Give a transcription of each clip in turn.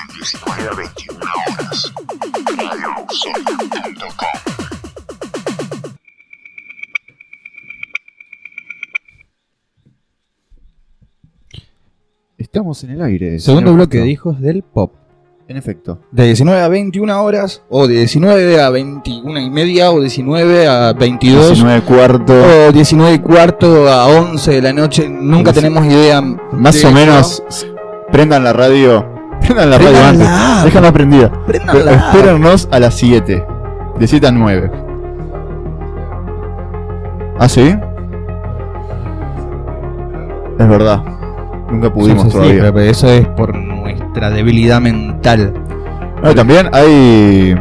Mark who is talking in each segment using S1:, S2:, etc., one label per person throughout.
S1: a 21 horas. RadioAusoria.com
S2: Estamos en el aire.
S3: Segundo
S2: señor
S3: bloque de
S2: Castro.
S3: hijos del pop.
S2: En efecto.
S4: De 19 a 21 horas, o de 19 a 21 y media, o 19 a 22,
S2: 19 cuarto.
S4: o 19 y cuarto a 11 de la noche. Nunca tenemos idea.
S2: Más
S4: de
S2: o
S4: eso.
S2: menos. s- Prendan la radio. Prendan la radio antes.
S4: Prendanla.
S2: Déjanla prendida. Pero
S4: Préndanla.
S2: espérennos a las 7. De 7 a 9. ¿Ah, sí? Es verdad. Nunca pudimos
S3: Sí, sí, sí,
S2: todavía.
S3: pero eso es por
S4: Nuestra debilidad mental.
S2: No, también hay.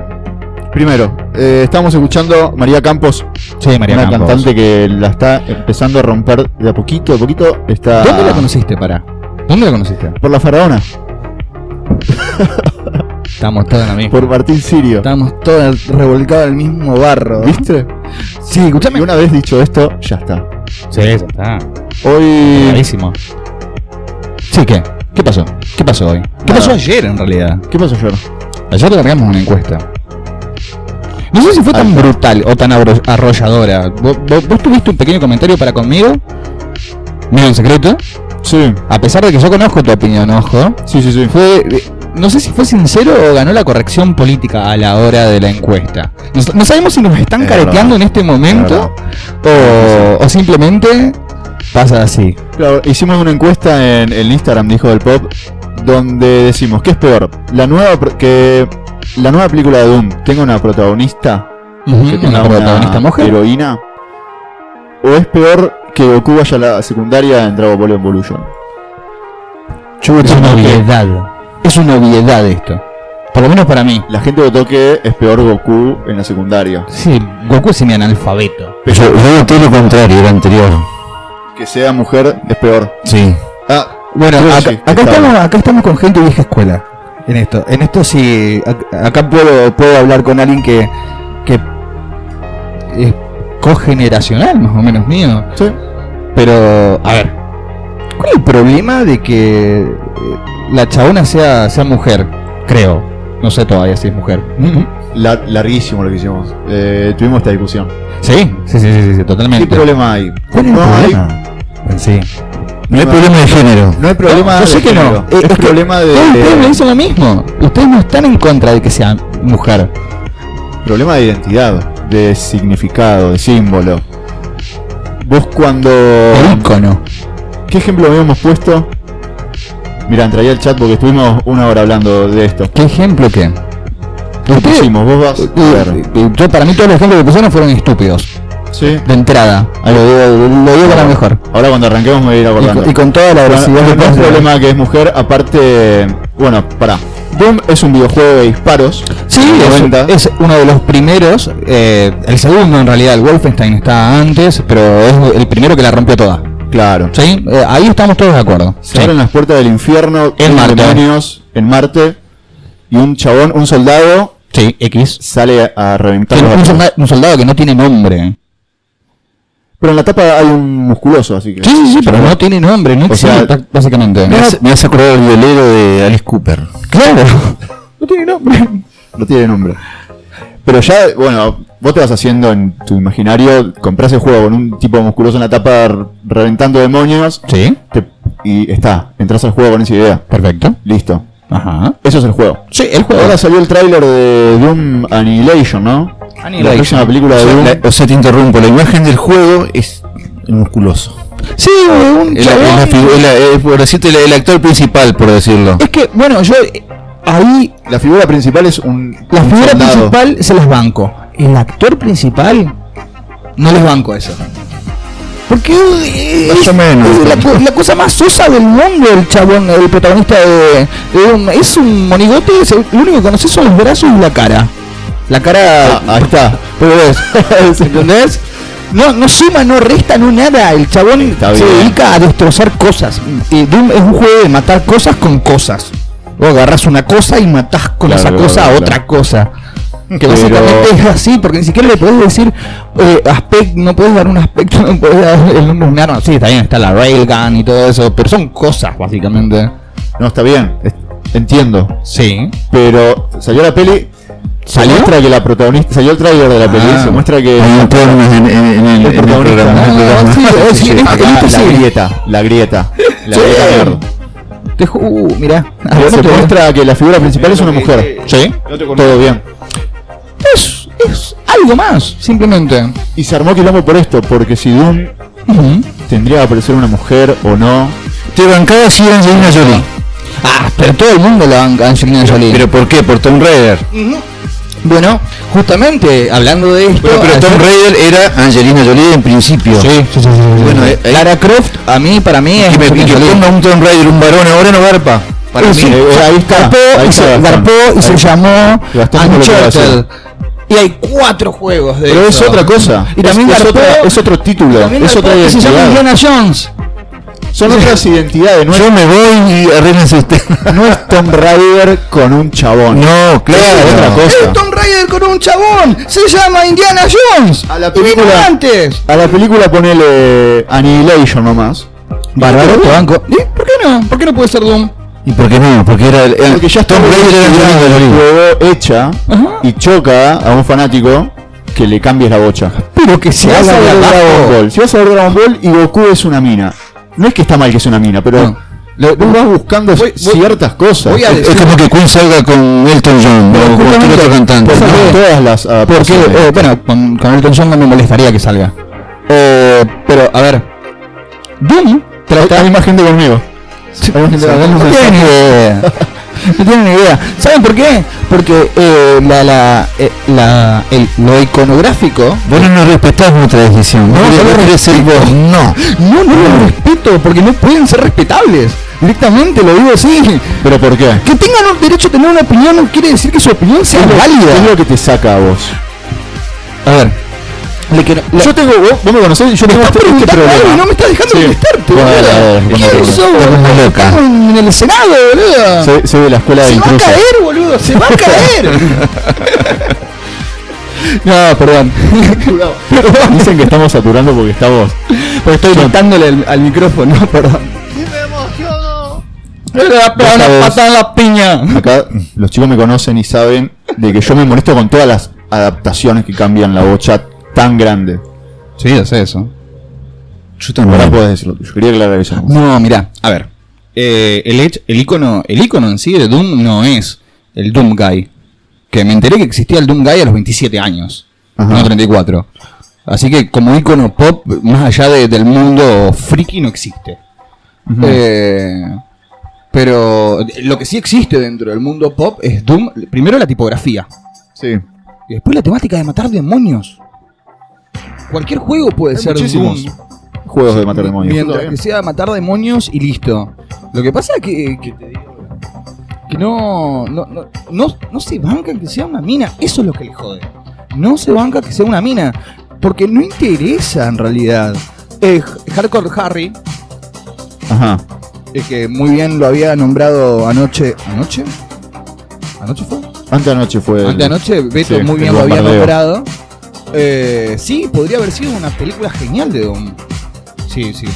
S2: Primero, eh, estamos escuchando María Campos,
S3: Sí, María
S2: una
S3: Campos.
S2: cantante que la está empezando a romper de a poquito, de a poquito. Está
S3: ¿Dónde la conociste, para? ¿Dónde la conociste?
S2: por la faraona,
S3: Estamos todos en la misma.
S2: por Martín Sirio.
S4: Estamos todos revolcados en el mismo barro.
S2: ¿Viste?
S4: Sí,
S2: Y
S4: escúchame.
S2: una vez dicho esto, ya está.
S3: Sí, ya está.
S2: Hoy.
S3: Clarísimo. Sí, ¿qué? ¿Qué pasó? ¿Qué pasó hoy? ¿Qué
S2: Nada.
S3: pasó ayer, en realidad?
S2: ¿Qué pasó ayer?
S3: Ayer largamos una encuesta. No sé si fue tan brutal o tan abro- arrolladora. ¿Vos, vos- vos tuviste un pequeño comentario para conmigo? Mío en secreto.
S2: Sí,
S3: A pesar de que yo conozco tu opinión, ojo.
S2: sí, sí, sí.
S3: Fue, eh, no sé si fue sincero o ganó la corrección política a la hora de la encuesta. No, sa- no sabemos si nos están
S2: Es
S3: careteando
S2: verdad.
S3: en este momento
S2: verdad.
S3: o, o simplemente pasa así.
S2: Claro, hicimos una encuesta en el Instagram de Hijo del Pop donde decimos, ¿qué es peor? La nueva pro- que la nueva película de Doom tenga una protagonista que
S3: Ujú,
S2: tenga
S3: ¿Una
S2: una
S3: protagonista mujer?
S2: heroína. ¿O es peor que Goku vaya a la secundaria en Dragon Ball Evolution?
S3: es una
S2: creo que-
S3: obviedad. Es una obviedad esto. Por lo menos para mí.
S2: La gente votó que es peor Goku en la secundaria.
S3: Sí, Goku es semi-analfabeto.
S5: Yo, yo noté lo contrario, el anterior.
S2: Que sea mujer es peor.
S5: Sí.
S2: Ah,
S3: Bueno,
S2: Creo que
S3: acá,
S2: sí,
S3: acá
S2: está
S3: estamos,
S2: bien.
S3: acá estamos con gente de vieja escuela. En esto, en esto sí, ac- acá puedo, puedo hablar con alguien que, que es cogeneracional, más o menos mío.
S2: sí.
S3: Pero, a ver, ¿cuál es el problema de que eh, la chabona sea, sea mujer? Creo. No sé todavía si es mujer.
S2: La- larguísimo lo que hicimos. Eh, tuvimos esta discusión.
S3: Sí, sí, sí, sí, sí, sí,
S2: ¿Qué
S3: totalmente.
S2: problema hay?
S3: ¿Cuál es el
S2: No hay-
S3: problema? En sí.
S5: No hay problema de género.
S2: No hay problema.
S3: No, yo sé
S2: de
S3: que no.
S2: género.
S3: Eh,
S2: Es,
S3: es que
S2: problema de.
S3: Todos ustedes me dicen lo mismo. Ustedes no están en contra de que sea mujer.
S2: Problema de identidad, de significado, de símbolo. Vos cuando.
S3: El ícono.
S2: ¿Qué ejemplo habíamos puesto? Mira, traía el chat porque estuvimos una hora hablando de esto.
S3: ¿Qué ejemplo qué?
S2: ¿Qué
S3: Ustedes-
S2: pusimos? Vos vas. a ver.
S3: Eh, Yo, para mí todos los ejemplos que pusieron fueron estúpidos.
S2: Sí.
S3: De entrada. Lo digo, lo digo para mejor.
S2: Ahora cuando arranquemos me voy a ir
S3: Y
S2: acordando.
S3: con, y con toda la
S2: Bueno,
S3: velocidad
S2: el
S3: que
S2: primer
S3: nos-
S2: problema que es mujer, aparte. Bueno, pará. Doom es un videojuego de disparos.
S3: Sí,
S2: de
S3: es,
S2: 90.
S3: es uno de los primeros. eh, el segundo, en realidad, el Wolfenstein está antes, pero es el primero que la rompió toda.
S2: Claro.
S3: ¿Sí? Eh, ahí estamos todos de acuerdo.
S2: Se
S3: Sí.
S2: abren las puertas del infierno,
S3: En
S2: con
S3: Marte.
S2: demonios en Marte, y un chabón, un soldado,
S3: Sí, X.
S2: sale a reventar
S3: Tiene
S2: los
S3: un,
S2: barcos.
S3: solda- un soldado que no tiene nombre.
S2: Pero en la tapa hay un musculoso, así que.
S3: Sí, sí, sí, pero no tiene nombre, no
S2: O sea,
S3: existe, práct- básicamente.
S5: Me hace, me hace acordar el violero de Alice Cooper.
S3: Claro.
S2: No tiene nombre. No tiene nombre. Pero ya, bueno, vos te vas haciendo en tu imaginario, compras el juego con un tipo musculoso en la tapa r- reventando demonios,
S3: Sí,
S2: te- y está, entras al juego con esa idea.
S3: perfecto.
S2: Listo.
S3: Ajá.
S2: Eso es el juego.
S3: Sí, el juego.
S2: Ahora salió el tráiler de Doom Annihilation, ¿no? La próxima película
S5: O
S2: de
S5: sea,
S2: Doom.
S5: la- o sea, te interrumpo. La imagen del juego es el musculoso.
S3: Sí, un
S5: Es la- es la
S3: chabón.
S5: figu- es la- es, por decirte, la- el actor principal, por decirlo.
S3: Es que, bueno, yo eh, ahí
S2: La figura principal es un.
S3: la
S2: un
S3: figura
S2: soldado.
S3: principal se las banco. El actor principal no les banco eso. Porque eh,
S5: Más
S3: es
S5: o menos.
S3: es la, co- la cosa más sosa del mundo el chabón, el protagonista de, de un- es un monigote, es el- lo único que conoces son los brazos y la cara. La cara
S2: Ah, ahí está.
S3: pero ves, ¿entendés? No, no suma, no resta, no nada. El chabón
S2: Está
S3: se
S2: bien.
S3: dedica a destrozar cosas. Eh, Doom es un juego de matar cosas con cosas. Vos agarrás una cosa y matás con
S2: Claro,
S3: esa
S2: claro,
S3: cosa a
S2: claro.
S3: otra cosa. Que
S2: Pero-
S3: básicamente es así, porque ni siquiera le podés decir eh, aspecto, no podés dar un aspecto, no podés dar el nombre de un arma. Sí, está bien, está la railgun y todo eso, pero son cosas básicamente.
S2: No, está bien. Es- entiendo.
S3: Sí.
S2: Pero salió la peli. ¿Salió? Muestra que la protagonista, salió el tráiler de la peli,
S3: Ah.
S2: se muestra que
S6: Hay un
S2: la,
S6: traumas en, en- en el, en el
S2: protagonista-
S6: programa. en el
S3: Ah,
S6: programa.
S3: sí, sí, sí,
S2: la-
S3: acá,
S2: la
S3: sí.
S2: grieta, la grieta, la
S3: Sí.
S2: grieta de mierda.
S3: Te ju- uh, mirá.
S2: Pero Se muestra que la figura principal es una mujer.
S3: Sí.
S2: Todo bien.
S3: Es, es algo más, simplemente.
S2: Y se armó quilombo por esto, porque si Doom
S3: Ujú.
S2: tendría que aparecer una mujer o no.
S6: Te bancaba si era Angelina Jolie.
S3: Ah, pero todo el mundo la banca Angelina Jolie.
S6: ¿Pero por qué? Por Tom Raider.
S3: bueno, justamente hablando de esto.
S6: Bueno, pero
S3: ayer-
S6: Tom Raider era Angelina Jolie en principio.
S3: Sí, sí, sí, sí, sí.
S6: Bueno, eh, eh,
S3: Lara Croft, a mí, para mí, es
S6: que me
S3: Angelina
S6: que
S3: Jolie.
S6: ponga un Tom Raider, un varón ahora no garpa. Para
S3: Sí,
S6: mí.
S2: eh,
S3: ya
S2: ahí está,
S3: Garpó,
S2: ahí
S3: y
S2: está
S3: se,
S2: Gastón.
S3: garpó y se
S2: Ahí.
S3: llamó
S2: Gastón con lo que va a
S3: Uncharted.
S2: hacer.
S3: Y hay cuatro juegos de
S2: Pero es
S3: eso.
S2: otra cosa.
S3: Y también
S2: es, es
S3: Garpó-
S2: otra- es otro título.
S3: También
S2: Es
S3: Garpó,
S2: otra
S3: que se llama
S2: identidad.
S3: Indiana Jones.
S2: Son otras identidades. No es,
S6: Yo me voy y arréglense ustedes.
S2: no es Tomb Raider con un chabón.
S6: No, claro.
S2: Es otra cosa.
S3: Es Tomb Raider con un chabón. Se llama Indiana Jones.
S2: A la
S3: Y vino
S2: película.
S3: antes.
S2: A la película ponele Annihilation nomás.
S3: Bárbaro, te banco. ¿Y por qué no? ¿Por qué no puede ser Doom?
S6: ¿Y por qué no? Porque era el, el-
S2: Porque ya está
S6: Tom Raider era Angelina Jolie.
S2: juego hecha
S3: Ajá.
S2: y choca a un fanático que le cambies la bocha.
S3: Pero que
S2: Si
S3: se
S2: vas a ver Dragon Ball, si vas a ver Dragon Ball y Goku es una mina. No es que está mal que sea una mina, pero
S3: No.
S2: lo- vos vas buscando
S3: Voy- voy-
S2: ciertas cosas.
S3: voy a
S6: Es
S3: decir-
S6: como que Queen salga con Elton John
S2: Pero
S6: o cualquier
S2: justamente
S6: otro cantante.
S2: pasan
S6: ¿no?
S2: en todas las
S3: Porque,
S2: adaptaciones.
S3: eh, bueno, con, con Elton John no me molestaría que salga. Eh, pero, a ver. Doom
S2: Está-
S3: trata.
S2: Hay más gente conmigo. Hay más gente
S3: No
S2: conmigo.
S3: tienen ni idea. No tienen ni idea. ¿Saben por qué? Porque eh, la, la, eh, la, el- lo iconográfico
S6: Vos no nos respetás nuestra decisión.
S3: No,
S6: Vos
S3: yo lo
S6: querés ser vos. No.
S3: No, no los respeto, porque no pueden ser respetables. Directamente, lo digo así.
S2: ¿Pero por qué?
S3: Que tengan un derecho a tener una opinión no quiere decir que su opinión sea
S2: ¿Qué es
S3: válida.
S2: lo que te saca a vos?
S3: A ver. Le quiero- la-
S2: Yo tengo, vos, vos me conocés y yo
S3: Ah,
S2: tengo este, este
S3: Preguntame algo y
S2: problema.
S3: no me estás dejando
S2: Sí.
S3: contestarte,
S2: Bueno, dale, dale,
S3: boludo. ¿Qué
S2: respondete.
S3: es eso,
S6: Estás
S3: boludo?
S6: muy loca.
S3: Estamos en el Senado, boludo. Se,
S2: Soy, soy de la escuela de
S3: va a
S2: intrusos.
S3: caer, boludo. Se va a caer. no, perdón. perdón.
S2: Dicen que estamos saturando porque está vos.
S3: Porque estoy gritándole al, al micrófono, perdón. ¡Me emociono! Le
S2: Deja
S3: una
S2: vos.
S3: patada en la piña.
S2: Acá los chicos me conocen y saben de que yo me molesto con todas las adaptaciones que cambian la bocha tan grande.
S3: Sí, es eso.
S6: Yo
S2: Ahora
S6: también.
S2: podés decir lo tuyo. Quería que la revisemos.
S3: No, mirá, a ver. Eh, el, hech- el, icono, el icono en sí de Doom no es el Doom Guy. Que me enteré que existía el Doom Guy a los 27 años,
S2: Ajá.
S3: no 34. Así que como icono pop, más allá de- del mundo friki, no existe. Eh, pero lo que sí existe dentro del mundo pop es Doom. Primero la tipografía.
S2: Sí.
S3: Y después la temática de matar demonios. Cualquier juego puede
S2: Hay
S3: ser
S2: muchísimos
S3: Doom.
S2: Juegos de matar demonios.
S3: Mientras que sea matar demonios y listo. Lo que pasa es que, que, que no, no, no, no- no se banca que sea una mina. Eso es lo que le jode. No se banca que sea una mina. Porque no interesa en realidad. Eh, Hardcore Harry,
S2: Ajá.
S3: eh, que muy bien lo había nombrado anoche. ¿Anoche? ¿Anoche fue?
S2: Antes anoche fue. el-
S3: Ante anoche, Beto
S2: Sí,
S3: muy
S2: el
S3: bien lo había
S2: bombardeo.
S3: nombrado. Eh, sí, podría haber sido una película genial de Doom. Sí, sí.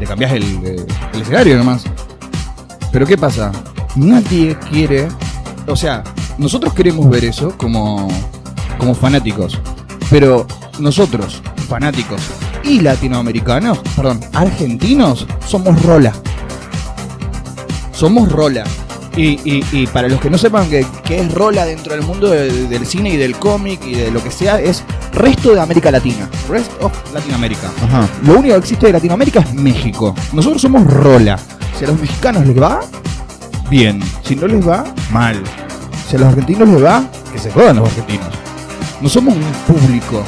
S3: Le cambias el, eh, el escenario nomás. Pero ¿qué pasa? Nadie quiere. O sea, nosotros queremos ver eso como, como fanáticos. Pero nosotros, fanáticos y latinoamericanos, perdón, argentinos, somos rola. Somos rola. Y, y- y para los que no sepan qué qué es rola dentro del mundo de- del cine y del cómic y de lo que sea, es resto de América Latina. Rest of Latinoamérica.
S2: Ajá.
S3: Lo único que existe de Latinoamérica es México. Nosotros somos rola. Si a los mexicanos les va, bien. Si no les va, mal. Si a los argentinos les va, que se jodan los argentinos. No somos un público.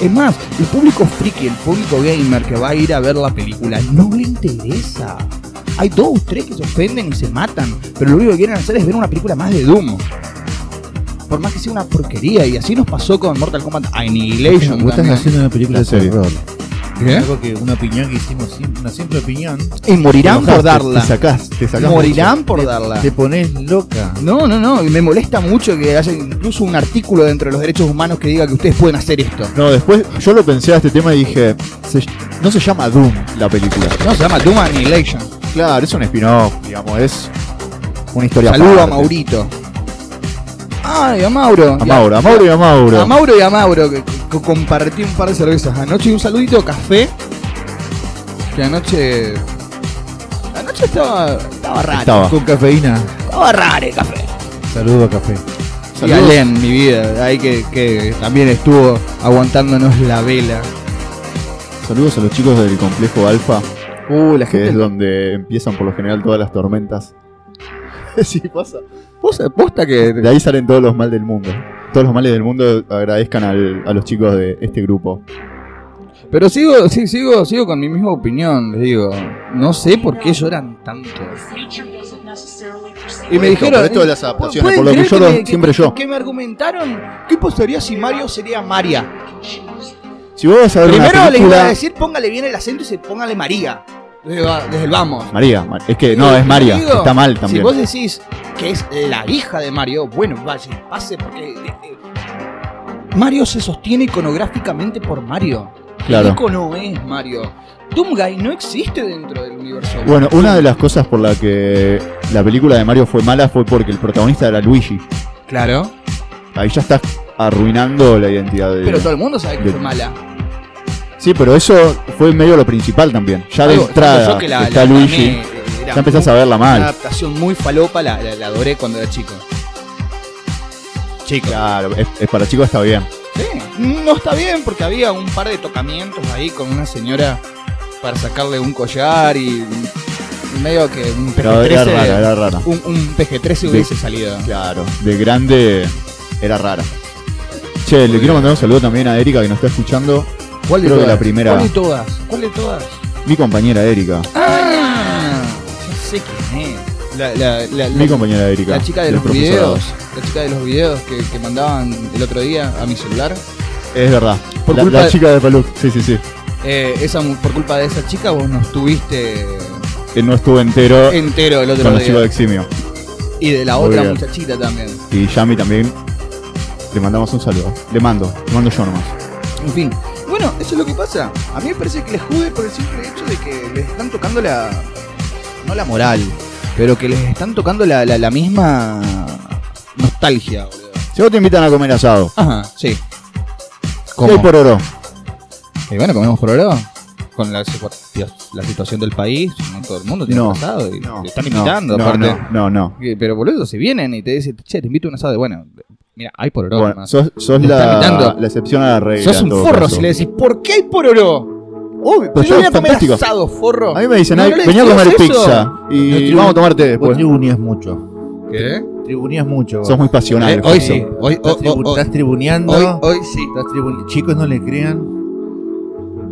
S3: Es más, el público friki, el público gamer que va a ir a ver la película, no le interesa. Hay dos o tres que se ofenden y se matan, pero lo único que quieren hacer es ver una película más de Doom. Por más que sea una porquería, y así nos pasó con Mortal Kombat
S7: Vos
S3: Annihilation.
S7: estás
S3: también.
S7: haciendo una película de
S2: En serio.
S7: terror.
S3: ¿Qué?
S7: Algo que una opinión que hicimos, sim- una simple opinión.
S3: Y morirán por darla.
S2: Te sacás, te sacás.
S3: Morirán por darla.
S2: Ah.
S7: Te pones loca.
S3: No, no, no. y Me molesta mucho que haya incluso un artículo dentro de los derechos humanos que diga que ustedes pueden hacer esto.
S2: mucho. No, después yo lo pensé a este tema y dije. se- no se llama Doom la película.
S3: No, se llama Doom Annihilation.
S2: Claro, es un spin-off, digamos, es. Una historia
S3: Saludo a
S2: aparte.
S3: Maurito. Ay, a Mauro.
S2: A Mauro, a Mauro y a Mauro.
S3: A Mauro y a Mauro, que, que compartí un par de cervezas anoche y un saludito café. Que anoche. Anoche estaba. Estaba raro.
S2: Estaba.
S6: Con cafeína.
S3: Estaba raro el café.
S6: Saludo a café.
S3: Y a Len, mi vida, ahí que, que también estuvo aguantándonos la vela.
S2: Saludos a los chicos del complejo Alfa,
S3: Uh, la
S2: que es
S3: gente.
S2: donde empiezan por lo general todas las tormentas. sí, pasa.
S3: Posta, posta que.
S2: De ahí salen todos los males del mundo. Todos los males del mundo agradezcan al- a los chicos de este grupo.
S3: Pero sigo, sí, sigo, sigo con mi misma opinión, les digo. No sé por qué lloran tanto. Y me dijeron.
S2: por esto de las adaptaciones,
S3: ¿pueden
S2: por lo que
S3: creer
S2: lloro
S3: me-
S2: siempre yo?
S3: Que me argumentaron. ¿Qué pasaría si Mario sería Maria?
S2: Si vos vas a ver
S3: Primero
S2: una
S3: les iba
S2: película...
S3: a decir, póngale bien el acento y se póngale María. Desde, va- desde el vamos.
S2: María, ma- es que Eh, no, es María,
S3: Digo,
S2: está mal también.
S3: Si vos decís que es la hija de Mario, bueno, vaya, pase porque. eh, eh, Mario se sostiene iconográficamente por Mario.
S2: Claro.
S3: El icono es Mario. Doomguy no existe dentro del universo.
S2: Bueno, una de las cosas por la que la película de Mario fue mala fue porque el protagonista era Luigi.
S3: Claro.
S2: Eh, Ahí ya estás arruinando la identidad de...
S3: Pero todo el mundo sabe que
S2: de-
S3: fue mala.
S2: Sí, pero eso fue medio lo principal también. Ya de
S3: Algo-
S2: entrada
S3: yo que la-
S2: está
S3: la
S2: Luigi.
S3: amé, era
S2: ya empezás
S3: muy-
S2: a verla
S3: Una
S2: mal.
S3: adaptación muy falopa, la, la- la adoré cuando era chico. Chico.
S2: Claro, es, es para chicos está bien.
S3: Sí, no está bien porque había un par de tocamientos ahí con una señora para sacarle un collar y medio que un
S2: Pero era
S3: PG-13
S2: rara, era rara.
S3: un, un PG-13 hubiese salido.
S2: Claro, de grande era rara. Che, le quiero mandar un saludo también a Erika que nos está escuchando.
S3: ¿Cuál
S2: Creo que la primera,
S3: ¿Cuál de todas? ¿Cuál de todas?
S2: mi compañera Erika.
S3: Ah, ya sé quién es. La, la- la-
S2: Mi
S3: la-
S2: compañera Erika.
S3: la chica de
S2: del
S3: los
S2: profesorado.
S3: videos, la chica de los videos que, que mandaban el otro día a mi celular.
S2: Es verdad.
S3: Por
S2: la,
S3: culpa
S2: la
S3: de-
S2: chica de Paluc. Sí, sí, sí.
S3: Eh, esa, mu- por culpa de esa chica vos no estuviste
S2: Que no estuvo entero
S3: entero el otro
S2: Ah. con los
S3: día.
S2: chicos de Eximio.
S3: Y de la
S2: Muy
S3: otra
S2: bien.
S3: muchachita también.
S2: Y Yami también. Le mandamos un saludo. Le mando, le mando yo nomás.
S3: En fin. Bueno, eso es lo que pasa. A mí me parece que les jode por el simple hecho de que les están tocando la. No la moral, pero que les están tocando la, la, la misma. Nostalgia, boludo.
S2: Si vos te invitan a comer asado,
S3: Ajá, sí.
S2: ¿qué hay por oro?
S3: Y bueno, comemos por ahora. Con la, situa- la situación del país, no todo el mundo tiene
S2: No,
S3: pasado y
S2: no,
S3: le están
S2: no,
S3: invitando,
S2: no,
S3: aparte.
S2: no, no, no.
S3: Que- Pero boludo, si vienen y te dicen, che, te invito a un asado, bueno, mira, hay por oro.
S2: Bueno, sos, sos
S3: Me está
S2: la,
S3: invitando.
S2: la excepción a la regla.
S3: Sos
S2: en
S3: un
S2: todo
S3: forro
S2: caso.
S3: si le decís, ¿por qué hay pororó?
S2: Obvio, pero
S3: Si yo voy a comer
S2: fantástico.
S3: asado, forro.
S2: A mí me dicen,
S3: No,
S2: "Ay,
S3: no le
S2: venía a comer
S3: decías eso".
S2: pizza
S6: No,
S2: y
S6: tribu-
S2: vos vamos a tomarte
S6: Vos
S2: después.
S6: tribunías mucho.
S3: ¿Qué?
S6: Tribunías mucho. vos.
S2: Sos muy pasional.
S3: Eh, hoy
S2: José.
S3: sí, hoy,
S6: Estás,
S3: hoy-
S6: tribu-
S3: hoy-
S6: estás tribuneando.
S3: hoy- hoy sí.
S6: estás tribune- Chicos, no le crean.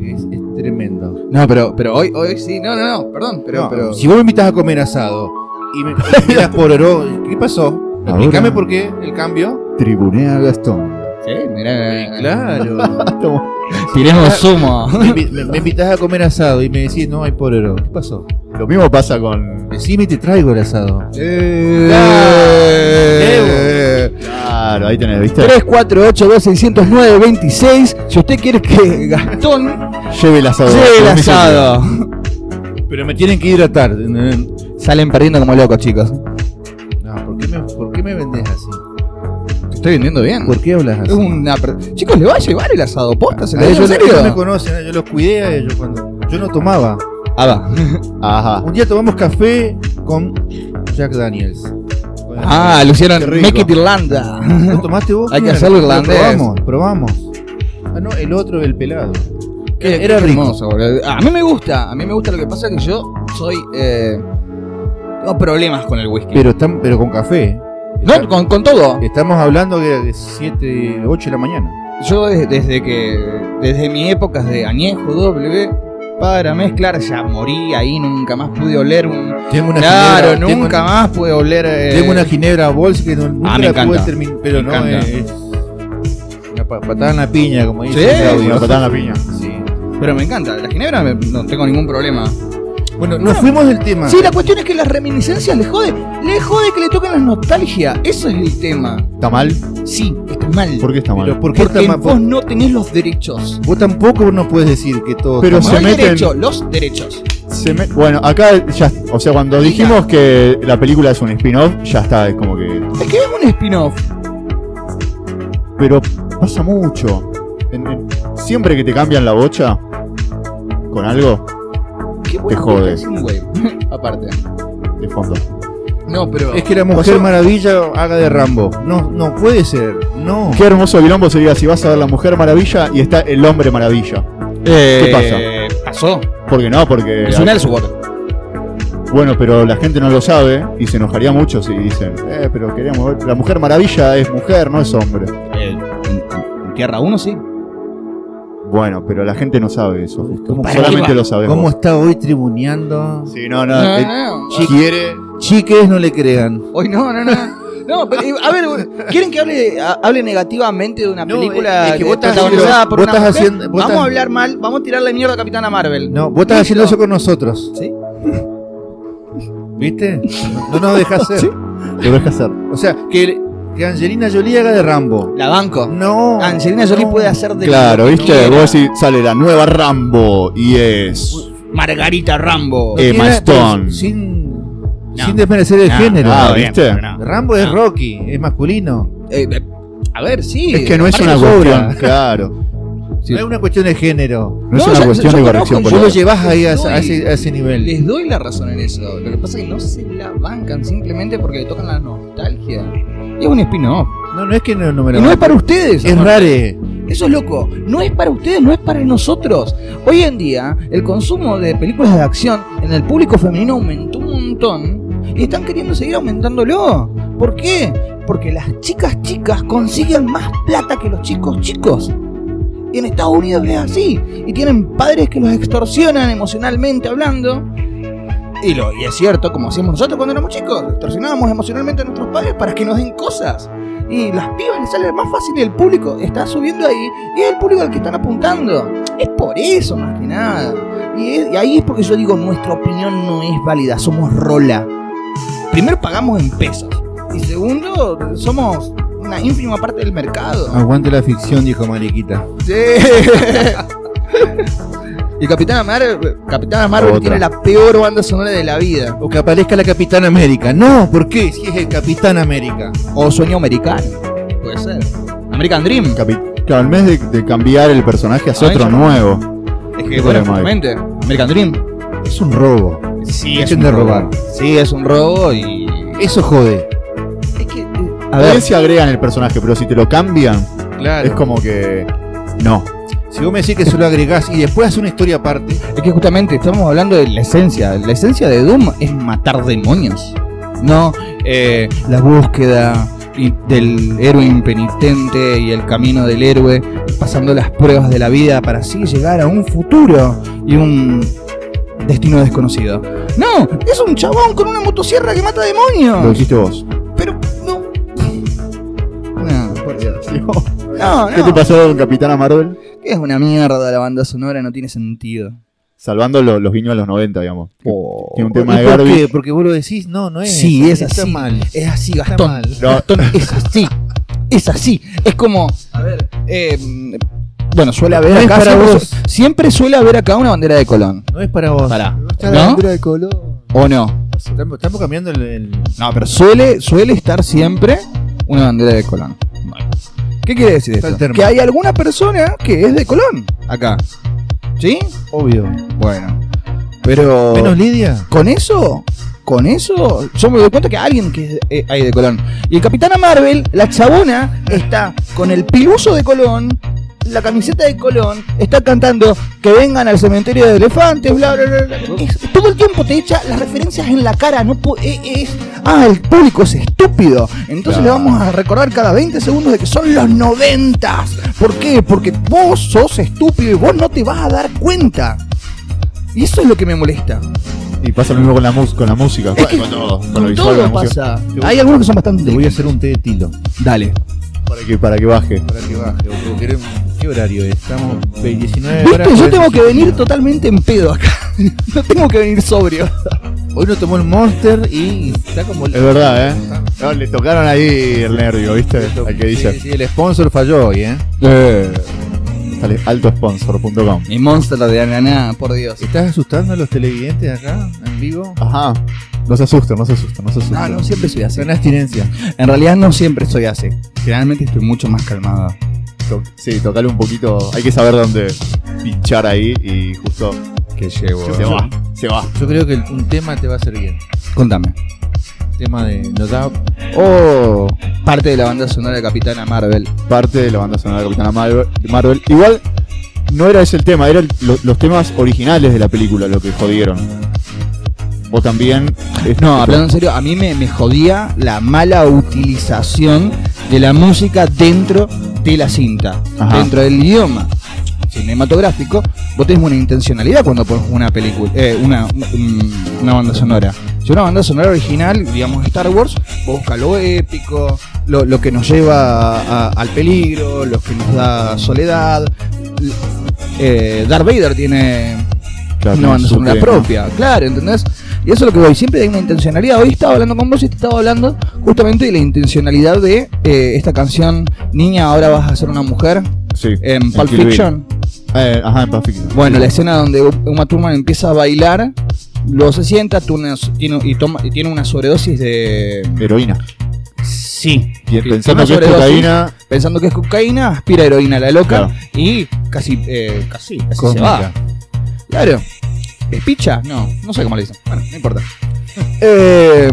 S6: Es, es tremendo.
S3: No, pero, pero hoy, hoy sí, no, no, no, perdón, pero,
S6: No,
S3: pero.
S6: Si vos me invitas a comer asado y me y me das por oro, ¿qué pasó? Explícame por qué el cambio.
S2: Tribunea a Gastón.
S3: Sí, mirá,
S6: Claro.
S8: Tiremos sumo.
S6: me, invi- me- me invitas a comer asado y me decís, no hay por oro. ¿Qué pasó?
S2: Lo mismo pasa con.
S6: Decime y te traigo el asado.
S3: Eh,
S2: Claro, ahí tenés, ¿viste?
S3: 348-2609-26. Si usted quiere que Gastón
S2: Lleve el asado.
S3: lleve el
S2: Lo mismo
S3: asado.
S6: Pero me tienen que hidratar.
S3: Salen perdiendo como locos, chicos.
S6: No, ¿por qué me, por qué me vendés así?
S3: Te estoy vendiendo bien.
S6: ¿Por qué hablas
S3: Es
S6: así?
S3: una per- Chicos, ¿le va a llevar el asado posta? ¿Se
S6: A
S3: lo digo en
S6: ellos, ellos me
S3: serio?
S6: conocen, a ellos los cuidé a ellos cuando yo no tomaba.
S3: Ah, va.
S2: que- Ajá.
S6: Ah, Un día tomamos café con Jack Daniels. Bueno,
S3: Ah, lo hicieron
S6: Qué rico.
S3: Make it Irlanda.
S6: ¿Lo tomaste vos?
S3: Hay que
S6: Claro,
S3: hacerlo
S6: lo
S3: irlandés.
S6: Probamos, probamos. Ah, no, el otro, el pelado.
S3: Qué-
S6: Era
S3: qué
S6: rico.
S3: hermoso, boludo. A mí me gusta, a mí me gusta. Lo que pasa es que yo soy. eh, tengo problemas con el whisky.
S6: Pero, tam- pero con café.
S3: no, con, con todo.
S6: Estamos hablando que era de 7, 8 de la mañana.
S3: Yo des- desde que. Desde mi época de añejo doble para mezclar, ya morí ahí, nunca más pude oler un.
S6: Tengo
S3: claro,
S6: ginebra- tengo-
S3: nunca más pude oler. eh,
S6: Tengo una ginebra bols que no, nunca
S3: Ah, me
S6: la
S3: encanta.
S6: pude terminar.
S3: Me
S6: Pero no
S3: encanta.
S6: es. Una pa- patada en la piña, como dice.
S3: Sí,
S6: el audio.
S2: Una patada en la piña.
S6: Sí.
S3: Pero me encanta, la ginebra me- no tengo ningún problema.
S6: Bueno, nos fuimos del tema.
S3: Sí, la cuestión es que las reminiscencias le jode. Le jode que le toquen la nostalgia. Eso es el tema.
S2: ¿Está mal?
S3: Sí, está mal.
S2: ¿Por qué está mal?
S6: Pero ¿por qué
S3: Porque
S6: está ma-
S3: vos
S6: vos,
S3: no tenés los derechos.
S6: vos tampoco nos puedes decir que todo
S2: Pero
S6: está
S3: No
S2: se
S3: el
S2: meten-
S3: derecho, los derechos.
S6: mal.
S2: se me- Bueno, acá ya. O sea, cuando dijimos que la película es un spin-off, ya está, es como que.
S3: Es que es un spin-off.
S2: Pero pasa mucho. En- en- siempre que te cambian la bocha con algo
S3: Qué bueno
S2: Te jode.
S3: que es un güey. Aparte.
S2: de fondo.
S3: No, pero.
S2: Eh,
S6: Es que la Mujer Maravilla haga de Rambo. No, no puede ser. No.
S2: Qué hermoso quilombo sería si vas a ver la Mujer Maravilla y está el Hombre Maravilla.
S3: Eh, Pasó.
S2: ¿Por qué no? Porque.
S3: Es un Elseworld.
S2: Bueno, pero la gente no lo sabe y se enojaría mucho si dicen, eh, pero queríamos ver. La Mujer Maravilla es mujer, no es hombre.
S3: Eh, en, en Tierra 1 sí.
S2: Bueno, pero la gente no sabe eso. justo.
S6: ¿Cómo-
S2: Solamente
S3: para-
S2: lo sabemos.
S6: ¿Cómo está hoy tribuneando?
S2: Sí, no, no.
S3: No,
S2: eh,
S3: no,
S6: Si quiere. Chiques, no le crean.
S3: Hoy no, no, no. No, pero, eh, a ver, güey, ¿quieren que hable, a- hable negativamente de una
S6: No,
S3: película
S6: es que vos estás
S3: protagonizada
S6: haciendo-
S3: por
S6: vos
S3: una
S6: estás
S3: mujer?
S6: haciendo- vos
S3: vamos
S6: estás-
S3: a hablar mal, vamos a tirarle mierda a Capitana Marvel.
S6: No, vos estás haciendo
S3: Listo.
S6: eso con nosotros.
S3: Sí.
S6: ¿Viste? No nos dejas ser.
S2: Lo deja hacer.
S6: O sea, que, que Angelina Jolie haga de Rambo.
S3: La banco.
S6: No.
S3: Angelina Jolie
S6: no.
S3: puede hacer de
S2: Claro,
S3: lo que
S2: ¿viste?
S3: quiera.
S2: Vos decís, sale la nueva Rambo y es.
S3: Margarita Rambo.
S2: Eh, Emma
S6: Tiene-
S2: Stone.
S6: pues, Sin, sin desmerecer el
S3: No,
S6: género.
S2: Ah, ¿viste?
S6: Rambo es
S3: No.
S6: Rocky, es masculino.
S3: Eh, eh, a ver, sí.
S2: Es que no es
S3: aparte
S2: una
S3: yo-
S2: cuestión, claro.
S3: Sí.
S6: No es una cuestión de género.
S2: No es
S3: No,
S2: una
S3: yo-
S2: cuestión
S3: yo
S2: de
S3: conozco,
S2: corrección
S3: yo
S6: Vos
S2: política.
S6: lo llevas ahí a,
S3: No,
S6: a ese, a ese nivel.
S3: Les doy la razón en eso. Lo que pasa es que no se la bancan simplemente porque le tocan la nostalgia. Y es un spin-off.
S6: No, no es que no, no me
S3: Y
S6: lo
S3: no es para ustedes.
S6: Es
S3: aparte.
S6: rare.
S3: Eso es loco. No es para ustedes, no es para nosotros. Hoy en día, el consumo de películas de acción en el público femenino aumentó un montón y están queriendo seguir aumentándolo. ¿Por qué? Porque las chicas chicas consiguen más plata que los chicos chicos. Y en Estados Unidos es así. Y tienen padres que los extorsionan emocionalmente hablando. Y, lo, y es cierto, como hacíamos nosotros cuando éramos chicos, extorsionábamos emocionalmente a nuestros padres para que nos den cosas. Y las pibas les sale más fácil el público. Está subiendo ahí y es el público al que están apuntando. Es por eso más que nada. Y, es- y ahí es porque yo digo, nuestra opinión no es válida, somos rola. Primero pagamos en pesos. Y segundo, somos una ínfima parte del mercado.
S6: Aguante la ficción, dijo Mariquita.
S3: Sí. y Capitana Marvel, Capitana Marvel
S2: Otra.
S3: tiene la peor banda sonora de la vida.
S6: O que aparezca la Capitán América. No, ¿por qué? Si es el Capitán América.
S3: O sueño americano. Puede ser. American Dream.
S2: Capi- claro, en vez de, de cambiar el personaje, hace
S3: Ah,
S2: otro
S3: eso no.
S2: nuevo.
S3: Es
S2: Qué
S3: que, bueno,
S2: problema hay.
S3: justamente, American Dream.
S6: Es un robo.
S3: Sí,
S6: Dejen de robar.
S3: Sí, es un robo y.
S6: Eso jode.
S3: Es que.
S2: A ver si agregan el personaje, pero si te lo cambian,
S6: Claro.
S2: es como que. No.
S6: Si vos me decís que se lo agregás y después haces una historia aparte.
S3: Es que justamente estamos hablando de la esencia. La esencia de Doom es matar demonios. No eh, la búsqueda y- del héroe impenitente y el camino del héroe, pasando las pruebas de la vida para así llegar a un futuro y un destino desconocido. No, es un chabón con una motosierra que mata
S2: Lo
S3: demonios.
S2: hiciste vos.
S3: Pero no. No, por Dios. No,
S2: ¿Qué te
S3: no.
S2: pasó con Capitana Marvel?
S3: Es una mierda la banda sonora, no tiene sentido.
S2: Salvando lo- los guiños de los 90, digamos. Tiene un tema
S6: ¿Y
S2: de
S6: por
S2: Garby.
S6: qué? Porque vos lo decís, no, no es.
S3: Oh. Sí, es
S6: Está
S3: así.
S6: mal.
S3: Es así,
S6: Está
S3: Gastón.
S6: mal.
S2: No,
S3: Gastón, es así. Es así. Es como. A ver. bueno, suele haber
S6: No es
S3: acá.
S6: para
S3: siempre,
S6: vos.
S3: su- siempre suele haber acá una bandera de Colón.
S6: No es para vos.
S3: Pará.
S2: Está
S3: ¿No?
S2: bandera de color.
S3: ¿O no?
S6: Estamos, estamos cambiando el, el-
S3: No, pero suele, suele estar siempre una bandera de Colón. ¿Qué quiere decir
S6: Está
S3: eso?
S6: el termo.
S3: Que hay alguna persona que es de Colón acá. ¿Sí?
S6: Obvio.
S3: Bueno. Pero.
S6: Menos Lidia.
S3: Con eso, con eso, yo me doy cuenta que alguien que eh, hay de Colón. Y el Capitana Marvel, la chabona, está con el piluso de Colón, la camiseta de Colón, está cantando que vengan al cementerio de elefantes, bla, bla, bla. bla. Es- todo el tiempo te echa las referencias en la cara. No po- eh, es, ah, el público es estúpido. Entonces le vamos a recordar cada 20 segundos de que son los noventas. ¿Por qué? Porque vos sos estúpido y vos no te vas a dar cuenta. Y eso es lo que me molesta.
S2: Y pasa lo mismo con la, mus- con la música.
S3: Es que
S2: con todo. Con, lo
S3: Con
S2: visual, con
S3: todo
S2: la música.
S3: pasa. Hay algunos que son bastante.
S6: Te voy a hacer un té de tilo.
S3: Dale.
S2: Para que, para que baje.
S6: Para que baje. o- o queremos- ¿Qué horario es? Estamos 19 horas.
S3: Viste, yo tengo que
S6: 45
S3: venir
S6: minutos.
S3: totalmente en pedo acá. No tengo que venir sobrio.
S6: Hoy no tomó el Monster y está como.
S2: Es verdad, ¿eh? No, le tocaron ahí el nervio, ¿viste? Al que dice.
S6: Sí, sí, el sponsor falló hoy, ¿eh?
S2: Dale, altosponsor.com.
S3: Mi monstruo de Ananá, por Dios.
S6: ¿Estás asustando a los televidentes acá, en vivo?
S2: Ajá. No se asusten, no se asusten, no se asusten.
S3: No, Ah, no siempre soy así.
S6: Son abstinencia.
S3: En realidad no siempre soy así. Generalmente estoy mucho más calmada.
S2: To- Sí, tocarle un poquito. Hay que saber dónde pinchar ahí y justo
S3: Que llevo.
S2: se va. Se va.
S6: Yo creo que un tema te va a hacer bien.
S3: Contame.
S6: Tema de no da
S3: Oh, parte de la banda sonora de Capitana Marvel.
S2: Parte de la banda sonora de Capitana Marvel. Marvel. Igual no era ese el tema, eran lo- los temas originales de la película lo que jodieron. Vos también. es-
S3: No, hablando en serio, a mí me, me jodía la mala utilización de la música dentro de la cinta,
S2: Ajá.
S3: dentro del idioma cinematográfico. Vos tenés una intencionalidad cuando pones una película, eh, una, mm, una banda sonora. Si una banda sonora original, digamos Star Wars, vos busca lo épico, lo, lo que nos lleva a- al peligro, lo que nos da soledad. L- eh, Darth Vader tiene
S2: Claro,
S3: una banda
S2: su
S3: sonora
S2: tema.
S3: propia, claro, ¿entendés? Y eso es lo que voy, siempre hay una intencionalidad. Hoy estaba hablando con vos y te estaba hablando justamente de la intencionalidad de eh, esta canción Niña, ahora vas a ser una mujer
S2: Sí.
S3: en Pulp
S2: Kill Bill.
S3: Fiction.
S2: Eh, ajá, en Pulp Fiction.
S3: Bueno, la escena donde Uma Thurman empieza a bailar, luego se sienta tiene, tiene- y, toma, y tiene una sobredosis de...
S2: Heroína.
S3: Sí.
S2: Bien, Pensando
S3: Una
S2: que es
S3: sobredosis.
S2: cocaína.
S3: Pensando que es cocaína, aspira heroína a la loca
S2: Claro.
S3: y casi, eh, casi, casi se
S6: Cósmica.
S3: va. Claro. ¿Es picha? No, no sé cómo le dicen. Bueno, no importa. Eh,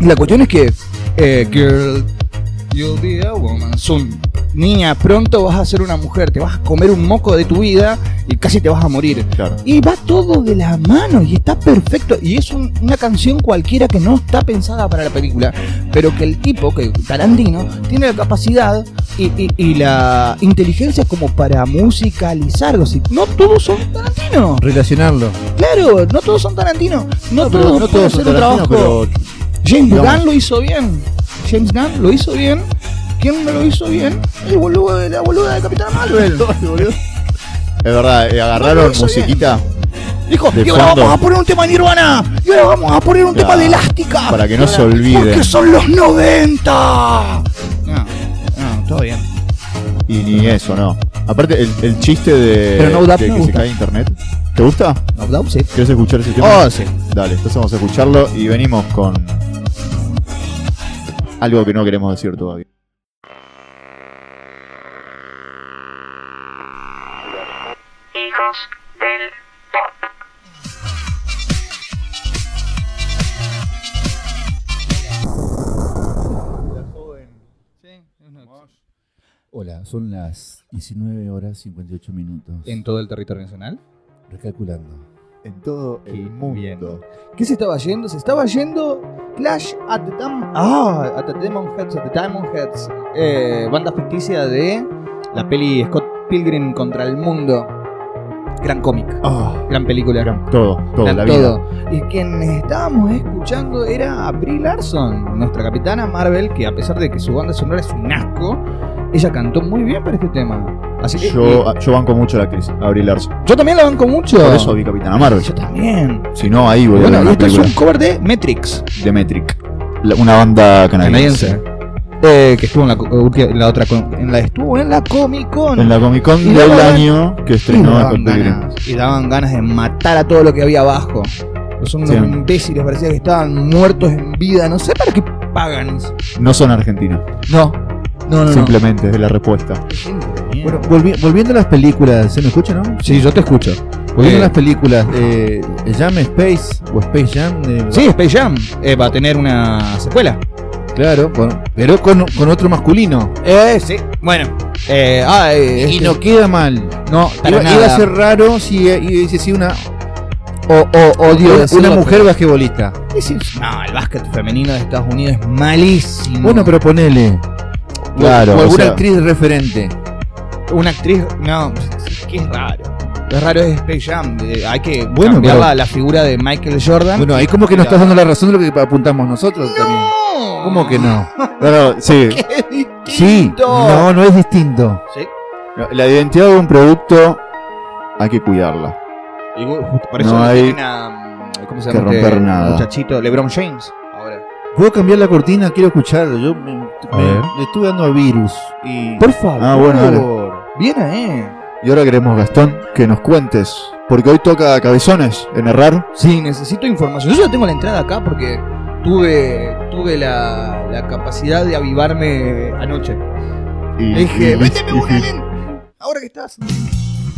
S3: la cuestión es que, eh, girl, you'll be a woman soon. Niña, pronto vas a ser una mujer, te vas a comer un moco de tu vida y casi te vas a morir.
S2: Claro.
S3: Y va todo de la mano y está perfecto. Y es un- una canción cualquiera que no está pensada para la película, pero que el tipo, que Tarantino, tiene la capacidad y, y- y la inteligencia como para musicalizarlo. Si- No todos son Tarantino.
S6: Relacionarlo.
S3: Claro, no todos son Tarantino. No, todos
S2: no
S3: pueden
S2: todos son
S3: hacer un
S2: Tarantino,
S3: trabajo.
S2: pero
S3: James
S2: digamos-
S3: Gunn lo hizo bien. James Gunn lo hizo bien. ¿Quién no lo hizo bien? El boludo de la boluda de Capitán Marvel.
S2: Es verdad, eh,
S3: No,
S2: agarraron
S3: no, eso
S2: musiquita
S3: Dijo,
S2: De
S3: y ahora
S2: fondo.
S3: vamos a poner un tema de Nirvana. Y ahora vamos a poner un
S2: Claro,
S3: tema de elástica.
S2: para que no se
S3: Porque
S2: olvide.
S3: son los 90. No, no, Ah, todo bien.
S2: Y ni eso, no. Aparte, el, el chiste de,
S3: Pero No
S2: de
S3: Doubt me
S2: que se
S3: gusta.
S2: cae internet. ¿Te gusta?
S3: No, no, sí.
S2: ¿Quieres escuchar ese tema?
S3: Oh, sí.
S2: Dale, entonces vamos a escucharlo y venimos con algo que no queremos decir todavía.
S9: Hijos del Pop.
S5: Hola, son las 19 horas 58 minutos.
S3: En todo el territorio nacional.
S5: Recalculando.
S2: En todo el mundo.
S3: ¿Qué se estaba yendo? Se estaba yendo Clash at the Dam Ah, at the Demon Heads, at the Diamond Heads. Eh, banda ficticia de la peli Scott Pilgrim contra el mundo. Gran cómic,
S2: Ah,
S3: gran película.
S2: gran- todo, todo,
S3: Eran
S2: la vida.
S3: todo. Y quien estábamos escuchando era a Brie Larson, nuestra capitana Marvel, que a pesar de que su banda sonora es un asco, ella cantó muy bien para este tema. Así que
S2: Yo, ah, yo banco mucho a la actriz, a Brie Larson.
S3: yo también la banco mucho.
S2: Por eso vi Capitana Marvel.
S3: Yo también.
S2: Si no, ahí voy a
S3: Bueno,
S2: ver
S3: y
S2: una
S3: esto es
S2: película
S3: un cover de Matrix.
S2: de Metric. La- Una banda canadiense.
S3: Canadiense. Eh, que estuvo en la, co- ulti- en la otra con- en la estuvo en la Comic Con
S2: En la Comic Con
S3: Y
S2: del
S3: daban-
S2: año que
S3: y,
S2: estrenó
S3: daban
S2: Scott Pilgrim.
S3: ganas, y daban ganas de matar a todo lo que había abajo. Son unos
S2: Sí.
S3: imbéciles, parecía que estaban muertos en vida, no sé para qué pagan eso.
S2: No son argentinos,
S3: No, no, no.
S2: simplemente es la respuesta.
S6: Bueno, volvi- volviendo a las películas, ¿se me escucha, no?
S3: Sí, yo te escucho.
S6: Volviendo
S3: Eh,
S6: a las películas, eh, Jam Space o Space Jam, de-
S3: Sí, Space Jam eh, va a tener una secuela.
S6: claro, con- pero con, con otro masculino.
S3: Eh, sí. Bueno. Eh, ah, eh,
S6: Y
S3: este-
S6: no queda mal.
S3: no, para
S6: Iba,
S3: nada.
S6: iba a ser raro si eh, y dice si una
S3: o, o, odio
S6: una,
S3: decirlo,
S6: mujer basquetbolista.
S3: pero- Sí, sí. No, el básquet femenino de Estados Unidos es malísimo.
S6: Bueno, pero ponele. O-
S2: Claro,
S6: o
S2: o
S6: alguna
S2: sea-
S6: actriz referente.
S3: Una actriz. No, es que es raro. Lo raro es Space Jam. eh, hay que
S6: Bueno,
S3: cambiar
S6: pero-
S3: la, la figura de Michael Jordan.
S6: Bueno, ahí como que nos estás dando la razón de lo que apuntamos nosotros también.
S3: No.
S6: ¿Cómo que no?
S2: Claro, sí.
S3: Es distinto.
S6: Sí, no, no es distinto.
S3: Sí.
S2: La identidad de un producto hay que cuidarla.
S3: Y vos, justo por eso
S2: No
S3: no
S2: hay
S3: tienen a, ¿cómo se llama
S2: que
S3: este
S2: romper nada.
S3: Muchachito, LeBron James. Ahora.
S6: ¿Puedo cambiar la cortina? Quiero escucharlo. Yo me,
S2: A ver.
S6: me- le estuve dando a virus. Y...
S3: Por favor.
S2: Ah, bueno, Ah, dale.
S3: Ah, Bien, eh.
S2: Y Y ahora queremos, Gastón, que nos cuentes. Porque hoy toca cabezones en errar.
S3: Sí, necesito información. Yo ya tengo la entrada acá porque tuve, tuve la, la capacidad de avivarme anoche.
S2: Y,
S3: Le dije,
S2: y-
S3: méteme
S2: y-
S3: una,
S2: y-
S3: Len. Ahora que estás.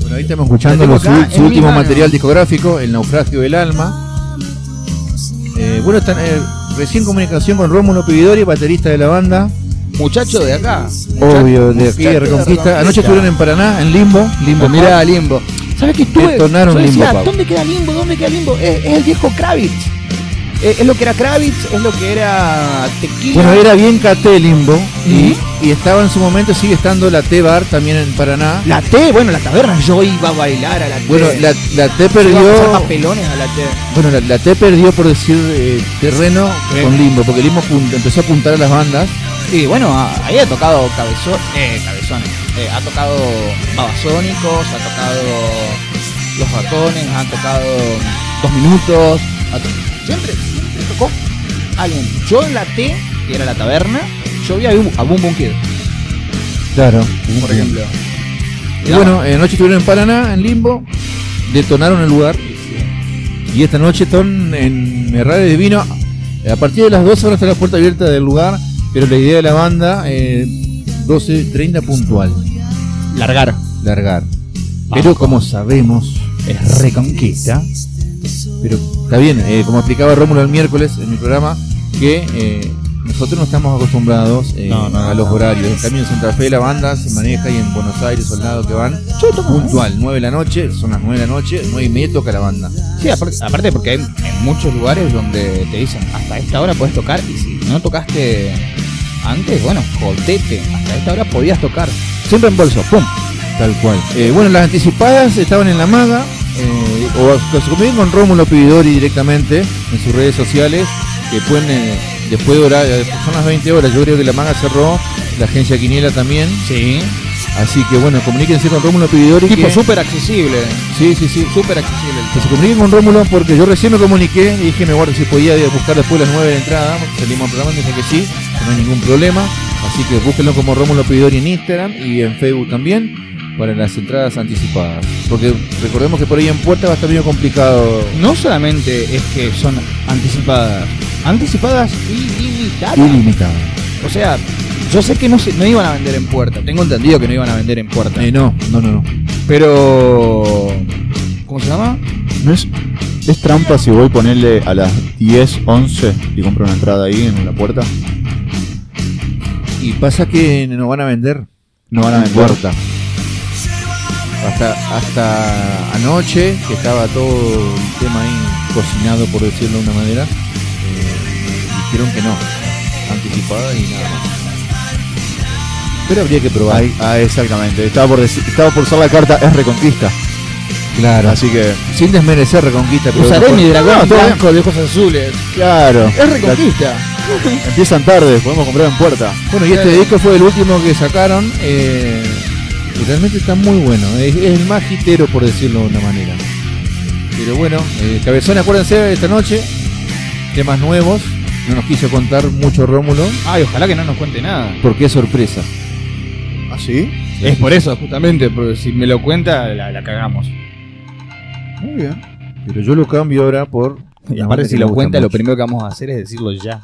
S6: Bueno, ahí estamos escuchando
S3: La tengo
S6: lo- su,
S3: acá
S6: su
S3: en mi
S6: último
S3: mano.
S6: material discográfico, El naufragio del alma. Eh, bueno, están eh, recién comunicación con Rómulo Pividori, baterista de la banda.
S3: Muchacho de acá.
S6: Obvio, de
S3: Muchacho
S6: aquí de Reconquista.
S3: Reconquista.
S6: Anoche estuvieron en Paraná, en Limbo. Limbo,
S3: Mirá, Limbo. ¿Sabes qué estuve?
S6: Detonaron
S3: yo decía,
S6: Limbo Pau.
S3: ¿dónde queda Limbo? ¿Dónde queda Limbo? Eh, Es, es el viejo Kravitz. Eh, Es, es lo que era Kravitz, es lo que era Tequila.
S6: Bueno, era bien caté Limbo. Y, y estaba en su momento, sigue estando la T-Bar también en Paraná.
S3: La T, bueno, las tabernas yo iba a bailar a la T.
S6: Bueno, la, la T
S3: Yo iba a pasar
S6: perdió.
S3: papelones a la T.
S6: Bueno, la, la T perdió por decir eh, terreno con Limbo, porque Limbo apunta- empezó a apuntar a las bandas.
S3: Sí, bueno, a- ahí ha tocado cabezón, eh, cabezones, eh, ha tocado babasónicos, ha tocado los ratones, ha tocado dos minutos, ha to- siempre, siempre tocó alguien. Yo en la T, que era la taberna, yo vi a, Bu- a Boom Boom Kid,
S6: Claro.
S3: por ejemplo.
S6: Y bueno, eh, anoche estuvieron en Paraná, en Limbo, detonaron el lugar. Y esta noche están en Errare Divino. A partir de las 12 horas está la puerta abierta del lugar, pero la idea de la banda, eh, 12.30 puntual,
S3: largar.
S6: largar. Pero como sabemos,
S3: Es reconquista.
S6: pero está bien, eh, como explicaba Rómulo el miércoles en mi programa, que eh, nosotros no estamos acostumbrados eh, a los horarios. En cambio, en Santa Fe la banda se maneja y en Buenos Aires, soldados que van puntual, 9 de la noche, son las 9 de la noche, 9 y media toca la banda.
S3: Sí, aparte, aparte porque hay en muchos lugares donde te dicen hasta esta hora podés tocar y si no tocaste antes, bueno, jodete, hasta esta hora podías tocar. Siempre en bolso, pum.
S6: Tal cual. Eh, bueno, las anticipadas estaban en la maga. eh, o que se comuniquen con Rómulo Pibidori directamente en sus redes sociales. Que pueden, eh, después de horar, eh, son las 20 horas. Yo creo que la maga cerró, la agencia Quiniela también.
S3: Sí.
S6: Así que bueno, comuníquense con Rómulo Pibidori.
S3: Tipo
S6: que-
S3: súper accesible.
S6: Sí, sí, sí.
S3: Súper accesible.
S6: Que se comuniquen con Rómulo porque yo recién me comuniqué y dije me guardo si podía buscar después las 9 de la entrada. Salimos al programa y me dijo que sí, que no hay ningún problema. Así que búsquenlo como Rómulo Pidori en Instagram y en Facebook también para las entradas anticipadas. Porque recordemos que por ahí en puerta va a estar medio complicado.
S3: No solamente es que son anticipadas, anticipadas ilimitadas.
S6: Ilimitado.
S3: O sea, yo sé que no, se- no iban a vender en puerta. Tengo entendido que no iban a vender en puerta.
S6: Eh, no, no, no, no.
S3: Pero... ¿Cómo se llama?
S2: ¿No es, es trampa si voy a ponerle a las 10, 11 y compro una entrada ahí en la puerta?
S6: Y pasa que no van a vender.
S2: No van a
S6: en
S2: vender.
S6: puerta. Hasta, hasta anoche, que estaba todo el tema ahí cocinado, por decirlo de una manera, eh, dijeron que no, anticipada y nada más. Pero habría que probar.
S2: Ahí- ah, exactamente. Estaba por, decir- estaba por usar la carta es Reconquista.
S6: claro.
S2: Así que,
S6: Sin desmerecer Reconquista, pero
S3: Usaré
S6: no
S3: mi
S6: puede-
S3: dragón
S2: No, está bien.
S3: blanco de ojos azules.
S2: claro.
S3: Es reconquista.
S2: la- empiezan tarde, podemos comprar en puerta.
S6: Bueno, y este disco fue el último que sacaron. eh, y realmente está muy bueno. Es, es el más hitero, por decirlo de una manera. Pero bueno, eh, Cabezón, acuérdense, esta noche, temas nuevos. No nos quiso contar mucho Rómulo,
S3: Ay, ojalá que no nos cuente nada.
S6: porque es sorpresa.
S2: ¿Ah, sí?
S3: Es por eso, justamente, porque si me lo cuenta, la, la cagamos.
S2: Muy bien.
S6: Pero yo lo cambio ahora por.
S3: Y
S6: la
S3: aparte,
S6: banda
S3: si
S6: que
S3: lo
S6: me gusta
S3: cuenta, lo
S6: mucho.
S3: primero que vamos a hacer es decirlo ya.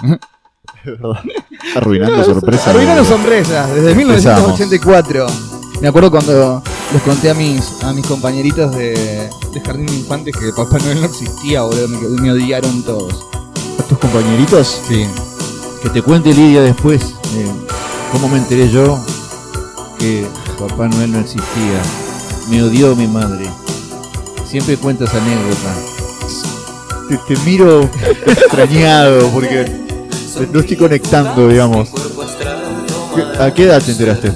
S2: Arruinando sorpresa.
S3: Arruinaron sorpresas desde
S2: Empezamos.
S3: 1984. Me acuerdo cuando les conté a mis, a mis compañeritos de, de Jardín de Infantes que Papá Noel no existía, boludo. Me, me odiaron todos.
S2: ¿A tus compañeritos?
S3: Sí.
S6: Que te cuente Lidia después eh, cómo me enteré yo que Papá Noel no existía. Me odió mi madre. Siempre cuentas anécdotas.
S2: Te, te miro extrañado porque no estoy conectando, digamos. ¿Qué- ¿A qué edad te enteraste?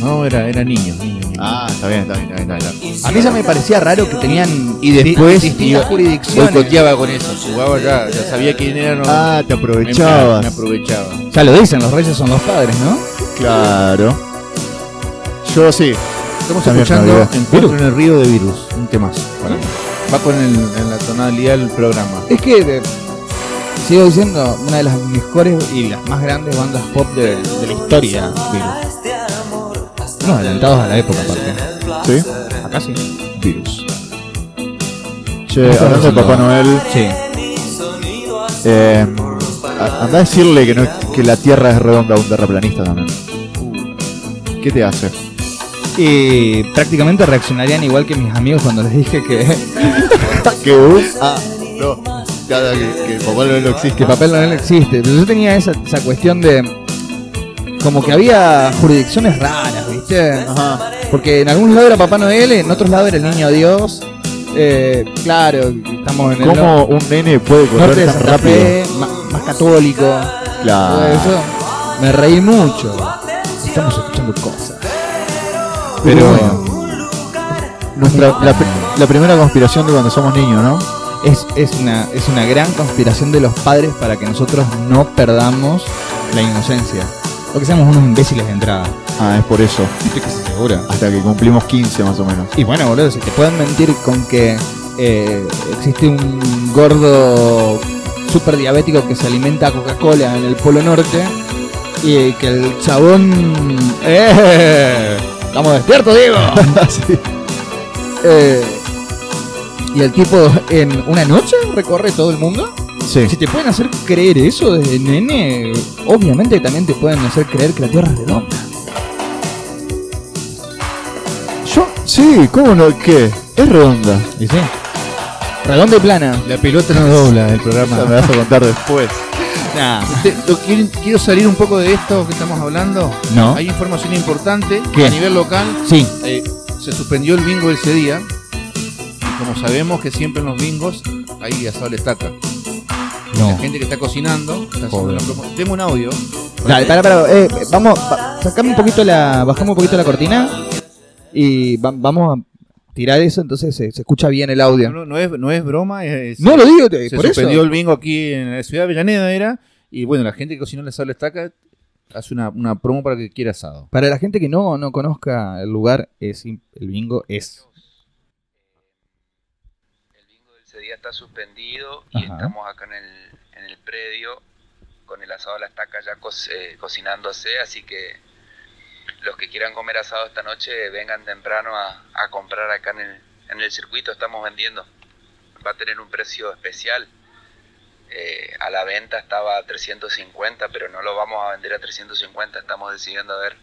S6: No, era, era niño, niño, niño.
S2: Ah, está bien, está bien, está bien. Está bien.
S3: A mí ya me parecía raro que tenían
S6: Y después
S3: di- distintas
S6: iba-
S3: jurisdicciones.
S6: Boicoteaba con eso, jugaba ya, ya sabía quién era, no.
S2: Ah, te
S6: me, me
S2: aprovechabas.
S6: aprovechaba.
S3: Ya lo dicen, los reyes son los padres, ¿no?
S2: Claro. Yo sí.
S6: Estamos
S2: También
S6: escuchando
S2: Navidad.
S6: Encuentro en el Río de Virus, un tema Va con el, en la tonalidad del programa.
S3: Es que eh, sigo diciendo, una de las mejores y las más grandes bandas pop de, de la historia. Virus. Unos adelantados a la época, aparte.
S2: Sí.
S3: Acá casi.
S2: virus. Che, hablando de Papá Noel,
S3: Sí.
S2: eh, a- andá a decirle que, no, que la Tierra es redonda a un terraplanista también. ¿Qué te hace?
S3: Y prácticamente reaccionarían igual que mis amigos cuando les dije que
S2: ¿Que vos? Ah, no. Ya, ya, que, que Papá Noel no existe.
S3: que papel no existe. Pero yo tenía esa, esa cuestión de. Como que había jurisdicciones raras, ¿viste?
S2: Ajá.
S3: Porque en algún lado era Papá Noel, en otros lados era el niño Dios. Eh, claro, estamos en el no-
S2: ¿Cómo un nene puede
S3: norte
S2: correr
S3: de
S2: tan
S3: Santa
S2: rápido?
S3: Fe, ma- más, católico. Todo
S2: Claro.
S3: eso. Me reí mucho. Estamos escuchando cosas.
S2: Pero nuestra, la, pri- la primera conspiración de cuando somos niños, ¿no?
S3: Es, es, una, es una gran conspiración de los padres para que nosotros no perdamos la inocencia. O que seamos unos imbéciles de entrada.
S2: Ah, es por eso.
S3: Estoy casi seguro.
S2: Hasta que cumplimos 15 más o menos.
S3: Y bueno, boludo, si te pueden mentir con que eh, existe un gordo super diabético que se alimenta a Coca-Cola en el Polo Norte y que el chabón... ¡Eh! ¡Estamos despiertos, Diego! Eh, y el tipo en una noche recorre todo el mundo.
S2: Sí.
S3: Eh, Si te pueden hacer creer eso desde nene, obviamente también te pueden hacer creer que la Tierra es redonda.
S2: Yo, sí, ¿cómo no? ¿Qué? Es redonda.
S3: ¿Y sí? Redonda y plana.
S6: La pelota no dobla el
S2: O sea,
S6: programa.
S2: me vas a contar después.
S3: Nah.
S6: Te- lo- quiero- Quiero salir un poco de esto que estamos hablando.
S3: No.
S6: Hay información importante
S3: ¿Qué?
S6: a nivel local.
S3: Sí.
S6: eh, se suspendió el bingo ese día. Y como sabemos que siempre en los bingos hay asado de estaca. La
S3: No.
S6: gente que está cocinando. Está haciendo
S3: Joder.
S6: una promo- Deme un audio.
S3: Dale, para, para, eh, vamos, va- sacame un poquito la, bajamos un poquito la cortina y va- vamos a tirar eso, entonces se, se escucha bien el
S6: No,
S3: audio.
S6: no- no es, no es broma. es-
S3: No lo digo, te-
S6: se
S3: por eso.
S6: suspendió el bingo aquí en la ciudad de Avellaneda era. Y bueno, la gente que cocinó el asado de estaca hace una, una promo para que quiera asado.
S3: Para la gente que no, no conozca el lugar, es im- el bingo es.
S10: El bingo de ese día está suspendido y
S3: Ajá.
S10: estamos acá en el, en el predio con el asado a la estaca ya co- eh, cocinándose, así que los que quieran comer asado esta noche vengan temprano a, a comprar acá en el, en el circuito, estamos vendiendo. Va a tener un precio especial. Eh, a la venta estaba a 350, pero no lo vamos a vender a 350, estamos decidiendo a ver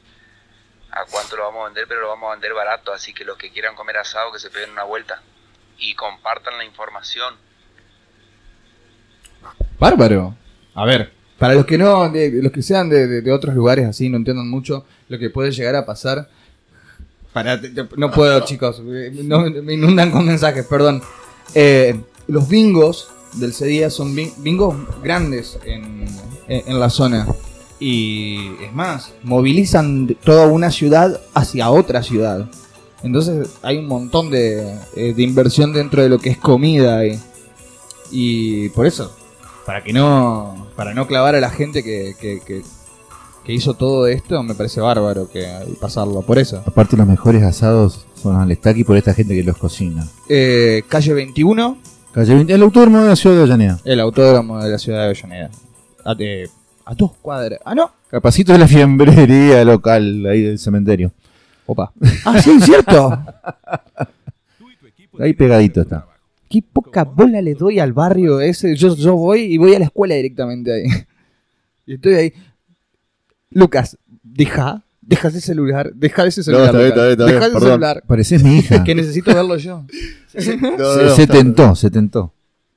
S10: a cuánto lo vamos a vender, pero lo vamos a vender barato, así que los que quieran comer asado que se peguen una vuelta y compartan la información.
S3: Bárbaro. A ver. Para los que no, de- los que sean de, de- de otros lugares así, no entiendan mucho lo que puede llegar a pasar. Para, no puedo, chicos. eh, no- me inundan con mensajes, perdón. Eh, los bingos del Cedía son bin- bingos grandes en, en- en la zona. Y es más, movilizan de- toda una ciudad hacia otra ciudad. Entonces hay un montón de, eh, de inversión dentro de lo que es comida. Y, y por eso, para que no para no clavar a la gente que, que, que- que hizo todo esto, me parece bárbaro que pasarlo por eso.
S11: Aparte, los mejores asados son al estaqui por esta gente que los cocina.
S3: Eh, calle 21,
S11: Calle 20, el autódromo de la ciudad de Avellaneda.
S3: el autódromo de la ciudad de Avellaneda. A, eh, a dos cuadras. Ah, no.
S6: Capacito de la fiambrería local ahí del cementerio.
S3: Opa. Ah, sí, cierto.
S11: Ahí pegadito está.
S3: Qué poca bola le doy al barrio ese. Yo, yo voy y voy a la escuela directamente ahí. Y estoy ahí. Lucas, deja, deja ese celular, deja ese celular.
S2: está bien,
S3: Lucas.
S2: está bien, está bien,
S3: Deja ese
S2: perdón.
S3: celular.
S11: Pareces mi hija.
S3: Que necesito verlo yo.
S2: No,
S11: se,
S2: no,
S11: se
S2: no.
S11: tentó, se tentó.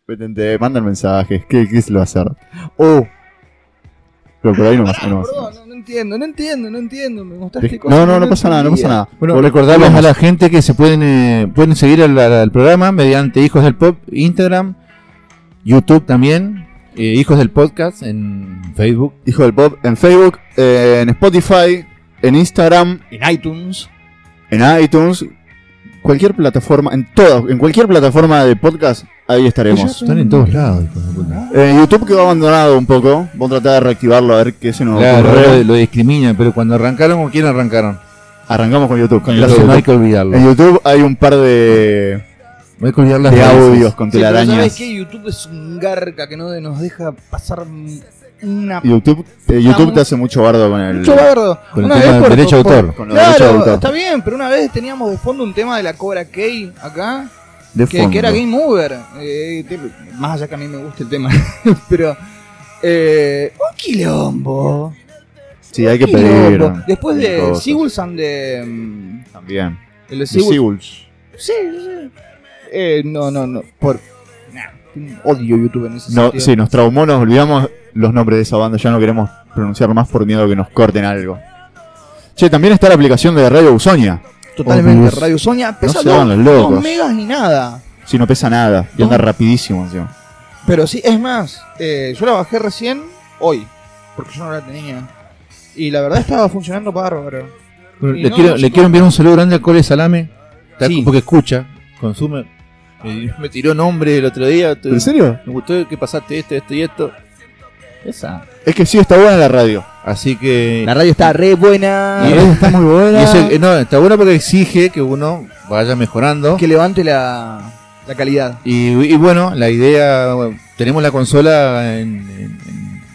S2: Vete, mandan mensajes. ¿Qué, qué se lo va a hacer? Oh. Pero por ahí no pasa, no pasa
S3: Perdón,
S2: nada.
S3: no, no entiendo, no entiendo, no entiendo. Me mostraste
S2: Dej-
S3: cosas
S2: No, no,
S3: que
S2: no pasa nada, no pasa
S3: entendía.
S2: nada.
S6: Bueno,
S2: Vos
S6: Recordamos
S2: recordamos
S6: a la gente que se pueden, eh, pueden seguir al, al- al programa mediante Hijos del Pop, Instagram, YouTube también, eh, Hijos del Podcast en Facebook.
S2: Hijo del Pop en Facebook, eh, en Spotify, en Instagram,
S3: En iTunes.
S2: en iTunes, cualquier plataforma, en todas, en cualquier plataforma de podcast, ahí
S3: Pues
S2: estaremos.
S11: Están en todos lados, hijos de puta.
S2: Eh, YouTube quedó abandonado un poco, vamos a tratar de reactivarlo a ver qué se nos
S6: Claro,
S2: ocurre.
S6: ahora lo, discriminan, pero cuando arrancaron, ¿con quién arrancaron?
S2: Arrancamos con YouTube.
S6: Eso
S2: Gracias,
S6: no hay
S2: Mike.
S6: que olvidarlo.
S2: En YouTube hay un par de,
S6: No hay que olvidar las
S2: de
S6: raíces.
S2: audios con
S3: Sí, pero
S2: telarañas.
S3: ¿Sabes qué? YouTube es un garca que no de- nos deja pasar mm, una
S2: YouTube, eh, YouTube te hace mucho bardo con el.
S3: Mucho bardo.
S2: con el
S3: Una
S2: tema
S3: vez
S2: del
S3: por-
S2: derecho de
S3: por-
S2: autor. Con los
S3: claro,
S2: derechos de autor.
S3: está bien, pero una vez teníamos de fondo un tema de la Cobra Key acá,
S2: de
S3: que, que era
S2: fondo.
S3: Game Over. Eh, te- más allá que a mí me gusta el tema, pero. Eh, un quilombo.
S2: Sí, hay que pedir.
S3: quilombo. Después
S2: pedir
S3: de
S2: cosas.
S3: Seagulls and de. mm,
S2: También.
S3: El de
S2: De
S3: Seagulls.
S2: Seagulls.
S3: Sí, sí. Eh, no, no, no. Por. nah, odio YouTube en ese
S2: No,
S3: sentido.
S2: sí, nos traumó, nos olvidamos los nombres de esa banda, ya no queremos pronunciar más por miedo que nos corten algo. Che, también está la aplicación de Radio Usonia.
S3: Totalmente.
S2: Obvious.
S3: Radio Sonia pesa
S2: se hagan
S3: dos-
S2: los locos.
S3: dos megas y nada.
S2: Si no pesa nada, y
S3: No.
S2: anda rapidísimo encima.
S3: Pero sí, es más, eh, yo la bajé recién hoy, porque yo no la tenía. Y la verdad estaba funcionando bárbaro.
S6: Bueno,
S3: Y
S6: le,
S3: no,
S6: quiero,
S3: no,
S6: le
S3: chico.
S6: quiero enviar un saludo grande al Cole Salame. Está-
S3: Sí.
S6: Porque escucha, consume. Me, me tiró nombre el otro día. te-
S2: serio?
S6: Me gustó que pasaste esto, esto y esto. Esa.
S2: Es que sí, está buena la radio.
S6: Así que.
S3: La radio está re buena.
S6: Y-
S2: está muy
S6: y
S2: buena.
S6: eso- eh, no, está bueno porque exige que uno vaya mejorando.
S3: Que levante la, la calidad.
S6: Y, y bueno, la idea. bueno, tenemos la consola en, en,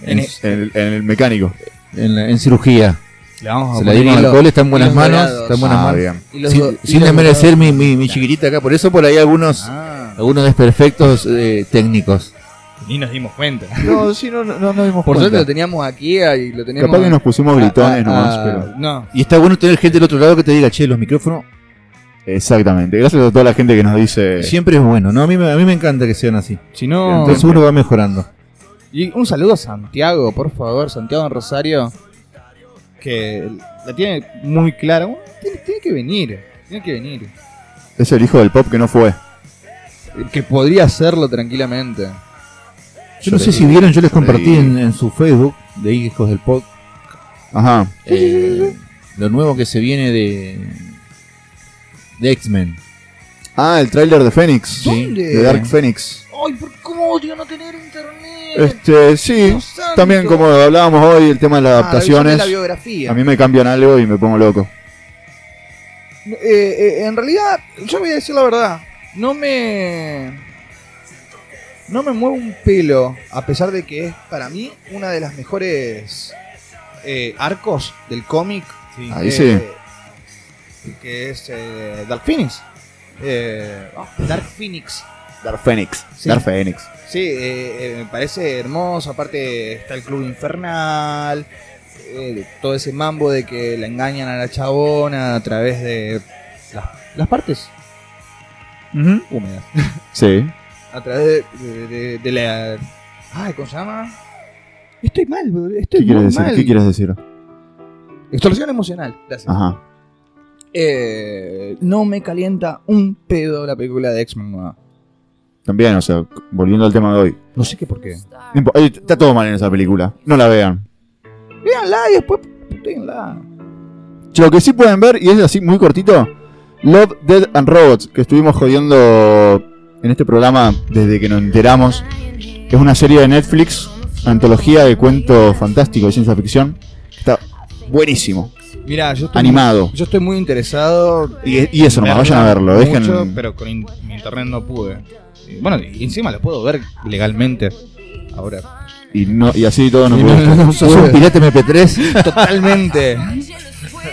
S6: en-
S2: En el, en el mecánico.
S6: en la- en cirugía.
S3: Le vamos
S6: Se la dimos al Cole, está en buenas
S3: hilos
S6: manos.
S3: dorados.
S6: Está en buenas
S2: Ah,
S6: manos.
S2: bien.
S3: Y los do-
S6: Sin,
S3: y
S6: sin
S3: los
S6: desmerecer mi, mi, mi chiquitita acá. Por eso por ahí algunos.
S3: Ah,
S6: Algunos desperfectos eh, técnicos.
S12: Ni nos dimos cuenta.
S2: No, sí, no, no, no nos dimos
S3: por suerte
S2: cuenta.
S3: lo teníamos aquí ah, y lo teníamos.
S2: Capaz que nos pusimos gritones
S3: Ah,
S2: nomás,
S3: ah,
S2: pero.
S3: No,
S6: Y está bueno tener gente del otro lado que te diga, che, los micrófonos.
S2: Exactamente. Gracias a toda la gente que nos dice.
S6: Siempre es bueno, ¿no? A mí, me- a mí me encanta que sean así.
S3: si no.
S6: Entonces uno va mejorando.
S3: Y un saludo a Santiago, por favor, Santiago en Rosario, que la tiene muy clara. Tiene, tiene que venir, tiene que venir.
S2: Es el hijo del pop que no fue.
S3: Que podría hacerlo tranquilamente.
S6: Yo, no sé si vieron, yo les compartí en, en su Facebook de Hijos del Pod
S2: Ajá.
S6: eh, lo nuevo que se viene de, de X-Men.
S2: Ah, el tráiler de Fénix.
S3: ¿Dónde?
S2: De Dark Phoenix.
S3: Ay, por cómo odio no tener internet.
S2: Este, sí.
S3: Dios santo.
S2: También como hablábamos hoy, el tema de las
S3: Ah,
S2: adaptaciones.
S3: la biografía.
S2: a mí me cambian algo y me pongo loco.
S3: Eh, eh, en realidad, yo voy a decir la verdad. No me. No me mueve un pelo. A pesar de que es para mí una de las mejores eh, arcos del cómic.
S2: Ahí
S3: eh,
S2: sí.
S3: Que es eh, Dark Phoenix. Eh, ah, Dark Phoenix.
S2: Dark Phoenix.
S3: Sí.
S2: Dark Phoenix.
S3: Sí, eh, eh, me parece hermoso. Aparte está el Club Infernal. eh, todo ese mambo de que la engañan a la chabona a través de las, las partes húmedas.
S2: Sí.
S3: A través de, de- de- de la... Ay, ¿cómo se llama? Estoy mal, boludo, estoy
S2: ¿Qué quieres
S3: muy
S2: decir?
S3: mal.
S2: ¿Qué quieres Ah. decir?
S3: Extorsión emocional, gracias.
S2: Ajá.
S3: Eh, no me calienta un pedo la película de X-Men nueva.
S2: También, o sea, volviendo al tema de hoy.
S3: No sé qué por qué.
S2: No impo- eh, Está todo mal en esa película. No la vean.
S3: Véanla y después putéenla.
S2: Lo que sí pueden ver, y es así muy cortito, Love, Dead and Robots, que estuvimos jodiendo en este programa desde que nos enteramos. Es una serie de Netflix, antología de cuentos fantásticos de ciencia ficción. Está buenísimo,
S3: Mira, yo estoy,
S2: animado.
S3: yo estoy muy interesado.
S2: Y, y eso nomás, vayan a verlo. Dejen...
S3: Mucho, pero con in- mi internet no pude. Y Bueno, y encima lo puedo ver legalmente. Ahora.
S2: Y, no, y así todo nos gusta.
S6: Sos un pirata MP3.
S3: Totalmente.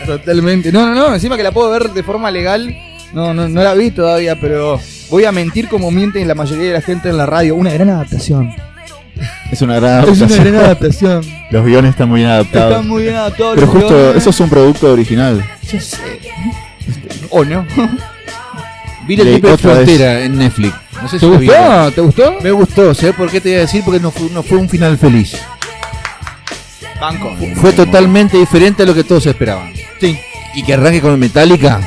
S3: Totalmente. No, no, no. Encima que la puedo ver de forma legal. No, no, no la vi todavía, pero voy a mentir como mienten la mayoría de la gente en la radio. Una gran adaptación.
S2: Es una gran
S3: Es una
S2: adaptación.
S3: gran adaptación.
S2: Los guiones están muy bien adaptados.
S3: Está muy bien adaptado.
S2: Pero
S3: los
S2: justo,
S3: guiones.
S2: eso es un producto original.
S3: ¿O no?
S6: Vi la
S2: Leí
S6: triple
S2: otra vez.
S6: frontera en Netflix. No sé
S3: ¿Te
S6: si lo vieron.
S3: gustó? ¿Te gustó?
S6: Me gustó, ¿sabes por qué te iba a decir? Porque no fue, no fue un final feliz.
S3: Banco.
S6: Fue totalmente diferente a lo que todos esperaban.
S3: Sí.
S6: Y que arranque con Metallica.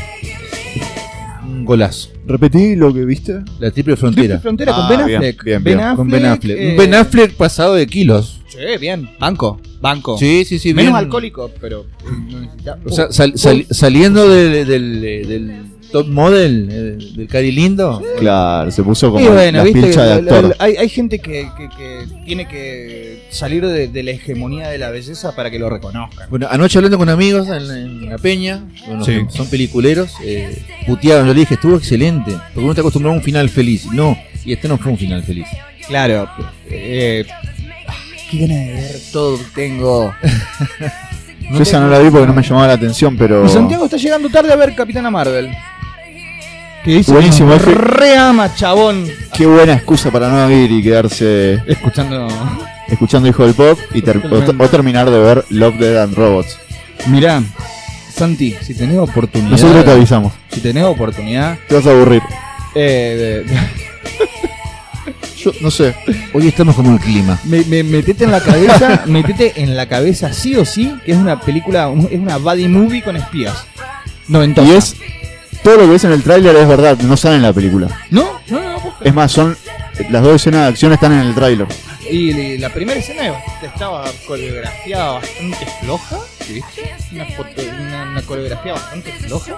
S6: Un golazo.
S2: ¿Repetí lo que viste?
S6: La triple
S3: Triple
S6: frontera.
S3: Frontera
S2: Ah,
S3: con Ben
S2: bien,
S3: Affleck.
S2: bien, bien.
S6: Con Ben Affleck.
S3: eh,
S6: Un Ben Affleck pasado de kilos.
S3: Sí, bien. Banco. Banco.
S6: Sí, sí, sí.
S3: Menos
S6: bien.
S3: alcohólico, pero. eh, no necesita-
S6: O sea, sal- sal-
S2: Pues,
S6: saliendo del, del- del top model, eh, del cari lindo.
S2: Claro, se puso como
S3: Y bueno,
S2: la
S3: viste,
S2: pincha de
S3: la- la-
S2: actor.
S3: la- hay, hay gente que, que- que tiene que salir de, de la hegemonía de la belleza para que lo reconozcan.
S6: Bueno, anoche hablando con amigos en, en la peña, bueno,
S12: Sí.
S6: que son peliculeros, eh, putearon, yo le dije, estuvo excelente, porque uno está acostumbrado a un final feliz. No, y este no fue un final feliz.
S3: Claro. eh, Qué ganas de ver todo que tengo.
S2: Yo esa no la vi porque no me llamaba la atención, pero.
S3: Y Santiago está llegando tarde a ver Capitana Marvel.
S12: ¿Qué dice?
S2: Buenísimo, F.
S3: Re ama, chabón.
S2: Qué buena excusa para no ir y quedarse
S3: Escuchando.
S2: escuchando Hijo del Pop y ter- o, o terminar de ver Love, Dead and Robots.
S3: Mirá, Santi, si tenés oportunidad.
S2: Nosotros te avisamos.
S3: Si tenés oportunidad.
S2: Te vas a aburrir.
S3: Eh, de- de-
S2: Yo no sé.
S6: Hoy estamos como el clima.
S3: me, me- metete en la cabeza, metete en la cabeza sí o sí, que es una película, un- es una buddy movie con espías. No,
S2: Y
S3: entonces.
S2: es. Todo lo que ves en el tráiler es verdad, no sale en la película.
S3: No, Eh. no, no. vos-
S2: Es más, son. Las dos escenas de acción están en el tráiler.
S3: Y le- la primera escena estaba coreografiada bastante floja, ¿viste? Una, foto- una- una coreografía bastante floja.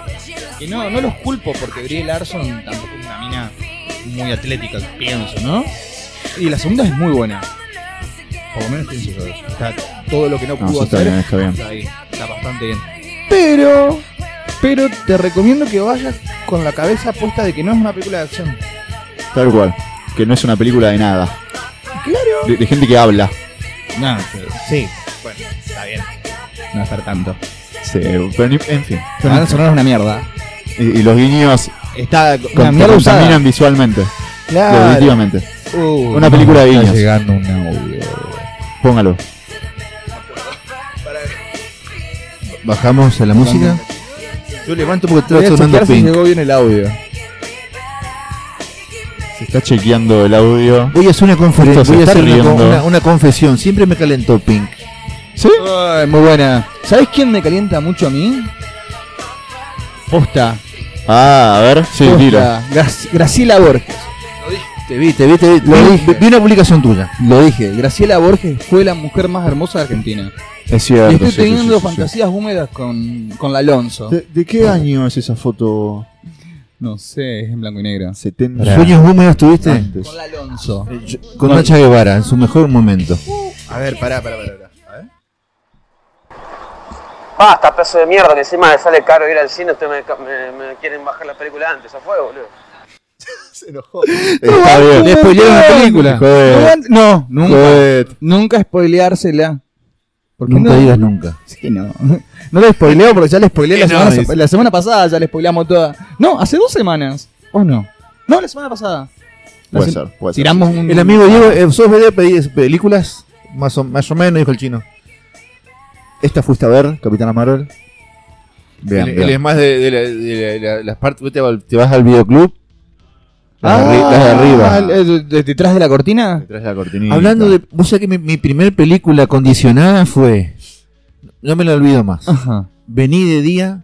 S3: Que no, no los culpo porque Brie Larson tampoco es una mina muy atlética, pienso, ¿no? Y la segunda es muy buena. Por lo menos pienso yo eso. Está todo lo que no
S2: No,
S3: pudo
S2: sí, está
S3: hacer.
S2: bien, está bien.
S3: ahí, está bastante bien. Pero, pero te recomiendo que vayas con la cabeza puesta de que no es una película de acción.
S2: Tal cual. Que no es una película de nada.
S3: Claro.
S2: De, de gente que habla.
S3: No, pero- sí. Bueno, está bien. No hacer tanto.
S2: Sí, pero ni- en fin.
S3: Van a sonar una mierda.
S2: Y, y los guiños
S3: Está
S2: con-
S3: una mierda usada.
S2: contaminan visualmente.
S3: Claro.
S2: Definitivamente.
S3: Uh,
S2: Una película de
S13: Está
S2: guiños.
S13: llegando un audio.
S2: Póngalo.
S6: Bajamos a la música. Yo levanto porque
S12: Voy a
S6: está sonando
S12: chequear si
S6: ping.
S12: llegó bien el audio.
S2: Se está chequeando el audio.
S6: Voy a hacer una conferencia,
S2: Esto se
S6: voy a
S2: está
S6: hacer una,
S2: riendo.
S6: una- una confesión. Siempre me calentó Pink.
S3: ay, muy buena. ¿Sabes quién me calienta mucho a mí? Posta.
S2: Ah, a ver. Sí,
S3: Posta.
S2: tira.
S3: Gra- Graciela Borges.
S6: Te vi, te vi, te vi.
S3: Lo
S6: Vi,
S3: dije.
S6: vi una publicación tuya.
S3: Lo dije, Graciela Borges fue la mujer más hermosa de Argentina.
S2: Es
S3: Y
S2: cierto.
S3: estoy
S2: sí, sí,
S3: teniendo
S2: sí, sí, sí.
S3: fantasías húmedas con, con la Alonso.
S2: ¿De, de qué año es esa foto?
S3: No sé, es en blanco y negro.
S2: 70
S6: Sueños húmedos tuviste
S2: antes.
S3: Con la Alonso.
S6: con Nacha Guevara en su mejor momento.
S12: A ver, pará, pará, pará. pará. A ver.
S14: Basta, pedazo de mierda, que encima me sale caro ir al cine, ustedes me, me- me quieren bajar la película antes, a fuego, boludo.
S12: Se enojó.
S2: Está bien.
S6: Después llega la película.
S3: Eh,
S2: Joder.
S3: No, nunca.
S2: Joder.
S3: Nunca spoileársela. ¿Por qué
S6: Nunca
S3: no?
S6: digas nunca.
S3: Sí, no. No la spoileo porque ya la spoileé la,
S6: Sí, no,
S3: semana,
S6: dice.
S3: la semana pasada, ya la spoileamos toda. No, hace dos semanas. ¿O no? No, la semana pasada. La
S2: Puede
S3: se-
S2: ser, puede ser.
S3: Tiramos un.
S6: El amigo Diego, eh, ¿sos de pedir películas? Más o, más o menos, dijo el chino.
S2: Esta fuiste a ver, Capitana Marvel. Bien,
S6: él, él
S2: bien.
S6: es más de, de la- de la- la- las partes. vos Te, va- te vas al videoclub.
S2: Las de arri- las de arriba.
S3: Ah, el- el- de- ¿Detrás de la cortina?
S2: Detrás de la cortinita.
S6: Hablando de. Vos sabés que mi, mi primer película condicionada fue. No me la olvido más.
S3: Ajá.
S6: Vení de día,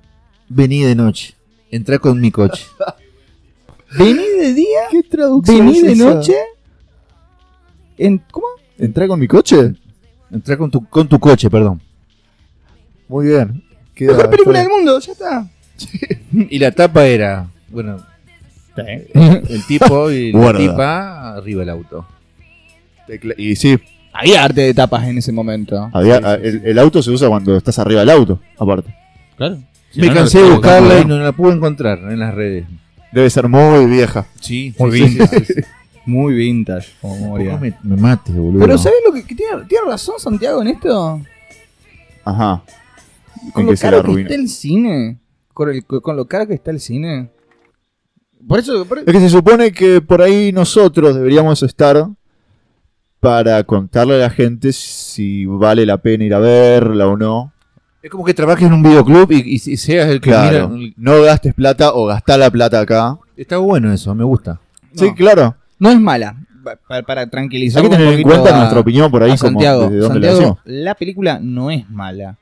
S6: vení de noche. Entrá con mi coche.
S3: ¿Vení de día?
S2: ¿Qué traducción
S3: ¿Vení
S2: es
S3: de
S2: esa?
S3: noche? En, ¿Cómo?
S2: ¿Entré con mi coche?
S6: Entrá con tu, con tu coche, perdón.
S2: Muy bien. Queda-
S3: Mejor película
S2: está
S3: del mundo, ya Ah, está.
S6: Y la tapa era. Bueno. El tipo y la
S2: Guarda.
S6: tipa arriba del auto.
S2: bien. Tecla- Y sí,
S3: Había arte de tapas en ese momento.
S2: había- el, el auto se usa cuando estás arriba del auto, aparte.
S6: Me
S3: no,
S6: cansé
S3: no,
S6: de
S3: no,
S6: buscarla
S3: no.
S6: y no la pude encontrar en las redes.
S2: Debe ser muy vieja.
S6: Sí,
S3: Muy
S6: sí, sí,
S3: vintage.
S6: sí, sí.
S3: Muy vintage, como
S6: Tampoco
S3: memoria.
S6: me, me mates, boludo.
S3: Pero ¿sabes lo que, que tiene, tiene razón Santiago en esto?
S2: Ajá.
S3: Con
S2: En
S3: lo
S2: que se la
S3: caro que está
S2: arruina.
S3: el cine. Con, el- con lo caro que está el cine. Por eso. por-
S2: Es que se supone que por ahí nosotros deberíamos estar para contarle a la gente si vale la pena ir a verla o no.
S6: Es como que trabajes en un videoclub y, y- y seas el que
S2: Claro.
S6: mira.
S2: No gastes plata o gastá la plata acá.
S6: Está bueno eso, me gusta.
S2: Sí, claro.
S3: No es mala. Pa- Para, tranquilizar
S2: Hay que tener en cuenta nuestra opinión por ahí, como
S3: Santiago,
S2: desde dónde la
S3: Santiago,
S2: hacemos.
S3: la película no es mala.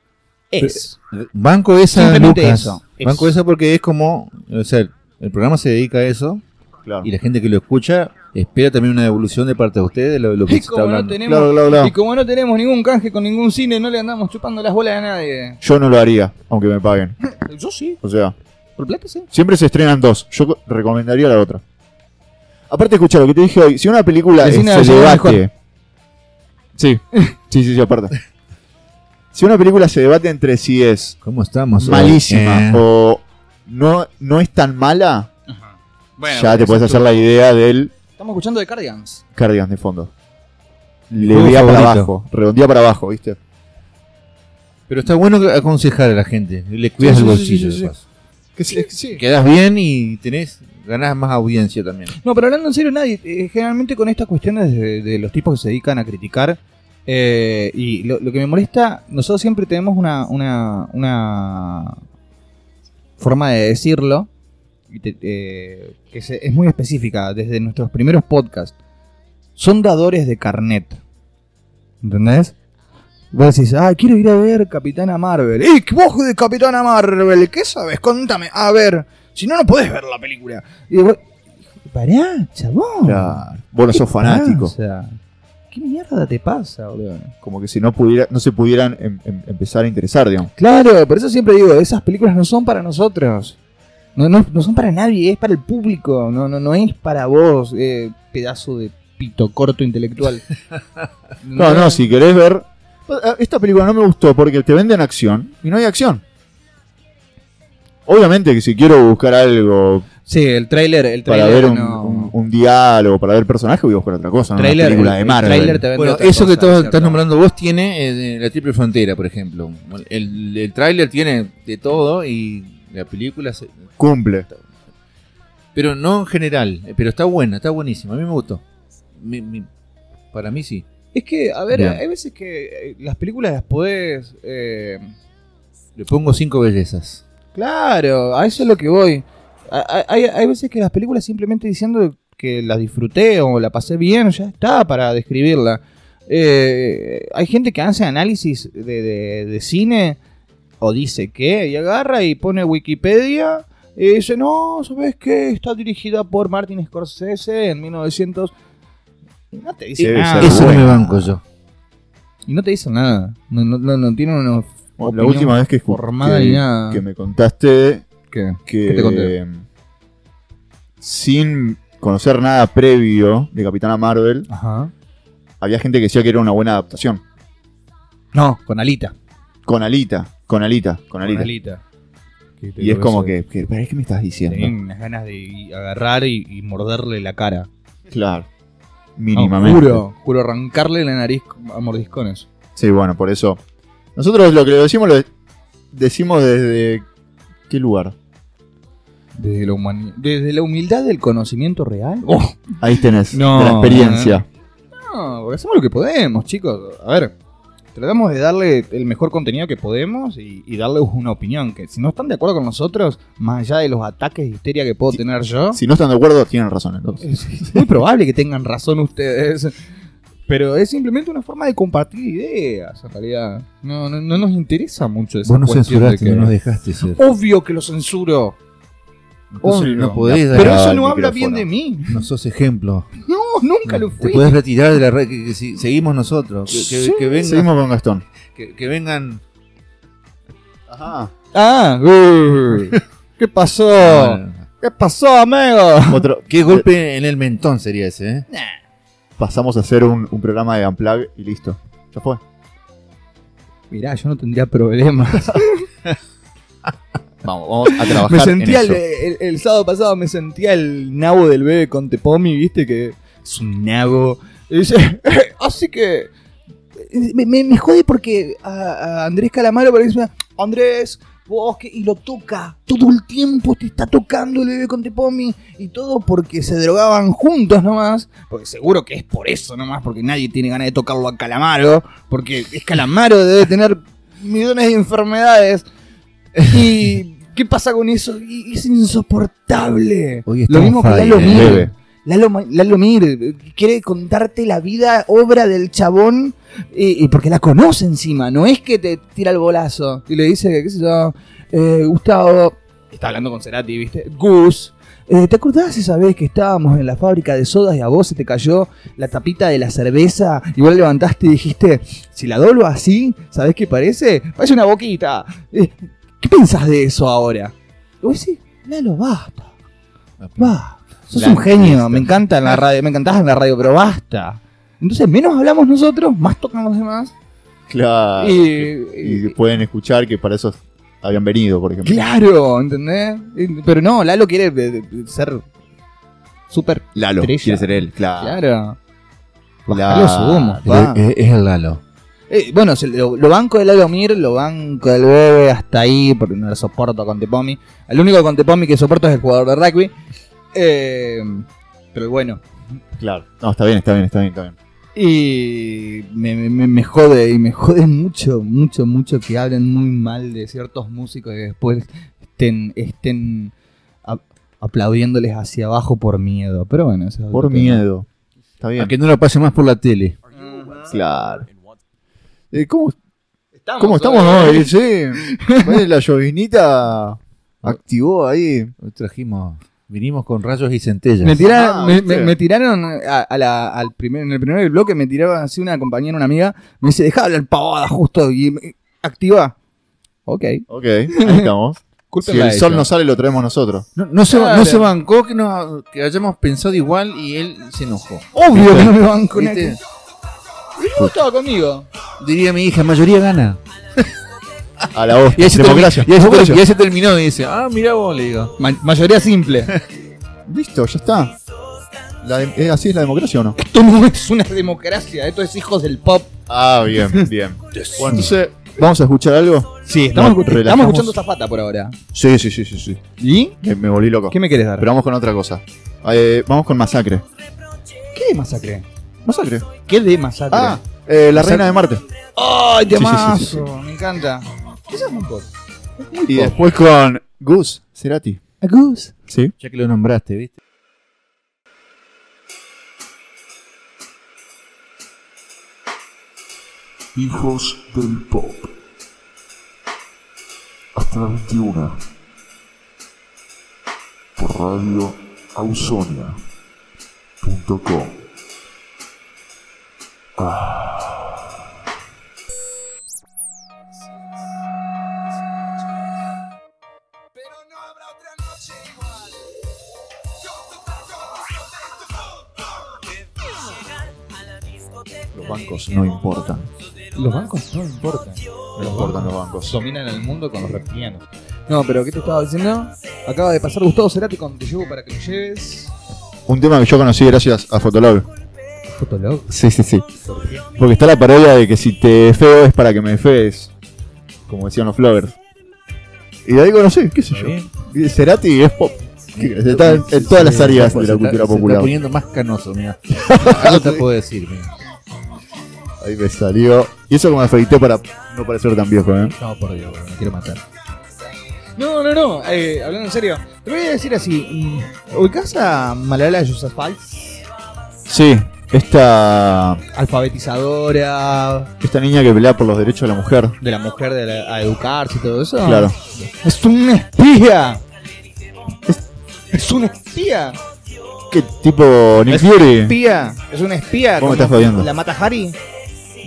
S3: Es.
S6: Banco esa,
S3: Simplemente
S6: Lucas.
S3: eso, eso.
S6: Banco esa porque es como, o sea, el programa se dedica a eso
S2: Claro.
S6: y la gente que lo escucha espera también una devolución de parte de ustedes de lo, lo
S3: Y
S6: que se está
S3: como, no
S6: hablando.
S3: tenemos,
S2: Claro, claro, claro.
S3: y como no tenemos ningún canje con ningún cine, no le andamos chupando las bolas a nadie.
S2: Yo no lo haría, aunque me paguen.
S3: Yo sí,
S2: O sea,
S3: por plata sí.
S2: siempre se estrenan dos. Yo co- recomendaría la otra. Aparte, escucha lo que te dije hoy. Si una película es
S3: Decime, decime
S2: debate. Sí. sí, sí, sí, aparte. Si una película se debate entre si es
S6: ¿Cómo estamos? hoy?
S2: malísima
S6: Eh,
S2: o no, no es tan mala, ya te puedes hacer la idea del
S3: Estamos escuchando de Cardigans.
S2: Cardigans de fondo. le
S13: Juego
S2: vea para
S13: favorito.
S2: abajo, redondea para abajo, ¿viste?
S6: Pero está bueno aconsejar a la gente. Le cuidas
S2: Sí,
S6: el
S2: sí,
S6: bolsillo.
S2: sí, sí,
S6: de
S2: sí.
S6: paso. Quedas bien y tenés ganás más audiencia también.
S3: No, pero hablando en serio, nadie. eh, generalmente con estas cuestiones de, de los tipos que se dedican a criticar. eh, y lo, lo que me molesta, nosotros siempre tenemos una, una, una forma de decirlo. y te- eh, que se- es muy específica desde nuestros primeros podcasts. Son dadores de carnet. ¿Entendés? Vos decís, ah, quiero ir a ver Capitana Marvel. ¡Ey, vos de Capitana Marvel! ¿Qué sabes? Contame. A ver, si no, no podés ver la película. Y vos, Pará, chabón.
S2: Claro. Bueno, sos
S3: ¿Qué
S2: fanático.
S3: pasa? ¿Qué mierda te pasa, boludo?
S2: Como que si no pudiera, no se pudieran em- em- empezar a interesar, digamos.
S3: Claro, por eso siempre digo, esas películas no son para nosotros. No, no, no son para nadie, es para el público. No, no, no es para vos, eh, pedazo de pito corto intelectual.
S2: No, no, si querés ver. Ah, Esta película no me gustó porque te venden acción y no hay acción. Obviamente que si quiero buscar algo
S3: Sí, el tráiler, el
S2: para
S3: tráiler
S2: ver un,
S3: no.
S2: un- un diálogo, para ver personajes, voy a buscar otra cosa, no una
S3: Tráiler,
S2: película de
S3: el
S2: Marvel.
S3: tráiler te vende
S6: Bueno,
S3: otra
S6: eso que
S3: cosa,
S6: todos-
S3: ¿cierto?
S6: estás nombrando vos tiene eh, la Triple Frontera, por ejemplo. El, el tráiler tiene de todo y la película... se-
S2: Cumple.
S6: pero no en general, eh, pero está buena, está buenísima. A mí me gustó. Mi- mi- para mí sí.
S3: Es que, a ver,
S6: Bien.
S3: hay veces que eh, las películas las podés. eh,
S6: Le pongo cinco bellezas.
S3: Claro, a eso es lo que voy. A- a- Hay, hay veces que las películas simplemente diciendo que la disfruté o la pasé bien, ya está para describirla. Eh, hay gente que hace análisis de, de- de cine o dice que y agarra y pone Wikipedia y dice, no, ¿sabes qué? Está dirigida por Martin Scorsese en 1900. Y no te dice
S2: Debe
S3: nada.
S2: ser
S6: eso
S2: buena.
S6: no me banco yo.
S3: Y no te dice nada. No, no, no, no tiene una
S2: Bueno, la
S3: opinión
S2: última vez que,
S3: formada
S2: que-
S3: ni nada.
S2: que me contaste
S3: ¿Qué?
S2: que
S3: ¿Qué te conté?
S2: eh, sin conocer nada previo de Capitana Marvel,
S3: Ajá.
S2: había gente que decía que era una buena adaptación.
S3: No, con Alita.
S2: Con Alita, con Alita, con Alita.
S3: Alita.
S2: Y es como que, que, ¿pero qué me estás diciendo?
S3: Tenía unas ganas de i- agarrar y, y morderle la cara.
S2: Claro.
S3: No,
S2: Mínimamente.
S3: juro, juro arrancarle la nariz a mordiscones.
S2: Sí, bueno, por eso. Nosotros lo que le decimos lo de- decimos desde qué lugar.
S3: Desde la, humani- desde la humildad del conocimiento real.
S2: Ahí tenés
S3: No,
S2: de la experiencia.
S3: No, porque hacemos lo que podemos, chicos. A ver, tratamos de darle el mejor contenido que podemos y, y darles una opinión. Que si no están de acuerdo con nosotros, más allá de los ataques de histeria que puedo
S2: Sí.
S3: tener yo,
S2: Si no están de acuerdo, tienen razón entonces.
S3: Es muy probable que tengan razón ustedes. Pero es simplemente una forma de compartir ideas, en realidad. No, no, no nos interesa mucho esa
S5: Vos no
S3: cuestión de
S5: censuraste,
S3: que-
S5: no nos dejaste ser.
S3: Obvio que lo censuro.
S6: Entonces
S3: Obvio.
S6: no podés dar-
S3: Pero eso
S2: al
S3: no habla
S2: micrófono.
S3: bien de mí.
S6: No sos ejemplo.
S3: No, nunca lo
S6: Te
S3: fui.
S6: podés retirar de la red. Que, que si- seguimos nosotros. Que, que-
S3: Sí,
S6: que vengan-
S2: Seguimos con Gastón.
S6: que- que vengan
S2: Ajá.
S3: Ah, uh, ¿qué
S2: Oh.
S3: pasó? ¿Qué pasó, amigo?
S2: Otro,
S6: Qué golpe en el mentón sería ese, ¿eh?
S2: pasamos a hacer un, un programa de Unplug y listo. Ya fue.
S3: Mirá, yo no tendría problemas.
S2: Vamos, vamos a trabajar.
S3: me
S2: en
S3: sentía el,
S2: eso.
S3: el- el sábado pasado, me sentía el nabo del bebé con Tepomi, viste que es un nabo. Y dice, así que eh, me, me- me jode porque a, a Andrés Calamaro por ahí me dice, Andrés, vos que-" y lo toca todo el tiempo, te está tocando el bebé con Tepomi y todo porque se drogaban juntos nomás, porque seguro que es por eso nomás, porque nadie tiene ganas de tocarlo a Calamaro, porque es Calamaro debe tener millones de enfermedades. ¿Y qué pasa con eso? Y- es insoportable.
S5: Hoy
S3: Lo
S5: estamos
S3: mismo que
S5: fire,
S3: Lalo
S5: eh.
S3: Mir.
S2: Bebe.
S3: Lalo, Ma- Lalo Mir quiere contarte la vida, obra del chabón, y, y porque la conoce encima, no es que te tira el bolazo y le dice, qué sé yo, eh, Gustavo, está hablando con Cerati, ¿viste? Gus, eh, ¿te acordás esa vez que estábamos en la fábrica de sodas y a vos se te cayó la tapita de la cerveza y vos la levantaste y dijiste, si la doblo así, ¿sabés qué parece? Parece una boquita. Eh, ¿Qué pensás de eso ahora? Y vos decís, Lalo, basta. Va, sos un genio, me encanta en la radio, me encantabas en la radio, pero basta. Entonces, menos hablamos nosotros, más tocan los demás.
S2: Claro.
S3: y,
S2: Y
S3: y-
S2: pueden escuchar que para eso habían venido, por ejemplo.
S3: claro, ¿entendés? Y- Pero no, Lalo quiere eh, ser súper
S2: Lalo.
S3: Estrella.
S2: Quiere ser él, claro.
S3: claro.
S2: La-
S3: Lo sumo,
S6: Ah.
S3: pa.
S5: Es, es el Lalo.
S3: Eh, bueno, se- lo, lo banco del Alomir, lo banco del Bebe hasta ahí, porque no lo soporto con Tepomi. El único con Tepomi que soporto es el jugador de rugby. Eh, pero bueno,
S2: Claro. No, está bien, está bien, está bien, está bien.
S3: y me, me- me jode, y me jode mucho, mucho, mucho que hablen muy mal de ciertos músicos y después estén, estén ap- aplaudiéndoles hacia abajo por miedo. Pero bueno, ese es otro
S2: Por
S3: tema.
S2: miedo. Está bien.
S6: A que no lo pase más por la tele.
S2: Claro. Eh, ¿Cómo,
S3: Estamos
S2: ¿Cómo estamos
S3: todavía.
S2: hoy? Sí. Bueno, La llovinita activó ahí.
S6: Hoy trajimos, vinimos con rayos y centellas.
S3: Me, tira-
S2: Ah,
S3: me,
S2: usted.
S3: me- me tiraron a, a la- al primer, en el primer bloque, me tiraba así una compañera, una amiga, me dice, deja de hablar pavada justo y me- activa. Ok.
S2: Ok, ahí estamos. si
S3: Cúlpenla
S2: el
S3: a
S2: sol
S3: ella.
S2: no sale, lo traemos nosotros.
S6: No, no se,
S3: Claro.
S6: no se bancó que, nos- que hayamos pensado igual y él se enojó.
S3: Obvio que no me van con
S6: ¿Viste?
S3: estaba conmigo?
S6: Diría mi hija, mayoría gana.
S2: A la voz.
S6: Y ahí se,
S2: Democracia.
S6: termi- y ahí se-
S2: democracia.
S6: y ahí se terminó y dice, ah, mira vos, le digo.
S3: Ma- mayoría simple.
S2: Listo, ya está. La de- eh, ¿Así es la democracia o no?
S3: esto no es una democracia, esto es hijos del pop.
S2: Ah, bien, bien. Bueno, entonces, ¿vamos a escuchar algo?
S3: Sí,
S2: estamos escu-
S3: estamos
S2: relajamos.
S3: escuchando Zafata por ahora.
S2: Sí, sí, sí, sí. sí.
S3: ¿Y?
S2: Me, me volví loco.
S3: ¿Qué me querés dar?
S2: Pero vamos con otra cosa. Eh, vamos con Masacre.
S3: ¿Qué de masacre?
S2: ¿Masacre?
S3: ¿Qué de masacre?
S2: Ah, eh, La
S3: Masacre.
S2: Reina de Marte.
S3: ¡Ay,
S2: sí, sí,
S3: temazo!
S2: sí, sí.
S3: Me encanta. ¿Qué es un pop?
S2: Y después con Goose Cerati.
S3: Goose.
S2: Sí.
S6: Ya que lo nombraste, ¿viste?
S15: Hijos del Pop. Hasta las 21. Por radio Ausonia.com.
S2: Los bancos no importan.
S3: Los bancos no importan.
S2: No importan los bancos.
S3: Dominan el mundo con los reptilianos. No, pero ¿qué te estaba diciendo? Acaba de pasar Gustavo Cerati con Te llevo para que lo lleves.
S2: Un tema que yo conocí gracias a Fotolog.
S3: Fotolog.
S2: Sí, sí, sí. Porque está la parodia de que si te feo es para que me fees. Como decían los floggers. Y de ahí conocí, qué sé yo. Y Cerati es pop. Que Está en, en todas las
S6: Sí,
S2: áreas
S6: se
S3: pues,
S2: de la
S6: está-
S2: cultura
S6: se está
S2: popular.
S6: poniendo más canoso, mira. No te puedo decir, mira.
S2: Ahí me salió. Y eso que me afeité para no parecer tan viejo, ¿eh?
S3: No, por Dios, me quiero matar. No, no, no. eh, hablando en serio. Te voy a decir así. mm, ¿Ubicás a Malala Yousafzai?
S2: Sí, esta,
S3: Alfabetizadora
S2: esta niña que pelea por los derechos de la mujer.
S3: de la mujer de la- a educarse y todo eso.
S2: Claro.
S3: Es una espía. Es, es una espía.
S2: ¿Qué tipo Nick Fury?
S3: Espía. Es una espía.
S2: ¿Cómo
S3: como
S2: estás jodiendo?
S3: La mata Hari.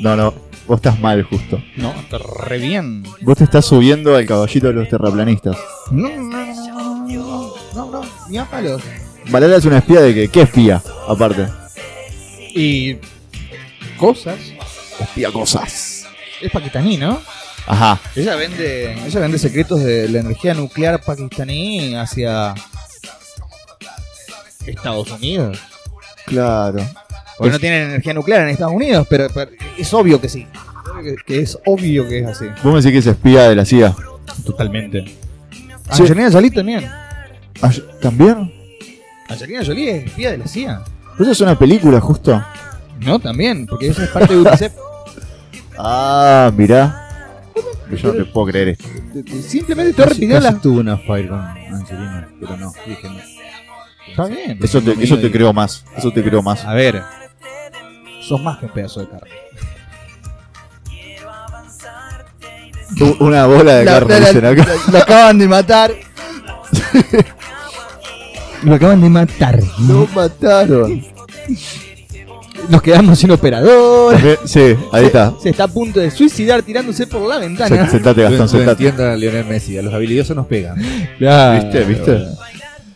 S2: No, no. Vos estás mal, justo.
S3: No, está re bien.
S2: Vos te estás subiendo al caballito de los terraplanistas.
S3: No, no, no, no, no, no, ni a palos.
S2: Valera es una espía de que. ¿Qué espía? Aparte.
S3: Y cosas.
S2: Espía cosas.
S3: Es pakistaní, ¿no?
S2: Ajá.
S3: Ella vende, ella vende secretos de la energía nuclear pakistaní hacia Estados Unidos.
S2: Claro.
S3: Porque no tienen energía nuclear en Estados Unidos, pero, pero es obvio que sí. Que- Que es obvio que es así.
S2: Vos me decís que es espía de la CIA.
S3: Totalmente.
S2: Sí.
S3: Angelina Jolie también.
S2: Ay, Ah, ¿También?
S3: Angelina Jolie es espía de la CIA.
S2: Pero eso es una película, justo.
S3: No, también, porque ella es parte de UNICEF.
S2: Ah, mirá. Yo no te puedo creer esto.
S3: Simplemente estoy repitiendo
S6: Casi
S3: las.
S6: tuve una fire con Angelina, pero no, dije no.
S3: Está bien.
S2: Eso te, eso te creo más. Eso te creo más.
S3: A ver. Sos más que un pedazo de carne.
S2: U- Una bola de carne, dicen acá.
S3: lo acaban de matar. Lo acaban de matar.
S2: Lo mataron.
S3: Nos quedamos sin operador.
S2: También- Sí, ahí está.
S3: Se está a punto de suicidar tirándose por
S2: Se-
S3: la ventana.
S2: Sentate,
S6: Lo,
S2: Gastón,
S6: lo
S2: sentate.
S6: entienda Lionel Messi, a los habilidosos nos pegan.
S2: ¿Viste? ¿Viste?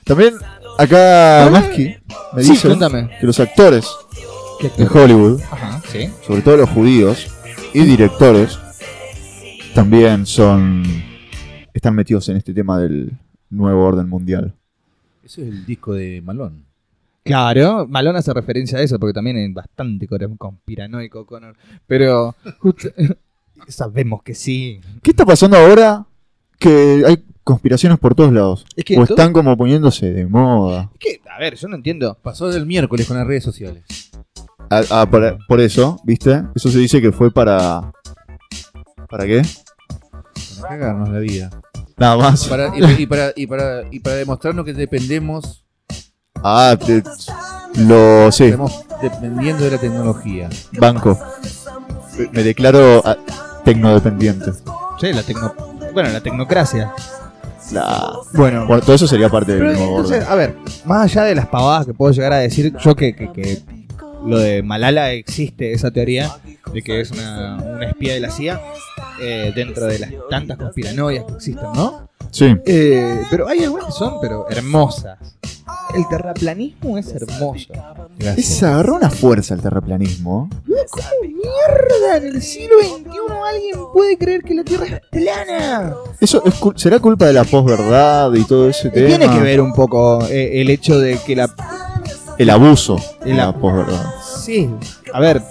S2: También acá Maski me
S3: Sí,
S2: dice
S3: cuéntame.
S2: que los actores
S3: ¿Qué
S2: de Hollywood,
S3: Ajá, sí.
S2: sobre todo los judíos y directores, también son están metidos en este tema del nuevo orden mundial.
S6: Eso es el disco de Malón.
S3: Claro, Malone hace referencia a eso porque también es bastante cor- conspiranoico Connor. Pero justo- sabemos que sí.
S2: ¿Qué está pasando ahora que hay conspiraciones por todos lados?
S3: Es que
S2: o
S3: todo-
S2: están como poniéndose de moda.
S3: Es que, a ver, yo no entiendo.
S6: Pasó del miércoles con las redes sociales.
S2: Ah, ah, por, por eso, ¿viste? Eso se dice que fue para... ¿Para qué?
S6: Para cagarnos la vida.
S2: Nada más.
S6: Para- y, y para, y, para, y para demostrarnos que dependemos,
S2: Ah, te- lo sé.
S6: estamos dependiendo de la tecnología.
S2: Banco. Me declaro ah, tecnodependiente.
S3: Sí, la tecno... Bueno, la tecnocracia.
S2: La-
S3: Bueno,
S2: Bueno, todo eso sería parte del
S3: Pero
S2: nuevo
S3: entonces,
S2: orden.
S3: a ver, más allá de las pavadas que puedo llegar a decir, yo que, que- que lo de Malala existe, esa teoría de que es una, una espía de la CIA, eh, dentro de las tantas conspiranoias que existen, ¿no?
S2: Sí.
S3: Eh, pero hay algunas que son, pero hermosas. El terraplanismo es hermoso.
S2: Es, agarró una fuerza el terraplanismo.
S3: ¿Cómo mierda en el siglo XXI alguien puede creer que la Tierra es plana?
S2: Eso es cul- será culpa de la posverdad y todo ese
S3: Y
S2: Este tema.
S3: Tiene que ver un poco eh, el hecho de que la
S2: El abuso de
S3: El
S2: la
S3: ab-
S2: posverdad.
S3: Sí, a ver,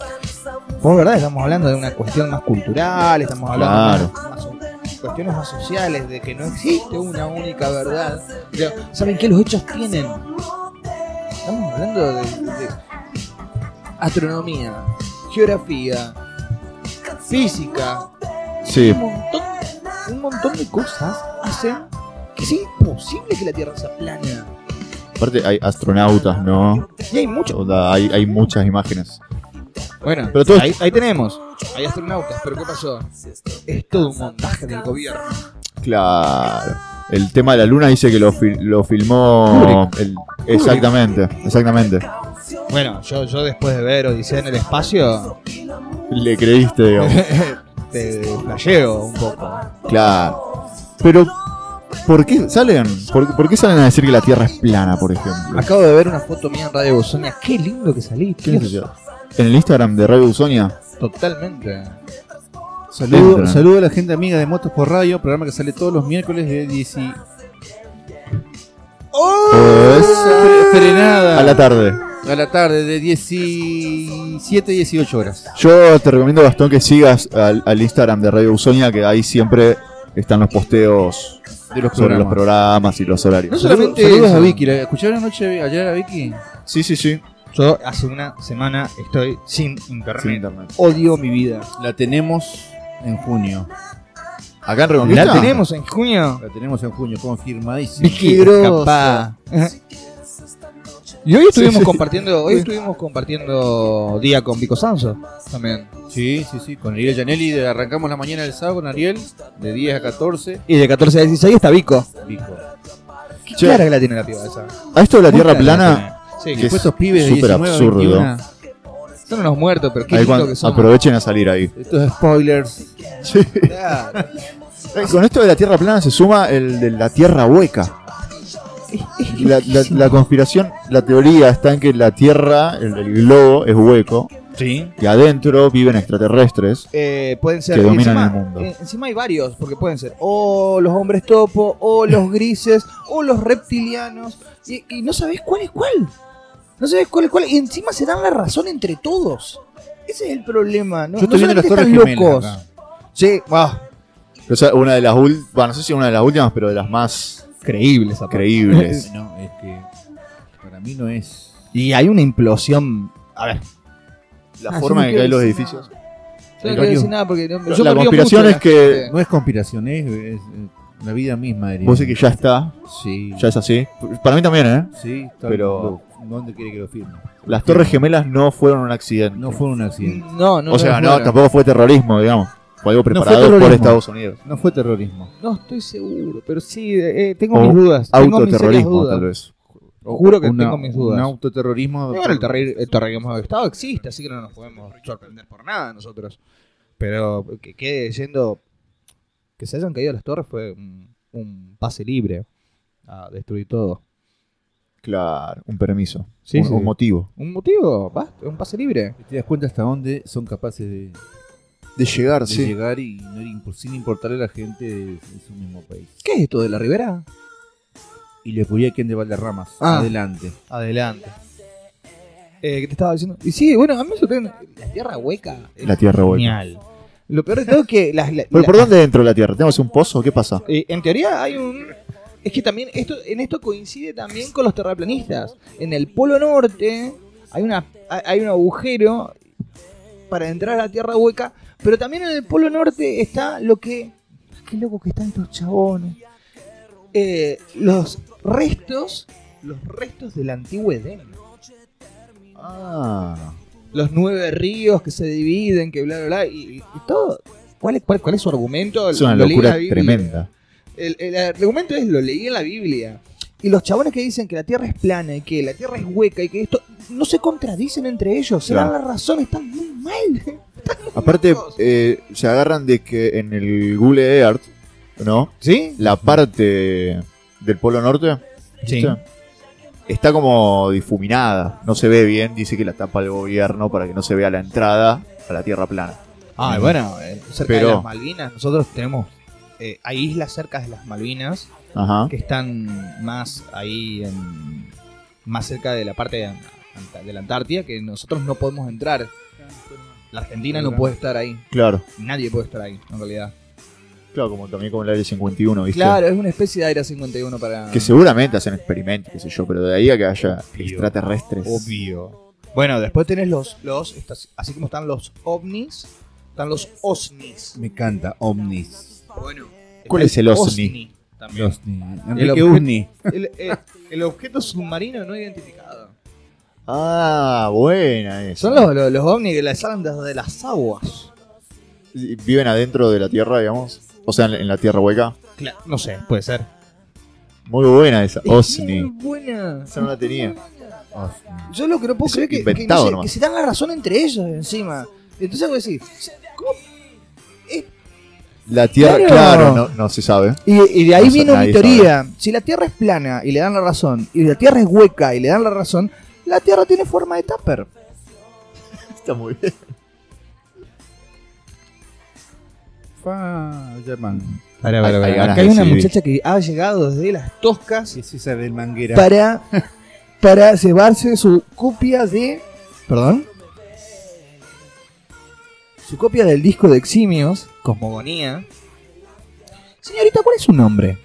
S3: por verdad estamos hablando de una cuestión más cultural, estamos hablando de cuestiones más sociales, de que no existe una única verdad. Pero, ¿Saben qué los hechos tienen? Estamos hablando de, de astronomía, geografía, física,
S2: Sí,
S3: un montón, un montón de cosas hacen que sea imposible que la Tierra sea plana.
S2: aparte hay astronautas, ¿no?
S3: Y hay mucho.
S2: O sea, hay, hay muchas imágenes.
S3: Bueno,
S2: Pero todos-
S3: ahí, ahí tenemos. Hay astronautas, pero ¿qué pasó? Es todo un montaje del gobierno.
S2: Claro. El tema de la luna dice que lo, fil- lo filmó. el- exactamente, exactamente.
S3: Bueno, yo, yo después de ver Odisea en el espacio,
S2: Le creíste, digamos.
S3: te flasheo un poco.
S2: Claro. Pero, ¿por qué salen? ¿Por, por qué salen a decir que la Tierra es plana, por ejemplo?
S3: Acabo de ver una foto mía en Radio Bosonia. Qué lindo que salí,
S2: ¿Qué
S3: tío.
S2: necesidad? En el Instagram de Radio Usonia.
S3: Totalmente.
S6: Saludo,
S2: Entran.
S6: saludo a la gente amiga de Motos por Radio, programa que sale todos los miércoles de 10 y... Fre- Frenada
S2: Pues, Ah. A la tarde.
S6: a la tarde, de 17 a 18 horas.
S2: Yo te recomiendo, Gastón, que sigas al, al Instagram de Radio Usonia, que ahí siempre están los posteos
S6: De los
S2: sobre los
S6: programas.
S2: programas y los horarios.
S6: Saludos, saludos a Vicky. ¿La escucharon anoche ayer a Vicky?
S2: Sí, sí, sí.
S3: Yo hace una semana estoy sin internet.
S2: Sin internet.
S3: Odio mi vida.
S6: La tenemos en junio.
S2: Acá en
S3: ¿La
S2: Reconquista.
S3: tenemos en junio?
S6: La tenemos en junio, confirmadísimo.
S3: Vicky Grosa. Y hoy estuvimos compartiendo, hoy estuvimos compartiendo día con Vico Sanso también.
S6: Sí, sí, sí. Con Ariel Janelli de- arrancamos la mañana del sábado con Ariel, de 10 a 14.
S3: Y de 14 a 16 está Vico.
S6: Vico.
S3: Qué
S2: Che.
S3: clara que la tiene la piba esa.
S2: A esto de la
S3: Muy
S2: Tierra
S3: clara la
S2: plana,
S3: tiene.
S2: que
S3: Sí,
S6: Después estos pibes de
S2: súper
S6: 19,
S2: absurdo.
S6: 21.
S3: son unos muertos, pero qué
S2: ahí
S3: lindo
S2: cuando-
S3: que son.
S2: aprovechen a salir ahí.
S6: Estos spoilers.
S3: Claro.
S2: Eh, Con esto de la Tierra plana se suma el de la Tierra hueca. La, la- la conspiración, la teoría está en que la Tierra, el, el globo, es hueco.
S6: Sí.
S2: Que adentro viven extraterrestres.
S3: Eh, pueden ser
S2: Que
S3: y
S2: dominan
S3: encima,
S2: el mundo.
S3: eh, encima hay varios, porque pueden ser o los hombres topo, o los grises, o los reptilianos, y, y no sabés cuál es cuál. No sabés cuál es cuál. Y encima se dan la razón entre todos. Ese es el problema. No,
S6: Yo estoy
S3: no
S6: viendo las
S3: solamente
S6: torres
S3: están locos.
S6: gemelas. acá.
S3: Sí, ah,
S2: O sea, una de las últimas, no sé si una de las últimas, pero de las más
S3: creíble esa parte.
S2: creíbles.
S6: No, es que para mí no es.
S3: Y hay una implosión. A ver.
S2: La
S3: Ah, yo
S2: forma
S3: no
S2: en que caen
S3: quiero
S2: los
S3: decir
S2: edificios.
S3: Yo no
S6: El
S3: quiero decir
S6: baño.
S3: nada porque no-
S2: La
S3: yo me río
S2: conspiración
S3: mucho de
S2: es
S3: la
S2: que-
S3: gente.
S6: No es conspiración, es, es, eh, la vida misma, Ariel.
S2: Vos sé que ya está,
S6: Sí.
S2: ya es así. Para mí también, ¿eh?
S6: Sí, está
S2: Pero-
S6: loco. ¿Dónde quiere que lo firme?
S2: Las Torres Gemelas no fueron un accidente.
S6: No fue un accidente.
S3: No, no,
S2: o sea, no,
S3: fuera.
S2: tampoco fue terrorismo, digamos. Fue algo
S6: fue
S2: preparado por
S6: terrorismo.
S2: Estados Unidos.
S6: mm. No fue terrorismo.
S3: No estoy seguro, pero sí, eh, tengo
S2: O
S3: mis dudas. Tengo mis serias
S2: Autoterrorismo,
S3: dudas.
S2: tal vez.
S3: Juro que
S6: Una-
S3: tengo mis dudas.
S6: Un autoterrorismo.
S3: Y bueno, el, terri- el terrorismo de Estado existe, así que no nos podemos sorprender por nada nosotros. Pero que quede yendo. Que se hayan caído las torres fue un, un pase libre a destruir todo.
S2: Claro, un permiso.
S3: Sí,
S2: un,
S3: sí.
S2: un motivo.
S3: ¿Un motivo? Basta, un pase libre.
S6: ¿Te das cuenta hasta dónde son capaces de,
S2: De llegar,
S6: de llegar y no ir impu- sin importarle a la gente de, de su mismo país?
S3: ¿Qué es esto de la Ribera?
S6: Y le ponía quien de Valderramas.
S3: Ah.
S6: Adelante.
S3: Adelante. eh, que te estaba diciendo. Y sí, bueno, a mí me sorprende. La tierra hueca. es
S2: La tierra hueca.
S3: genial. Lo peor de todo es que las, la-
S2: ¿Pero
S3: la-
S2: por dónde entró la tierra? ¿Tenemos un pozo? ¿Qué pasa?
S3: eh, en teoría hay un. Es que también esto, en esto coincide también con los terraplanistas. En el polo norte hay una hay hay un agujero para entrar a la tierra hueca, pero también en el polo norte está lo que. Qué loco que están estos chabones. Eh, los restos. Los restos del antiguo Edén.
S2: Ah.
S3: Los nueve ríos que se dividen, que bla bla bla. Y, y todo. ¿Cuál es, cuál, cuál es su argumento?
S2: Es una
S3: Lo leí en la
S2: locura
S3: Biblia.
S2: tremenda.
S3: El, el argumento es, lo leí en la Biblia. Y los chabones que dicen que la Tierra es plana y que la Tierra es hueca y que esto, no se contradicen entre ellos. Se dan
S2: Claro.
S3: la razón, están muy mal.
S2: Aparte, eh, se agarran de que en el Google Earth, ¿no?
S3: ¿Sí?
S2: La parte del Polo Norte ¿viste? está como difuminada, no se ve bien, dice que la tapa el gobierno para que no se vea la entrada a la Tierra plana.
S3: Ah, bueno, eh, cerca
S2: Pero-
S3: de las Malvinas, nosotros tenemos. eh, hay islas cerca de las Malvinas
S2: Ajá.
S3: que están más ahí, en- más cerca de la parte de, Ant- de la Antártida, que nosotros no podemos entrar. La Argentina no puede estar ahí.
S2: Claro,
S3: Nadie puede estar ahí, en realidad.
S2: claro, como también como el Área 51, ¿viste?
S3: Claro, es una especie de aire 51 para.
S2: Que seguramente hacen experimentos, qué sé yo, pero de ahí a que haya extraterrestres.
S3: Obvio. Bueno, después tenés los, los estas- así como están los ovnis, están los osnis.
S5: Me encanta, Omnis.
S3: Bueno,
S2: ¿Cuál
S3: está
S2: es el osni?
S3: también.
S5: Los ni. Enrique
S3: objeto-
S5: Usni.
S3: El, eh, el objeto submarino no identificado.
S2: Ah, buena esa.
S3: Son los, los, los ovnis que la salen desde las aguas.
S2: Y ¿Viven adentro de la Tierra, digamos? O sea, en en la Tierra hueca.
S3: Claro, no sé, puede ser.
S2: Muy buena esa,
S3: Es muy
S2: Osni.
S3: buena.
S2: Esa no la tenía.
S3: Yo lo que no puedo
S2: Es
S3: creer que, que no
S2: inventado
S3: se-
S2: nomás.
S3: que se dan la razón entre ellos encima. Entonces vos decís, ¿cómo?
S2: La Tierra,
S3: Claro.
S2: claro, no, no se sabe.
S3: Y, y de ahí
S2: No sé,
S3: viene mi
S2: nadie
S3: teoría. Si la Tierra es plana y le dan la razón, y la Tierra es hueca y le dan la razón, la Tierra tiene forma de tupper.
S2: Está muy bien.
S13: Pará,
S2: Hay-
S13: pará,
S2: hay
S13: pará.
S2: ganas
S3: Acá hay
S2: de
S3: una
S2: silbir.
S3: muchacha que ha llegado desde las toscas
S5: ¿Qué es esa del manguera?
S3: para, para llevarse su copia de... ¿Perdón? Su copia del disco de Eximios, Cosmogonía. Señorita, ¿cuál es su nombre?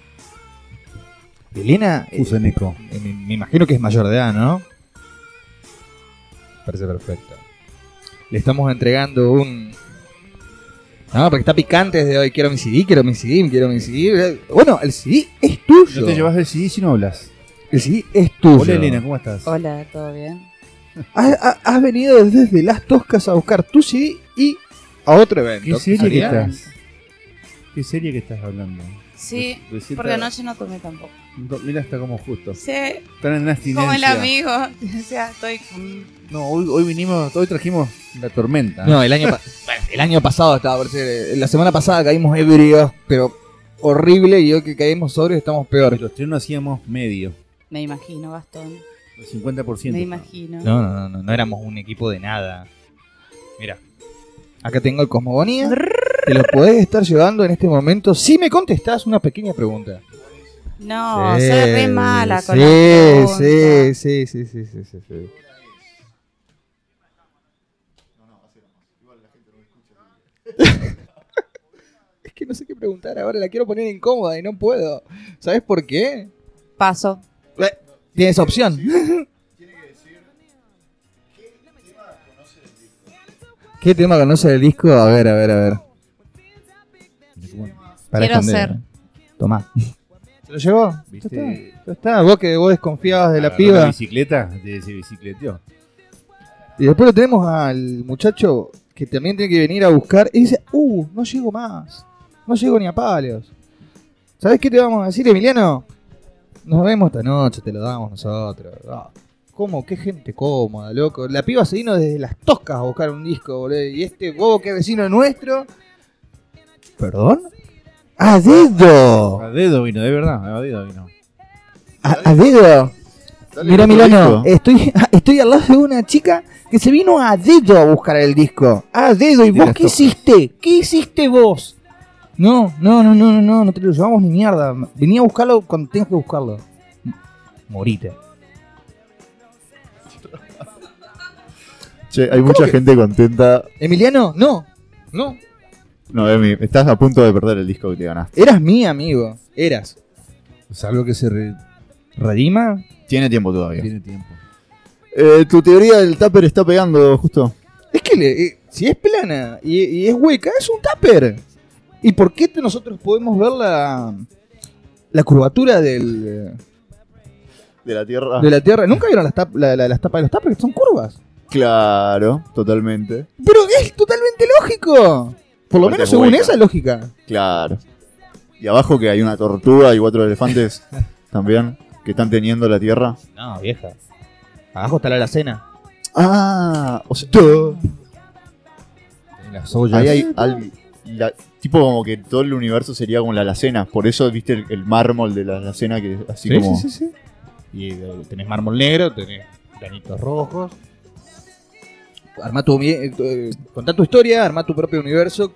S3: Elena... eh,
S5: Fuseneco.
S3: Eh, Me, me imagino que es mayor de edad, ¿no? Parece perfecto. Le estamos entregando un. No, porque está picante desde hoy. Quiero mi CD, quiero mi CD, quiero mi CD. Bueno, el CD es tuyo.
S5: No te llevas el CD si no hablas.
S3: El CD es tuyo.
S5: Hola Elena, ¿cómo estás?
S16: Hola, ¿todo bien?
S3: Has, ha- has venido desde Las Toscas a buscar tu CD y a otro evento.
S5: ¿Qué serie que
S3: ¿Sería?
S5: estás? ¿Qué serie que estás hablando?
S3: Pues,
S16: Sí,
S5: Recién
S16: porque
S5: está-
S16: anoche no tomé tampoco.
S5: do- Mira, está como justo.
S16: Sí,
S5: Están en abstinencia.
S16: como el amigo. O sea, estoy. con-
S5: No, hoy, hoy vinimos, hoy trajimos la tormenta.
S3: No, el año, pa- bueno, el año pasado estaba por ser- La semana pasada caímos ebrios, pero horrible. Y hoy que caímos sobre estamos
S5: Porque
S3: peores.
S5: los tres no hacíamos medio.
S16: Me imagino, Gastón.
S5: El 50%.
S16: Me imagino.
S3: No, no, no, no, no éramos un equipo de nada. Mira, acá tengo el Cosmogonía. Te lo podés estar llevando en este momento si me contestás una pequeña pregunta.
S16: No, soy Oh, re mala con
S3: sí,
S16: las preguntas.
S3: sí, sí, sí, sí, sí, sí, sí. Es que no sé qué preguntar ahora, la quiero poner incómoda y no puedo. ¿Sabes por qué?
S16: Paso.
S3: Eh, Tienes opción. ¿Qué tema conoce del disco? A ver, a ver, a ver.
S16: Quiero ser.
S3: eh. Tomá. ¿Se lo llevó?
S5: ¿Viste?
S3: Ya está, ya está. Vos que vos desconfiabas de la
S5: Agarró
S3: piba.
S5: Ah, bicicleta, de- se bicicleteó.
S3: Y después lo tenemos al muchacho que también tiene que venir a buscar. Y dice, uh, no llego más. No llego ni a palos. ¿Sabés qué te vamos a decir, Emiliano? Nos vemos esta noche, te lo damos nosotros. Ah, ¿Cómo? Qué gente cómoda, loco. La piba se vino desde las toscas a buscar un disco, boludo. Y este bobo que es vecino nuestro. ¿Perdón? ¡A dedo!
S5: A dedo vino, de verdad, a dedo vino.
S3: ¡A, a dedo! Mira,
S2: otro disco.
S3: Milano, estoy, ah, estoy al lado de una chica que se vino a dedo a buscar el disco. A dedo,
S5: De
S3: ¿y vos
S5: las
S3: qué
S5: tocas.
S3: hiciste? ¿Qué hiciste vos? No, no, no, no, no, no, no te lo llevamos ni mierda. Venía a buscarlo cuando tengas que buscarlo. Morite.
S2: Che, hay mucha
S3: que?
S2: gente contenta.
S3: Emiliano, no. No.
S2: No, Emi, estás a punto de perder el disco que te ganaste.
S3: Eras mi amigo. Eras.
S6: Salvo que se re-
S3: ¿Redima?
S2: Tiene tiempo todavía.
S6: tiene tiempo.
S2: Eh, tu teoría del tupper está pegando, justo.
S3: Es que le- eh, si es plana y, y es hueca, es un tupper. ¿Y por qué te- nosotros podemos ver la, la curvatura del,
S2: De la tierra.
S3: de la Tierra? ¿Nunca vieron las, tap- la- la- las tapas de los tuppers que son curvas?
S2: Claro, totalmente.
S3: Pero es totalmente lógico. Por lo
S2: Porque
S3: menos
S2: es
S3: según
S2: hueca.
S3: esa lógica.
S2: Claro. Y abajo que hay una tortuga y cuatro elefantes también que están teniendo la tierra.
S3: No, vieja. Abajo está la alacena.
S2: Ah, o sea,
S6: En las ollas.
S2: ahí hay al- la- tipo como que todo el universo sería como la alacena. Por eso viste el, el mármol de la alacena que así como.
S3: sí. Y eh, tenés mármol negro, tenés granitos rojos. Arma tu, eh, tu- eh, contá tu historia, arma tu propio universo.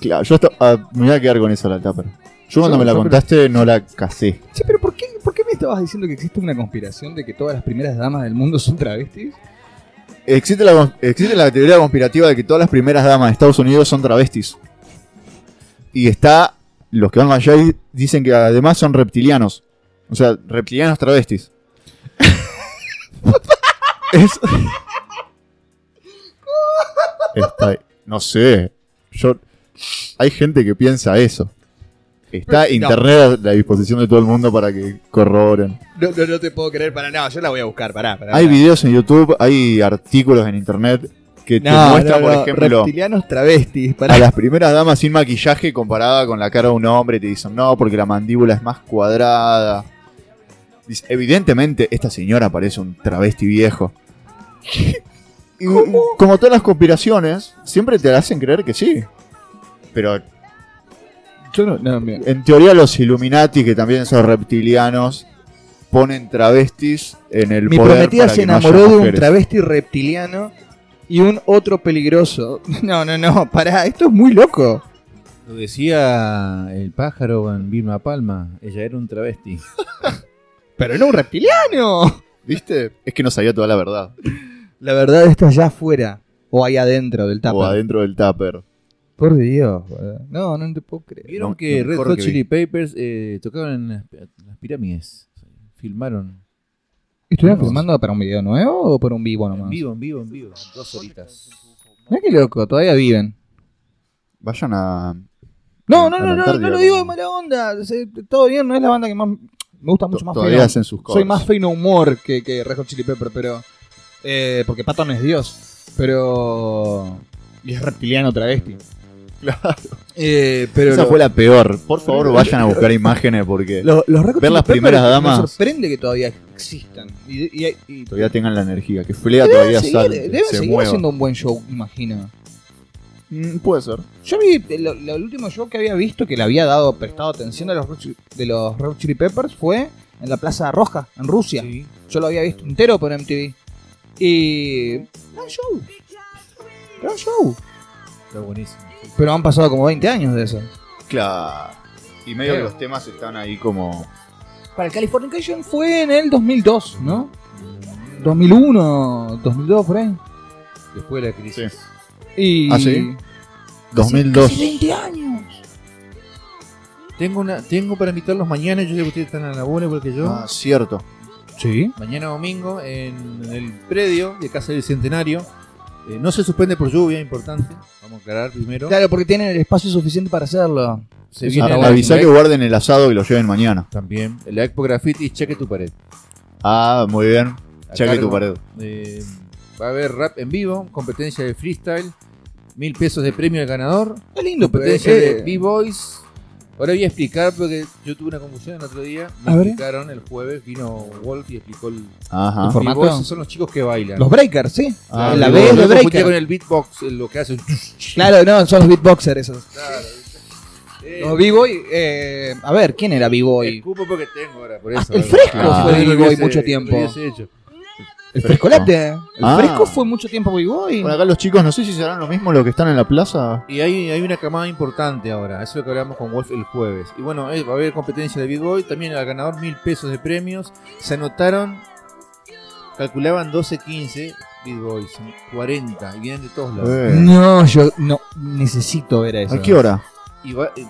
S2: Claro, yo hasta- ah, me voy a quedar con eso la tupper. Yo cuando
S3: Yo-
S2: me la
S3: yo creo-
S2: contaste no la casé.
S3: Che, pero ¿por qué, ¿por qué me estabas diciendo que existe una conspiración de que todas las primeras damas del mundo son travestis?
S2: Existe la, cons- existe la teoría conspirativa de que todas las primeras damas de Estados Unidos son travestis. Y está. Los que van allá y dicen que además son reptilianos. O sea, reptilianos travestis. Es- Está- no sé. Yo, hay gente que piensa eso. Está
S3: Pero- no.
S2: internet a la disposición de todo el mundo para que corroboren.
S3: No, no, no te puedo creer, para nada, yo la voy a buscar, pará, pará.
S2: Hay
S3: pará.
S2: videos en YouTube, hay artículos en internet que te
S3: No,
S2: muestran,
S3: no,
S2: por
S3: no,
S2: ejemplo,
S3: Reptilianos travestis, pará.
S2: a las primeras damas sin maquillaje comparada con la cara de un hombre. Te dicen, no, porque la mandíbula es más cuadrada. Dice, Evidentemente, esta señora parece un travesti viejo. Y, Como todas las conspiraciones, siempre te hacen creer que sí. Pero
S3: Yo no, no, mira.
S2: en teoría, los Illuminati, que también son reptilianos, ponen travestis en el
S3: Mi
S2: poder.
S3: prometida
S2: para
S3: se
S2: que no haya
S3: enamoró de un
S2: mujeres.
S3: travesti reptiliano y un otro peligroso. No, no, no, pará, esto es muy loco.
S6: Lo decía el pájaro en Vilma Palma. Ella era un travesti.
S3: Pero no un reptiliano.
S2: ¿Viste? Es que no sabía toda la verdad.
S3: La verdad está allá afuera o ahí adentro del
S2: O
S3: tapa.
S2: adentro del tupper.
S3: Por Dios, boludo. no, no te puedo creer.
S6: Vieron
S2: No,
S6: que
S2: lo
S6: Red
S2: mejor
S6: Hot
S2: que
S6: Chili
S2: vi.
S6: Papers eh, tocaban en las, en las pirámides. Filmaron
S3: ¿Estuvieron filmando para un video nuevo o para un vivo
S6: en
S3: nomás?
S6: vivo, en vivo, en vivo. Dos horitas.
S3: Mira qué loco, todavía viven.
S2: Vayan a.
S3: No, no,
S2: A
S3: no,
S2: la
S3: no,
S2: Antártida,
S3: no lo digo de
S2: como-
S3: mala onda. o sea, Todo bien, no es la banda que más. Me gusta mucho
S2: to-
S3: más
S2: Todavía
S3: Fey No-
S2: hacen sus cosas.
S3: Soy más Feino Humor que, que Red Hot Chili Pepper, pero. eh, porque Pato no es Dios. Pero. Y es reptiliano travesti.
S2: Claro.
S3: Eh, pero.
S2: Esa
S3: lo-
S2: fue la peor. Por favor, vayan a buscar imágenes porque
S3: lo- los Red Hot
S2: ver
S3: Chili
S2: las
S3: Peppers
S2: primeras
S3: me
S2: damas.
S3: sorprende que todavía existan. Y, y- y-
S2: todavía tengan la energía. Que Flea todavía
S3: Deben
S2: sale.
S3: seguir- deben
S2: se
S3: seguir
S2: mueva.
S3: haciendo un buen show, imagino.
S2: Mm, puede ser.
S3: Yo vi lo- lo- el último show que había visto que le había dado prestado atención a los Red Chi- de los Red Chili Peppers fue en la Plaza Roja, en Rusia. Yo lo había visto entero por MTV. Y. Gran show. Gran show.
S6: Está buenísimo.
S3: Pero han pasado como 20 años de eso.
S2: Claro. Y medio que los temas están ahí como.
S3: Para el Californication fue en el 2002, ¿no? 2001, 2002 por ahí.
S6: Después de la crisis.
S2: Sí.
S3: Y
S2: Ah, ¿sí? 2002.
S3: Casi 20 años.
S6: Tengo una, tengo para invitarlos mañana. Yo sé que ustedes están a la bola igual que yo.
S2: Ah, cierto.
S3: Sí.
S6: Mañana domingo en el predio de Casa del Centenario. Eh, no se suspende por lluvia, importante. Vamos a aclarar primero.
S3: Claro, porque tienen el espacio suficiente para hacerlo.
S6: Se
S3: eso
S6: viene
S3: está
S6: la
S2: A-
S3: bueno.
S2: Ah, Avisá
S6: Expo-
S2: que guarden el asado y lo lleven mañana.
S6: También. La Expo Graffiti, cheque tu pared.
S2: Ah, muy bien.
S6: A
S2: Cheque tu
S6: cargo
S2: pared.
S6: Eh, va a haber rap en vivo, competencia de freestyle, mil pesos de premio al ganador,
S3: Está lindo, pero.
S6: competencia
S3: eh,
S6: de B-Boys. Ahora voy a explicar porque yo tuve una confusión el otro día. Me
S3: A ver.
S6: explicaron el jueves, vino Wolf y explicó el.
S2: Ajá.
S3: Por- Ah, ¿Formato?
S6: B-Boys son los chicos que bailan.
S3: Los breakers, sí.
S2: Ah,
S3: la
S2: B
S3: B
S2: es de
S3: es
S6: Yo
S3: de
S6: confundía
S3: breaker.
S6: con el beatbox, eh, lo que hacen.
S3: Claro, no, son los beatboxers esos.
S6: Eh,
S3: Los B-Boy, eh, a ver, ¿quién era B-Boy?
S6: Escupo porque tengo ahora, por
S3: Ah,
S6: eso.
S3: el fresco
S6: Ah,
S2: fue
S6: no lo
S3: B-Boy
S6: hubiese-
S3: mucho
S6: no lo
S3: tiempo.
S6: hubiese hecho.
S3: El frescolate. El
S2: Ah.
S3: fresco fue mucho tiempo B-Boy.
S2: Bueno, acá los chicos, no sé si serán lo mismo los que están en la plaza.
S6: Y hay, hay una camada importante ahora, eso es lo que hablamos con Wolf el jueves. Y bueno, eh, va a haber competencia de Big Boy, también al ganador mil pesos de premios. Se anotaron, calculaban 12-15, Beat Boys, son 40, y vienen de todos lados.
S2: Eh.
S17: No, yo no necesito ver a eso.
S2: ¿A qué hora?
S6: Y va- eh,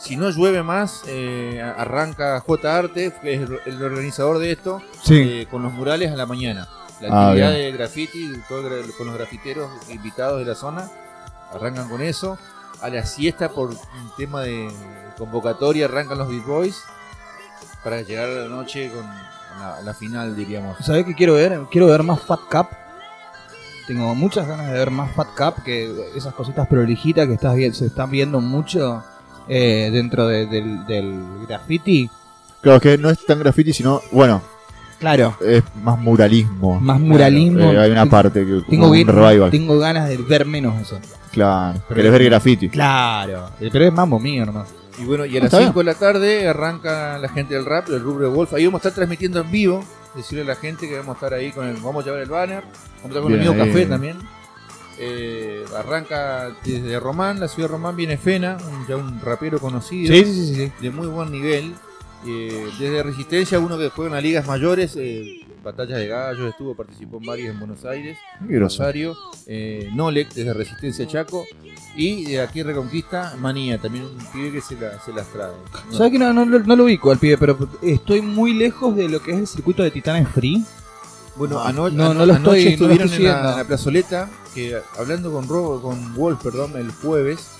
S6: si no llueve más, eh, a- arranca J. Arte, que es el, el organizador de esto,
S2: Sí.
S6: eh, con los murales a la mañana. La
S2: Ah,
S6: actividad
S2: bien.
S6: de graffiti todo el gra- con los grafiteros invitados de la zona, arrancan con eso. A la siesta, por un tema de convocatoria, arrancan los Beat Boys para llegar a la noche con la, la final, diríamos.
S3: ¿Sabés qué quiero ver? Quiero ver más Fat Cap. Tengo muchas ganas de ver más Fat Cap que esas cositas prolijitas que estás vi- se están viendo mucho eh, dentro de- del, del graffiti.
S2: Claro, que no es tan graffiti, sino, bueno,
S3: Claro.
S2: es más muralismo.
S3: Más muralismo.
S2: Eh, hay una parte que
S3: Tengo,
S2: un
S3: que-
S2: revival.
S3: tengo ganas de ver menos eso.
S2: Claro, querés ver graffiti.
S3: Claro. Eh, Pero es mambo mío nomás.
S6: Y bueno, y a
S2: Ah,
S6: las
S2: está
S6: 5 de la tarde arranca la gente del rap, el rubro de Wolf. Ahí vamos a estar transmitiendo en vivo. Decirle a la gente que vamos a estar ahí con el. Vamos a llevar el banner. Vamos a estar con el
S2: Bien,
S6: amigo
S2: ahí.
S6: Café también. Eh, arranca desde Román, la ciudad de Román viene Fena, un- ya un rapero conocido.
S3: Sí, sí, sí, sí.
S6: De muy buen nivel. Eh, desde Resistencia, uno que juega en las ligas mayores, eh, Batallas de Gallos, estuvo, participó en varios en Buenos Aires.
S2: Qué groso.
S6: Rosario, eh, Nolec desde Resistencia Chaco y de aquí Reconquista, Manía, también un pibe que se, la- se las trae. No.
S3: ¿Sabes que no, no, lo- no lo ubico al pibe? Pero estoy muy lejos de lo que es el circuito de Titanes Free.
S6: Bueno, ano-
S3: no,
S6: ano-
S3: no lo
S6: anoche
S3: estoy- no lo
S6: estuvieron
S3: estoy
S6: en, la,
S3: siguiendo.
S6: en la plazoleta, que hablando con Robo, con Wolf, perdón, el jueves,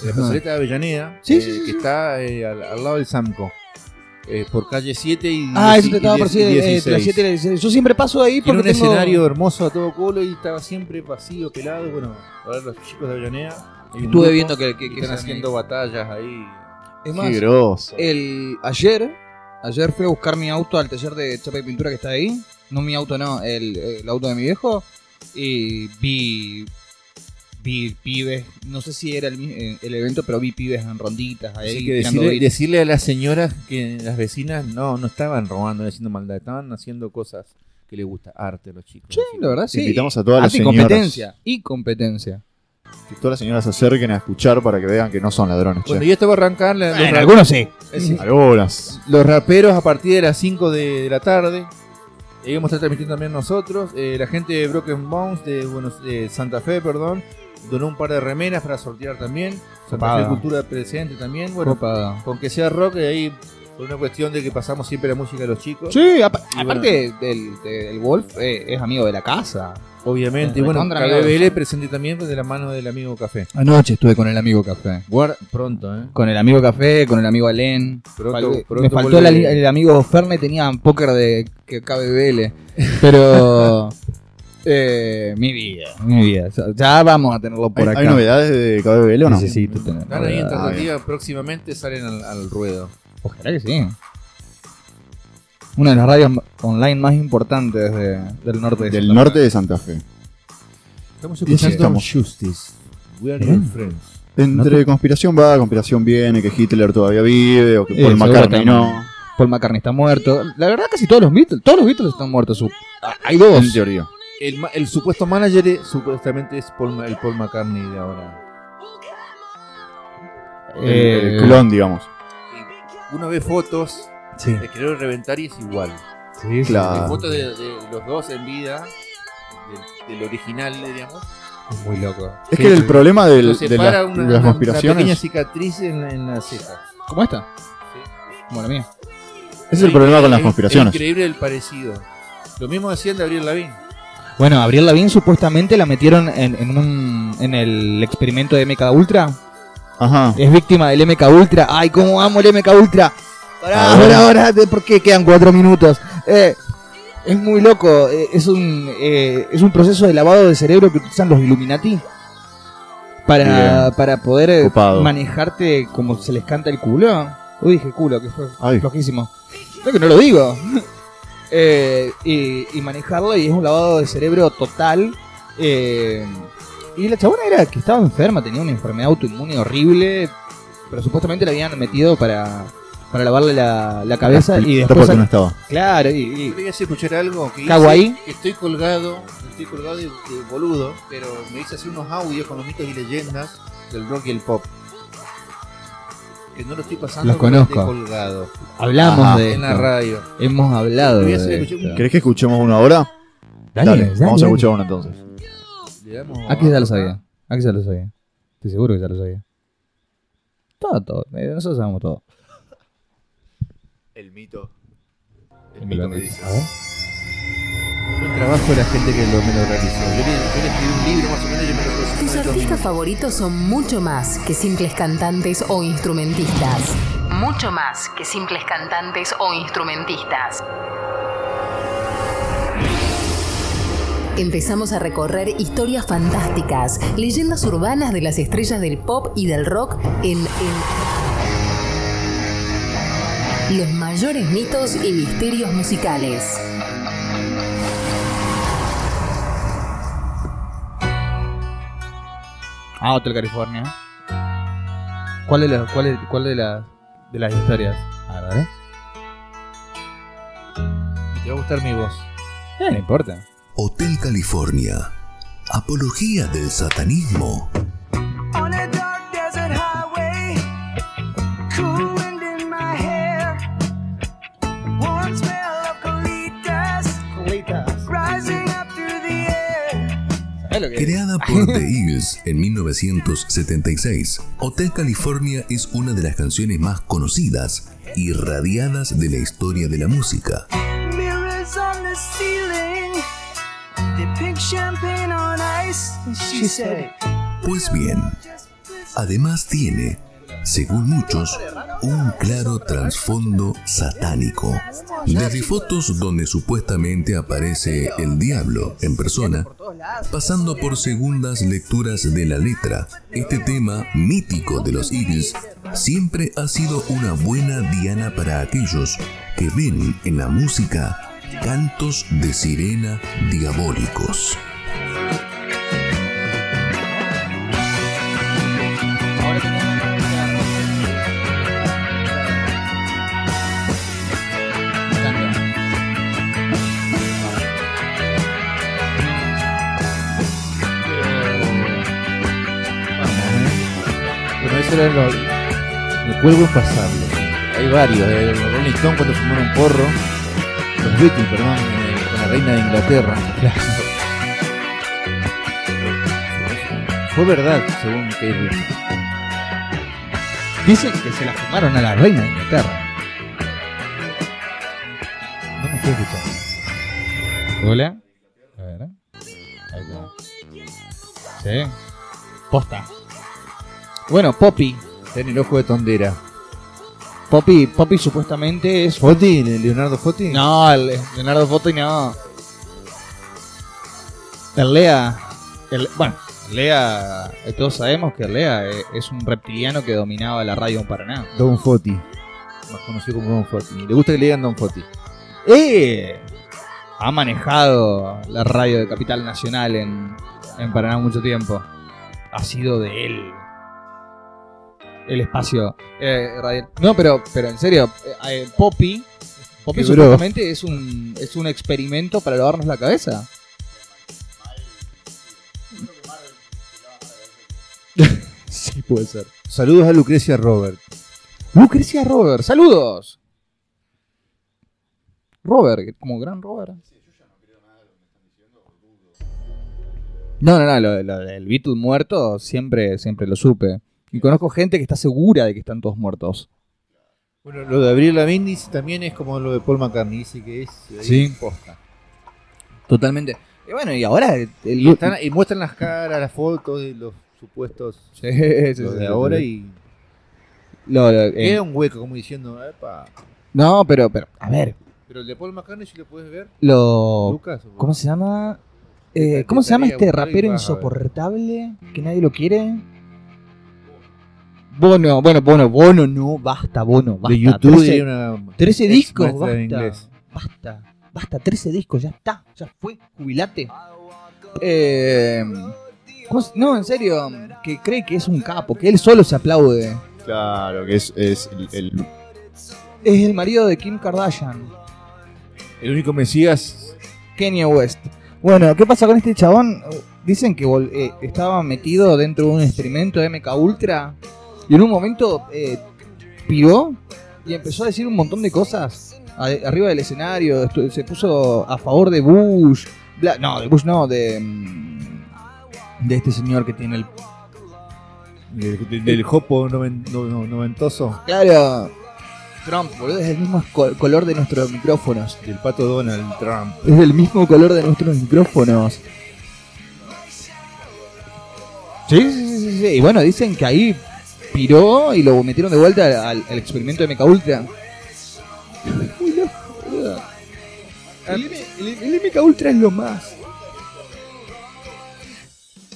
S6: en la
S3: Ajá.
S6: plazoleta de Avellaneda,
S3: Sí,
S6: eh,
S3: sí, sí,
S6: que
S3: sí.
S6: está eh, al, al lado del Samco, eh, por calle 7 y
S3: Ah,
S6: dieci-
S3: eso te estaba
S6: y
S3: por
S6: dieci-
S3: decir.
S6: y
S3: eh, entre las
S6: 16.
S3: siete y las 16. Yo siempre paso ahí
S6: Tiene
S3: porque
S6: un
S3: tengo...
S6: escenario hermoso a todo culo y estaba siempre vacío, pelado. Bueno, ahora los chicos de Avellaneda. hay un
S3: Estuve
S6: grupo
S3: viendo que- que- que
S6: están
S3: se-
S6: haciendo batallas ahí.
S3: Es más,
S2: Qué groso.
S3: el, ayer, ayer fui a buscar mi auto al taller de chapa y pintura que está ahí. No mi auto, no, el, el auto de mi viejo. Y vi, vi pibes, no sé si era el, mi- eh, el evento, pero vi pibes en ronditas ahí.
S6: Así que
S3: tirando
S6: decirle,
S3: gritos.
S6: decirle a las señoras que las vecinas no, no estaban robando, no haciendo maldad, estaban haciendo cosas que les gusta, arte a los chicos.
S3: Sí, la verdad, sí.
S2: Invitamos a todas las
S3: Arte y
S2: señoras.
S3: competencia. Y competencia.
S2: Que todas las señoras se acerquen a escuchar para que vean que no son ladrones.
S6: Bueno,
S2: che.
S6: y esto va a arrancar la- los
S3: Bueno,
S6: rap-
S3: algunos sí.
S6: es decir,
S2: Algunas.
S6: los raperos a partir de las 5 de, de la tarde. Y vamos a estar transmitiendo también nosotros. Eh, la gente de Broken Bones, de, Buenos- de Santa Fe, perdón, donó un par de remeras para sortear también. Santa
S3: Copada.
S6: Fe Cultura Presente también. Bueno,
S3: Copada.
S6: con que sea rock, eh, ahí por una cuestión de que pasamos siempre la música de los chicos.
S3: Sí, apa-
S6: Y
S3: aparte del, del Wolf eh, es amigo de la casa.
S6: Obviamente, y
S3: Me
S6: bueno,
S3: recontra amigo de
S6: KBBL
S3: Sam.
S6: presente también pues, de la mano del amigo Café.
S3: Anoche estuve con el amigo Café.
S6: Guarda, pronto, ¿eh?
S3: Con el amigo Café, con el amigo Alén.
S6: Pronto,
S3: Fal-
S6: pronto
S3: me faltó el,
S6: vuelve-
S3: ali- el amigo Ferne, tenía un póker de que KBBL. Pero. eh, mi vida, mi vida. Ya- Ya vamos a tenerlo por
S2: ¿Hay,
S3: acá.
S2: hay novedades de KBBL o no?
S3: Necesito tener.
S6: Están ahí en
S2: Ah,
S6: tentativa, próximamente salen al, al ruedo.
S3: Ojalá que sí. Una de las radios m- online más importantes de- del norte de
S2: Del
S3: Santa
S2: norte
S3: Fe.
S2: de Santa Fe.
S6: Estamos
S2: Y así
S6: escuchando
S2: estamos.
S6: Justice. We are your friends.
S2: Entre conspiración va, conspiración viene, que Hitler todavía vive, o que
S3: Eh,
S2: Paul
S3: seguro
S2: McCartney
S3: también.
S2: no.
S3: Paul McCartney está muerto. La verdad, casi todos los Beatles, todos los Beatles están muertos. su- ah, Hay dos.
S2: En teoría.
S6: El, ma- el supuesto manager eh, supuestamente es Paul Ma- el Paul McCartney de ahora.
S2: El-
S3: Eh,
S2: el clon, digamos.
S6: Y uno ve fotos,
S3: Sí.
S6: le quiero reventar y es igual.
S3: Sí,
S6: Hay
S2: Claro.
S6: fotos de, de los dos en vida, del, del original, digamos.
S3: Es muy loco.
S2: Es que el problema del-
S6: Lo
S2: de,
S6: separa
S2: las-
S6: una,
S2: de las
S6: una- una pequeña
S2: conspiraciones
S6: cicatriz en la, en la ceja.
S3: ¿Cómo esta? Como la mía.
S2: es el problema con las
S6: Es-
S2: conspiraciones.
S6: Es increíble el parecido. Lo mismo decían de Abril Lavín.
S3: Bueno, Abril Lavín supuestamente la metieron en, en un, en el experimento de MK Ultra.
S2: Ajá.
S3: Es víctima del MK Ultra. Ay, cómo amo el MK Ultra. Pará,
S2: A ver.
S3: ahora, ahora, de- ¿por qué quedan cuatro minutos? Eh, es muy loco. eh, es, un, eh, es un proceso de lavado de cerebro que utilizan los Illuminati. Para,
S2: Bien.
S3: para poder eh,
S2: Copado.
S3: manejarte como se les canta el culo. Uy, dije culo, que fue
S2: Ay.
S3: flojísimo. No, que no lo digo. Eh, y, y manejarlo y es un lavado de cerebro total. eh, y la chabona era que estaba enferma, tenía una enfermedad autoinmune horrible, pero supuestamente la habían metido para, para lavarle la, la cabeza y
S2: Está
S3: después...
S2: porque no estaba.
S3: Claro, y,
S6: Quería escuchar algo que hice,
S3: Kawaii.
S6: que estoy colgado, estoy colgado de, de boludo, pero me hice hacer unos audios con los mitos y leyendas del rock y el pop. Que no lo estoy pasando
S3: Los
S6: porque estoy
S3: conozco.
S6: colgado
S3: y hablamos
S2: Ajá.
S3: de
S6: en la
S3: esto,
S6: radio.
S3: hemos hablado
S6: Voy a
S3: de
S6: hacer escuchar
S3: esto.
S6: un-
S2: ¿Querés que escuchemos uno ahora?
S13: Dale,
S2: Dale,
S13: dale,
S2: vamos a
S13: dale.
S2: escuchar una entonces.
S5: Le damos
S13: Ah, que ya lo sabía. Ah, que ya lo sabía. Estoy seguro que ya lo sabía. Todo, todo. Eh, Nosotros sabemos todo.
S18: El mito. El
S13: El
S18: mito
S13: mito.
S18: me dices.
S13: A ver.
S5: buen trabajo de la gente que lo, me lo realizó. Yo le, yo le escribí un libro más o menos y yo me lo resolví.
S19: Tus artistas favoritos son mucho más que simples cantantes o instrumentistas. Mucho más que simples cantantes o instrumentistas. Empezamos a recorrer historias fantásticas, leyendas urbanas de las estrellas del pop y del rock en, en los mayores mitos y misterios musicales.
S3: Ah, Hotel California. ¿Cuál de las cuál de, cuál de las de las historias? A ver, ¿eh?
S5: Te va a gustar mi voz.
S3: Eh, no importa.
S20: Hotel California. Apología del satanismo.
S21: On a dark desert highway, cool wind in my hair, warm smell of colitas, rising up through the air.
S20: Creada por The Eagles en 1976, Hotel California es una de las canciones más conocidas y radiadas de la historia de la música.
S21: Mirrors on the ceiling, they pink champagne on ice. And she said,
S20: Pues bien, además tiene, según muchos, un claro trasfondo satánico. Desde fotos donde supuestamente aparece el diablo en persona, pasando por segundas lecturas de la letra, este tema mítico de los Eagles siempre ha sido una buena diana para aquellos que ven en la música cantos de sirena diabólicos.
S3: Eh,
S6: Bueno, eso era lo. Me cuelgo a pasarlo. Hay varios. eh, Los Rolling Stone cuando fumaron porro. Los Beatles, perdón, eh, con la reina de Inglaterra. Fue verdad, según Kate Richards.
S3: Dicen que se la fumaron a la reina de Inglaterra.
S6: No me estoy escuchando.
S3: Hola. A ver. ¿eh? Ahí está. Sí. Posta. Bueno, Poppy.
S6: Ten el ojo de tondera.
S3: Poppy, Poppy supuestamente es.
S6: ¿Foti? ¿Leonardo Foti?
S3: No, el- Leonardo Foti no. El Pues, Lea. el- bueno, el Lea. eh, Todos sabemos que el Lea eh, es un reptiliano que dominaba la radio en Paraná.
S6: Don Foti. Más conocido como Don Foti. ¿Le gusta que le digan Don Foti?
S3: ¡Eh! Ha manejado la radio de Capital Nacional en, en Paraná mucho tiempo. Ha sido de él. El espacio eh, radial. No, pero, pero en serio, eh, eh, Poppy. Poppy
S6: Qué duro.
S3: supuestamente es un, es un experimento para lavarnos la cabeza.
S6: Sí, puede ser. Saludos a Lucrecia Robert.
S3: Lucrecia Robert, saludos. Robert, como gran Robert. No, no, no, lo, lo del Beatle muerto siempre, siempre lo supe. Y conozco gente que está segura de que están todos muertos.
S6: Bueno, lo de Abril Lavigne dice también es como lo de Paul McCartney. Dice que es. eh,
S3: Sí.
S6: Posta.
S3: Totalmente. Y bueno, y ahora el-
S6: Y, están- y muestran las caras, las fotos de los supuestos.
S3: Sí, sí,
S6: los
S3: sí,
S6: de
S3: sí,
S6: ahora
S3: sí.
S6: y.
S3: lo- lo- eh,
S6: Queda un hueco como diciendo, "Epa".
S3: No, pero, pero, a ver,
S6: Pero el de Paul McCartney si lo puedes ver.
S3: lo.
S6: Lucas, ¿o
S3: Oh, ¿Cómo se llama? Eh, ¿Cómo se llama
S6: estaría
S3: este
S6: buscando y
S3: rapero
S6: vas a ver.
S3: insoportable que nadie lo quiere? Bono, bueno, Bono, Bono, no, basta, Bono, basta.
S6: de YouTube
S3: 13,
S6: diría una
S3: 13
S6: ex
S3: discos,
S6: maestra de
S3: basta,
S6: inglés.
S3: basta, basta, 13 discos, ya está, ya fue, jubilate. Eh, ¿cómo se- no, en serio, que cree que es un capo, que él solo se aplaude.
S2: Claro, que es, es el, el-
S3: Es el marido de Kim Kardashian.
S6: El único Mesías.
S3: Kenya West. Bueno, ¿qué pasa con este chabón? Dicen que vol- eh, estaba metido dentro de un experimento de MK Ultra y en un momento eh, piró y empezó a decir un montón de cosas a- arriba del escenario. Estu- Se puso a favor de Bush, Bla- no, de Bush no, de. mm, De este señor que tiene el.
S6: Del, del jopo noven- no- no- noventoso.
S3: Claro. Trump, boludo, es el mismo co- color de nuestros micrófonos.
S6: Del pato Donald Trump.
S3: Es del mismo color de nuestros micrófonos. Sí, sí, sí, sí, sí. Y bueno, dicen que ahí piró y lo metieron de vuelta al, al experimento de MK Ultra.
S6: Ah.
S3: El, MK Ultra es lo más.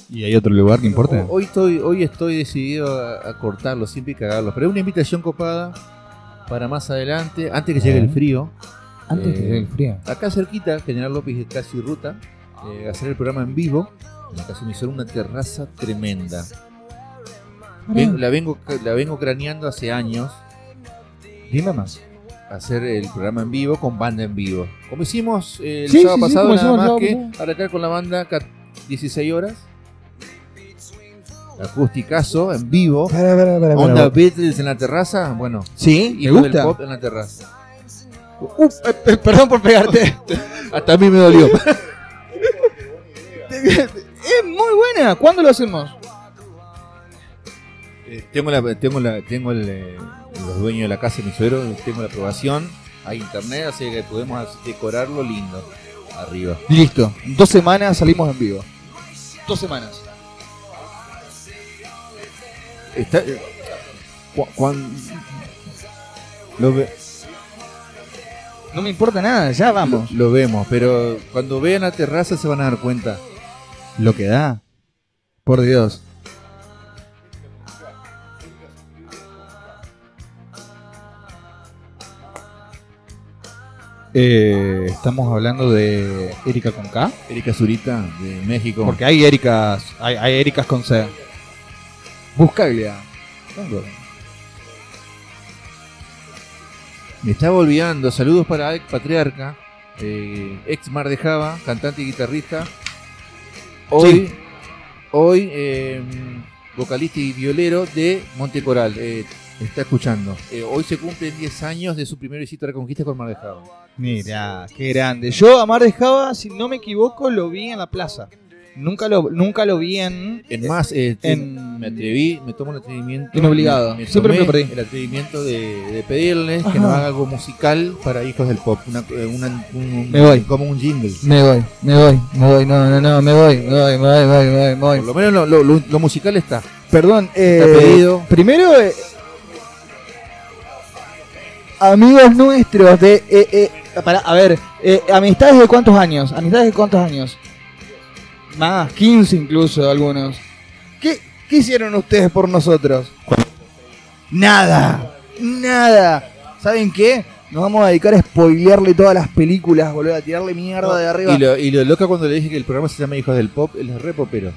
S12: ¿Y hay otro lugar que importe?
S6: Hoy estoy, hoy estoy decidido a, a cortarlo siempre y cagarlo. Pero es una invitación copada para más adelante, antes que llegue el frío. Eh,
S3: Antes que llegue el frío.
S6: Acá cerquita, General López es casi ruta, eh, hacer el programa en vivo. En la casa emisora, una terraza tremenda. Ven- la, vengo, la vengo craneando hace años.
S3: Dime más.
S6: Hacer el programa en vivo con banda en vivo. Como hicimos eh, el
S3: Sí,
S6: sábado
S3: sí, sí,
S6: pasado,
S3: como hicimos
S6: nada
S3: el
S6: más
S3: sábado
S6: que
S3: pasado.
S6: arrancar con la banda ca- 16 horas. Acústicazo, en vivo.
S3: pará,
S6: Onda
S3: pará.
S6: Beatles en la terraza. Bueno,
S3: Sí, me
S6: hijos del
S3: gusta.
S6: pop en la terraza.
S3: Uh, eh, eh, perdón por pegarte.
S6: Hasta a mí me dolió.
S3: es muy buena. ¿Cuándo lo hacemos?
S6: Eh, tengo la, tengo la, tengo el, eh, los dueños de la casa de mi suegro, tengo la aprobación, hay internet, así que podemos decorarlo lindo arriba.
S3: Listo. En Dos semanas salimos en vivo. Dos semanas.
S6: Está, eh, cu- cuan- lo, ve-
S3: No me importa nada, ya vamos.
S6: lo vemos, pero cuando vean la terraza se van a dar cuenta.
S3: Lo que da. Por Dios. Eh, estamos hablando de Erika con K.
S6: Erika Zurita de México.
S3: Porque hay Ericas, hay, hay Ericas con C. Buscaglia. Tengo.
S6: Me estaba olvidando, saludos para Alex Patriarca, eh, ex Mar de Java, cantante y guitarrista. Hoy, hoy eh, vocalista y violero de Montecoral. eh, está escuchando. Eh, hoy se cumplen 10 años de su primer visita a la conquista con Mar de Java.
S3: Mira, qué grande. Yo a Mar de Java, si no me equivoco, lo vi en la plaza. Nunca lo, nunca lo vi en.
S6: Es más, eh,
S3: En-
S6: me atreví, me tomo el atrevimiento.
S3: Inobligado.
S6: me- me
S3: Siempre me
S6: tomé
S3: lo perdí.
S6: El atrevimiento de, de pedirles que
S3: Ajá.
S6: nos haga algo musical para hijos del pop. Una, eh, una- un-
S3: Me voy.
S6: Como un jingle.
S3: Me voy, me voy, me voy, no, no, no, me voy, me voy, me voy, me voy, me voy.
S6: Por lo menos lo, lo- lo- lo musical está.
S3: Perdón, eh,
S6: pedido.
S3: primero, eh, amigos nuestros de, eh, eh, para, a ver, eh, amistades de cuántos años, amistades de cuántos años, más, 15 incluso algunos. ¿Qué, qué hicieron ustedes por nosotros? Nada, nada. ¿Saben qué? Nos vamos a dedicar a spoilearle todas las películas, boludo, a tirarle mierda de arriba.
S6: Y lo, y lo loca cuando le dije que el programa se llama Hijos del Pop, él es re popero.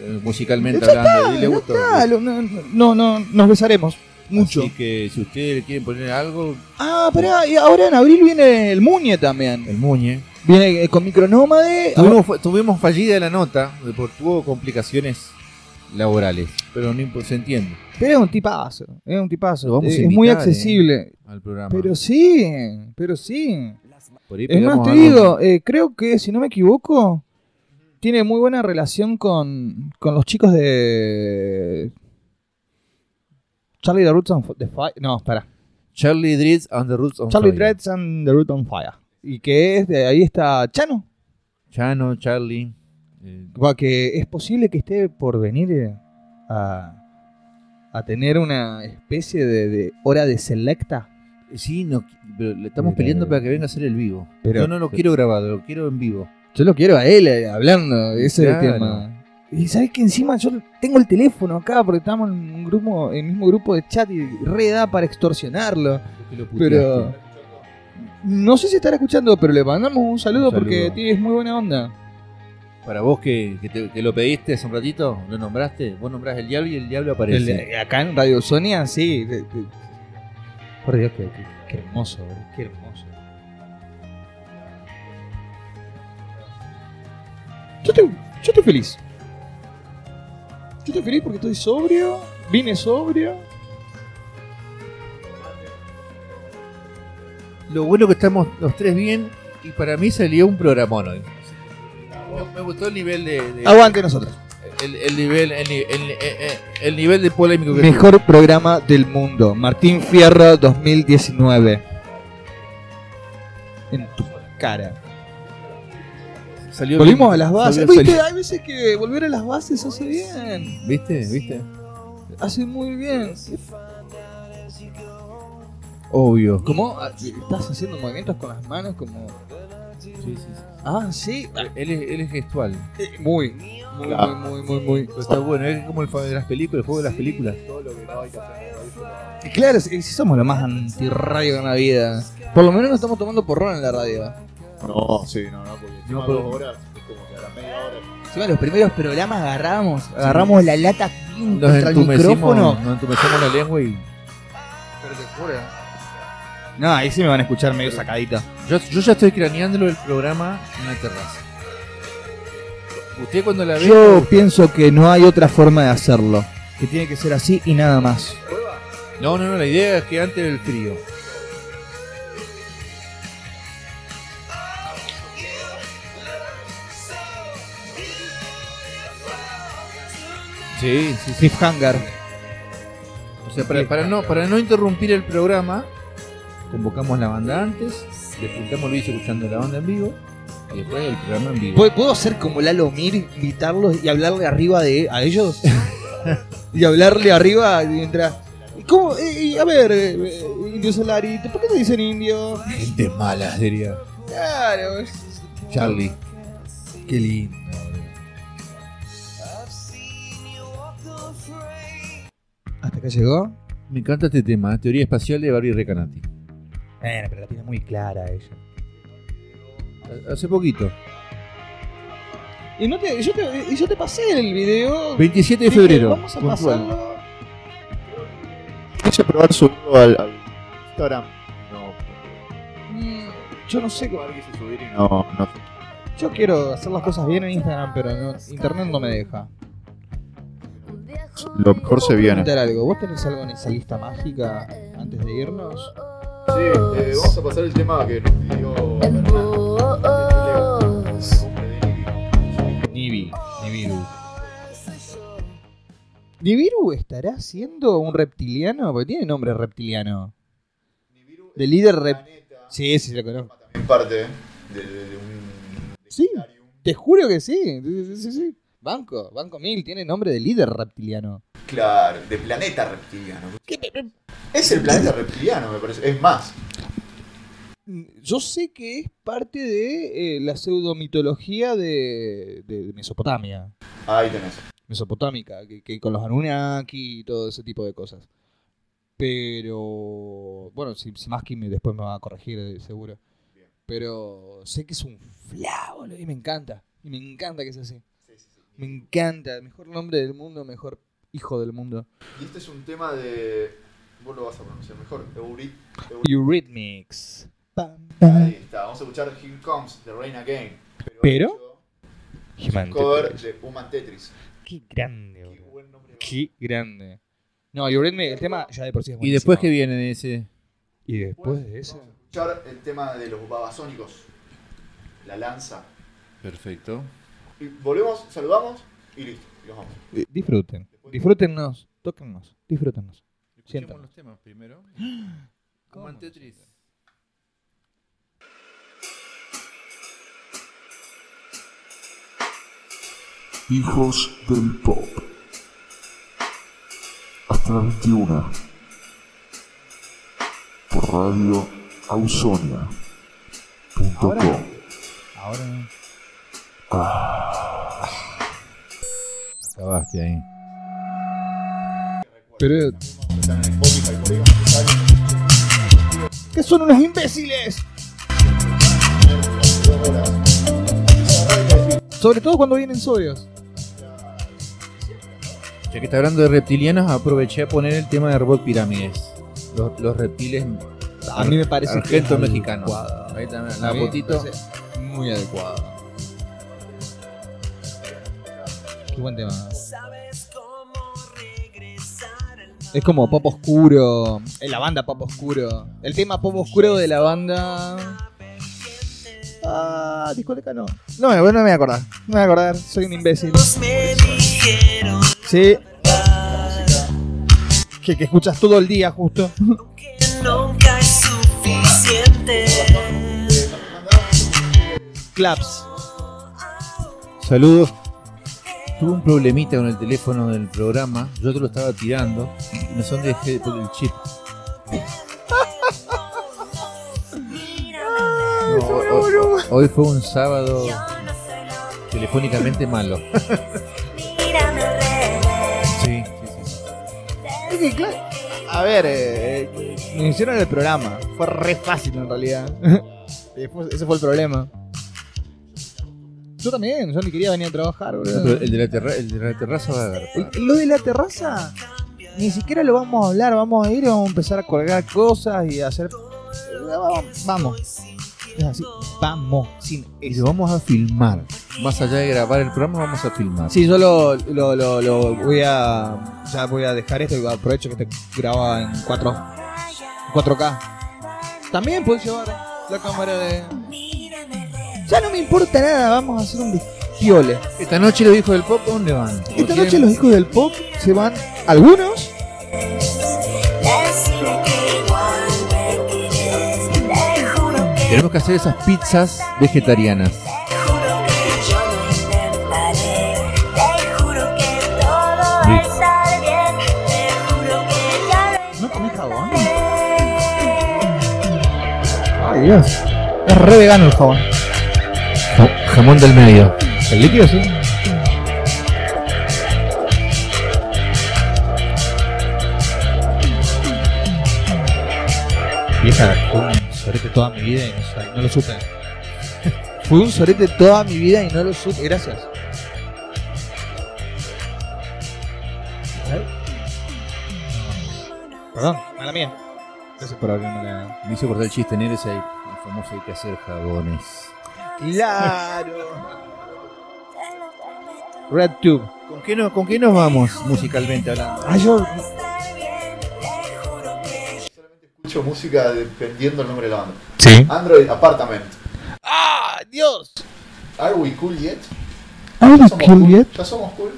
S6: eh, Musicalmente
S3: Ya está,
S6: hablando, y le
S3: ya
S6: gustó.
S3: está, Ah, lo- no, no, no, nos besaremos. Mucho.
S6: Así que si ustedes le quieren poner algo,
S3: Ah, pará, y ahora en abril viene el Muñe también.
S6: el muñe.
S3: Viene eh, con Micronómade.
S6: Tuvimos, fa- tuvimos fallida la nota, de por- tuvo complicaciones laborales, pero no impo- se entiende
S3: Pero es un tipazo, es un tipazo.
S6: Lo vamos a
S3: Eh, es muy
S6: invitar, Ah.
S3: accesible.
S6: al programa.
S3: Pero sí, pero sí.
S6: Por ahí
S3: Es más,
S6: pegamos
S3: te
S6: algo.
S3: digo, eh, creo que, si no me equivoco, tiene muy buena relación con, con los chicos de... Charlie the Roots on F- the Fire. No, espera.
S6: Charlie Dreads and the Roots on
S3: Charlie
S6: Fire.
S3: Dreads and the Root on Fire. Y que es de ahí está Chano.
S6: Chano, Charlie. eh,
S3: Va, que es posible que esté por venir eh, a, a tener una especie de, de hora de selecta.
S6: sí, no, pero le estamos peleando para que venga a hacer el vivo.
S3: Pero-
S6: Yo no lo quiero grabado, lo quiero en vivo.
S3: Yo lo quiero a él eh, hablando, ese es el
S6: Claro.
S3: tema. Y sabes que encima yo tengo el teléfono acá porque estamos en un grupo, en el mismo grupo de chat y re da para extorsionarlo.
S6: que lo puteaste.
S3: Pero no sé si estará escuchando, pero le mandamos un saludo,
S6: Un saludo.
S3: porque tío, es muy buena onda.
S6: Para vos que, que te, que lo pediste hace un ratito, lo nombraste, vos nombrás el diablo y el diablo
S3: El-
S6: aparece.
S3: acá en Radio Sonia, sí. de- de- Por Dios, qué, qué- qué hermoso, bro, qué hermoso. Yo estoy, yo estoy feliz. Yo estoy feliz porque estoy sobrio, vine sobrio.
S6: Lo bueno que estamos los tres bien y para mí salió un programón hoy. Me gustó el nivel de. de-
S22: Aguante nosotros.
S6: El, el nivel, el, ni- el- el- el nivel de polémico que
S3: Mejor programa del mundo. Martín Fierro 2019. En tu cara.
S6: Salió
S3: Volvimos
S6: bien.
S3: a las bases.
S6: Salió
S3: Viste,
S6: feliz.
S3: hay veces que volver a las bases hace bien.
S6: ¿Viste? ¿Viste?
S3: Hace muy bien.
S6: Obvio.
S3: ¿Cómo? Ah, ¿Estás haciendo movimientos con las manos como.? Ah, sí.
S6: Él es, él es gestual.
S3: Muy, muy,
S6: Claro.
S3: muy, muy, muy, muy.
S6: Está bueno, es como el fa- de las películas, el juego de las películas.
S3: Y Claro, sí, sí somos lo más antirradio de la vida. Por lo menos no estamos tomando porrón en la radio.
S2: No, sí, no, no, porque encima
S3: pero-
S2: dos horas es como que a la media hora.
S3: Encima los primeros programas agarramos, agarramos la lata bien
S6: Nos
S3: contra el
S6: entumecimos,
S3: micrófono.
S6: nos entumecimos la lengua y.
S3: ¿eh? No, ahí sí me van a escuchar medio sacadita.
S6: Yo, yo ya estoy craneándolo del programa en la terraza. Usted cuando la ve.
S3: Yo pienso que no hay otra forma de hacerlo. Que tiene que ser así y nada más.
S6: No, no, no, la idea es que antes del frío. Sí, sí, sí.
S3: Cliffhanger.
S6: O sea, para, para no, para no interrumpir el programa, convocamos la banda antes, disfrutamos Luis escuchando la banda en vivo y después el programa en vivo.
S3: ¿Puedo, puedo ser como Lalo Mir, invitarlos y hablarle arriba de a ellos? y hablarle arriba mientras. ¿Y cómo? Eh, eh, a ver, eh, eh, indio Solarito, ¿por qué te dicen indio?
S6: Gente mala, diría
S3: Claro.
S6: Charlie.
S3: Qué lindo. Hasta acá llegó.
S6: Me encanta este tema, teoría espacial de Barbie Recanati.
S3: Bueno, pero la tiene muy clara ella.
S6: Hace poquito.
S3: Y, no te, yo te, y yo te pasé el video.
S6: 27 de
S3: Dije,
S6: febrero,
S3: Vamos a
S6: puntual.
S3: pasarlo.
S2: Quise probar subirlo al, al Instagram. No,
S3: Mm, Yo no sé cómo.
S2: subir y no, no.
S3: Yo quiero hacer las cosas bien en Instagram, pero no- internet no me deja.
S2: Lo mejor se viene.
S3: Preguntar algo. ¿Vos tenés algo en esa lista mágica antes de irnos?
S2: Sí, eh, vamos a pasar el tema que nos pidió Hernán.
S3: Nibi, Nibiru. ¿Nibiru estará siendo un reptiliano? Porque tiene nombre reptiliano. De líder rep... Sí, sí, lo conozco.
S2: También parte de, de- de un...
S3: Sí, te juro que sí. Sí, sí, sí, sí. Banco, Banco Mil tiene nombre de líder reptiliano.
S2: Claro, de planeta reptiliano. Es el planeta reptiliano, me parece. Es más.
S3: Yo sé que es parte de eh, la pseudomitología de, de Mesopotamia.
S2: Ahí tenés.
S3: Mesopotámica, que, que con los Anunnaki y todo ese tipo de cosas. Pero, bueno, si, si más que me- después me va a corregir, eh, seguro. Pero sé que es un fla, boludo, y me encanta. Y me encanta que sea así. Me encanta, mejor nombre del mundo, mejor hijo del mundo.
S2: Y este es un tema de... Vos lo vas a pronunciar mejor. Eurit...
S3: Eurythmics.
S2: Ahí está. Vamos a escuchar Here Comes, de Rain Again.
S3: Pero,
S2: Un cover de Human Tetris.
S3: Qué grande, boludo. Qué grande. No, Eurythmics, el tema ya de por sí es
S6: ¿Y
S3: buenísimo.
S6: después que viene de ese?
S3: Y después de eso.
S2: Escuchar el tema de los babasónicos. La lanza.
S6: Perfecto.
S2: Y volvemos, saludamos y listo. Y nos vamos.
S3: Eh, Disfruten. Disfrútennos. Tóquennos. Disfrútennos.
S6: Escuchemos los temas primero. Human Tetris.
S20: Hijos del Pop. Hasta las 21. Por radio Ausonia.com.
S3: Ahora no.
S6: Acabaste ahí.
S3: Pero. ¡Que son unos imbéciles! Sobre todo cuando vienen sobrios.
S6: Ya que está hablando de reptilianos, aproveché a poner el tema de Robot Pirámides. Los, los reptiles.
S3: A mí me parece que
S6: Argento
S3: es
S6: mexicano.
S3: adecuado.
S6: Ahí también,
S3: A
S6: la
S3: mí me
S6: botito.
S3: parece Muy adecuado. Qué buen tema. Es como pop oscuro. Es la banda pop oscuro. El tema pop oscuro de la banda. Ah, Ah, discoteca no. No, me- no me voy a acordar. No me voy a acordar. Soy un imbécil. Sí. Que, que escuchas todo el día justo.
S12: Nunca es suficiente.
S3: Claps.
S6: Saludos. Tuve un problemita con el teléfono del programa. Yo te lo estaba tirando. Y no sé dónde dejé por el chip. No, hoy- hoy, hoy fue un sábado telefónicamente malo. Sí, sí, sí.
S3: Es que, claro, a ver, eh, eh, nos hicieron el programa. Fue re fácil en realidad. Y fue- Ese fue el problema. Yo también, yo ni quería venir a trabajar,
S6: Pero
S3: boludo.
S6: el, de la terra- el de la terraza va a agarrar.
S3: Lo de la terraza, ni siquiera lo vamos a hablar. Vamos a ir y vamos a empezar a colgar cosas y a hacer. Eh, Vamos. Es así. Vamos. Sin
S6: Y lo vamos a filmar. Más allá de grabar el programa, vamos a filmar.
S3: Sí, yo lo, lo- lo- lo voy a. Ya voy a dejar esto y aprovecho que te graba en 4, 4K. También puedes llevar la cámara de. Ya no me importa nada, vamos a hacer un piole.
S6: Esta noche los hijos del pop, ¿dónde van?
S3: Esta noche los hijos del pop se van, algunos,
S6: Tenemos que hacer esas pizzas vegetarianas.
S3: ¿No comés jabón? Ay, Dios. Es re vegano el jabón.
S6: Jamón del medio. ¿El líquido, sí?
S3: Vieja, fue un sorete toda mi vida y no, sa- no lo supe. Fue un sorete toda mi vida y no lo supe. Gracias. Perdón, mala mía. Gracias por abrirme la.
S6: Me hizo cortar el chiste en ese ahí, el famoso hay que hacer jabones.
S3: Claro. Red Tube.
S6: ¿Con qué, no- ¿Con qué nos vamos musicalmente hablando?
S3: Ah, yo
S2: Escucho música dependiendo el nombre de la banda.
S23: Sí.
S2: Android Apartment.
S3: ¡Ah, Dios!
S2: ¿Are we cool yet?
S23: ¿Are
S2: ¿Ya
S23: we
S2: somos
S23: cool yet?
S2: ¿Ya somos cool?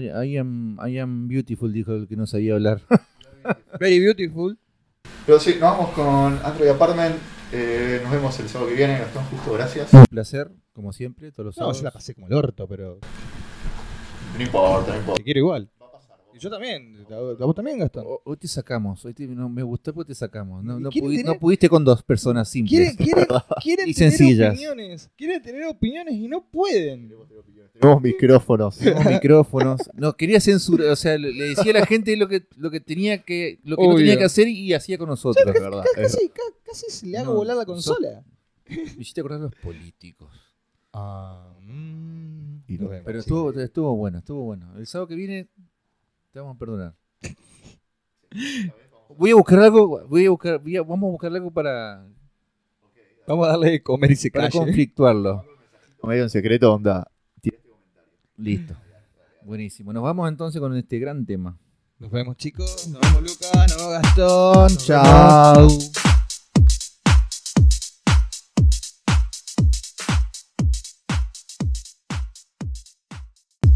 S6: I, I am, I am beautiful, dijo el que no sabía hablar.
S3: Very beautiful.
S2: Pero sí, nos vamos con Android Apartment. Eh, nos vemos el sábado que viene. Gastón Justo, gracias.
S23: Mm.
S6: Un placer, como siempre, todos los
S3: No,
S6: sábados.
S3: yo la pasé como el orto, pero.
S2: No importa, no importa.
S3: Te quiero igual. Y yo también. A a vos también, Gastón.
S6: Ho- Hoy te sacamos, hoy te- no, me gustó porque te sacamos. No, no
S3: ¿Quieren
S6: pudi-
S3: tener-
S6: no pudiste con dos personas
S3: Quieren,
S6: simples.
S3: quieren, quieren
S6: Y
S3: tener
S6: sencillas.
S3: opiniones. Quieren tener opiniones y no pueden.
S2: Tenemos micrófonos.
S6: Tenemos micrófonos. No, quería censurar, o sea, le, le decía a la gente lo que, lo que tenía que, lo que no
S3: Obvio.
S6: tenía que hacer y hacía con nosotros, la verdad.
S3: Casi, ca- casi se le hago
S6: No,
S3: volar la
S6: sos-
S3: consola.
S6: Me hiciste acordar a los políticos.
S3: Mm.
S2: Y nos vemos.
S6: Pero estuvo, estuvo bueno, estuvo bueno. El sábado que viene te vamos a perdonar. Voy a buscar algo, voy a buscar, voy a- vamos a buscar algo para,
S3: Vamos a darle de comer y se
S6: para
S3: calle.
S6: conflictuarlo.
S2: Medio en secreto, onda.
S6: Listo. Buenísimo. Nos vamos entonces con este gran tema.
S3: Nos vemos, chicos. Nos vemos, Lucas. Nos vemos, Gastón.
S6: vemos.
S3: Chao.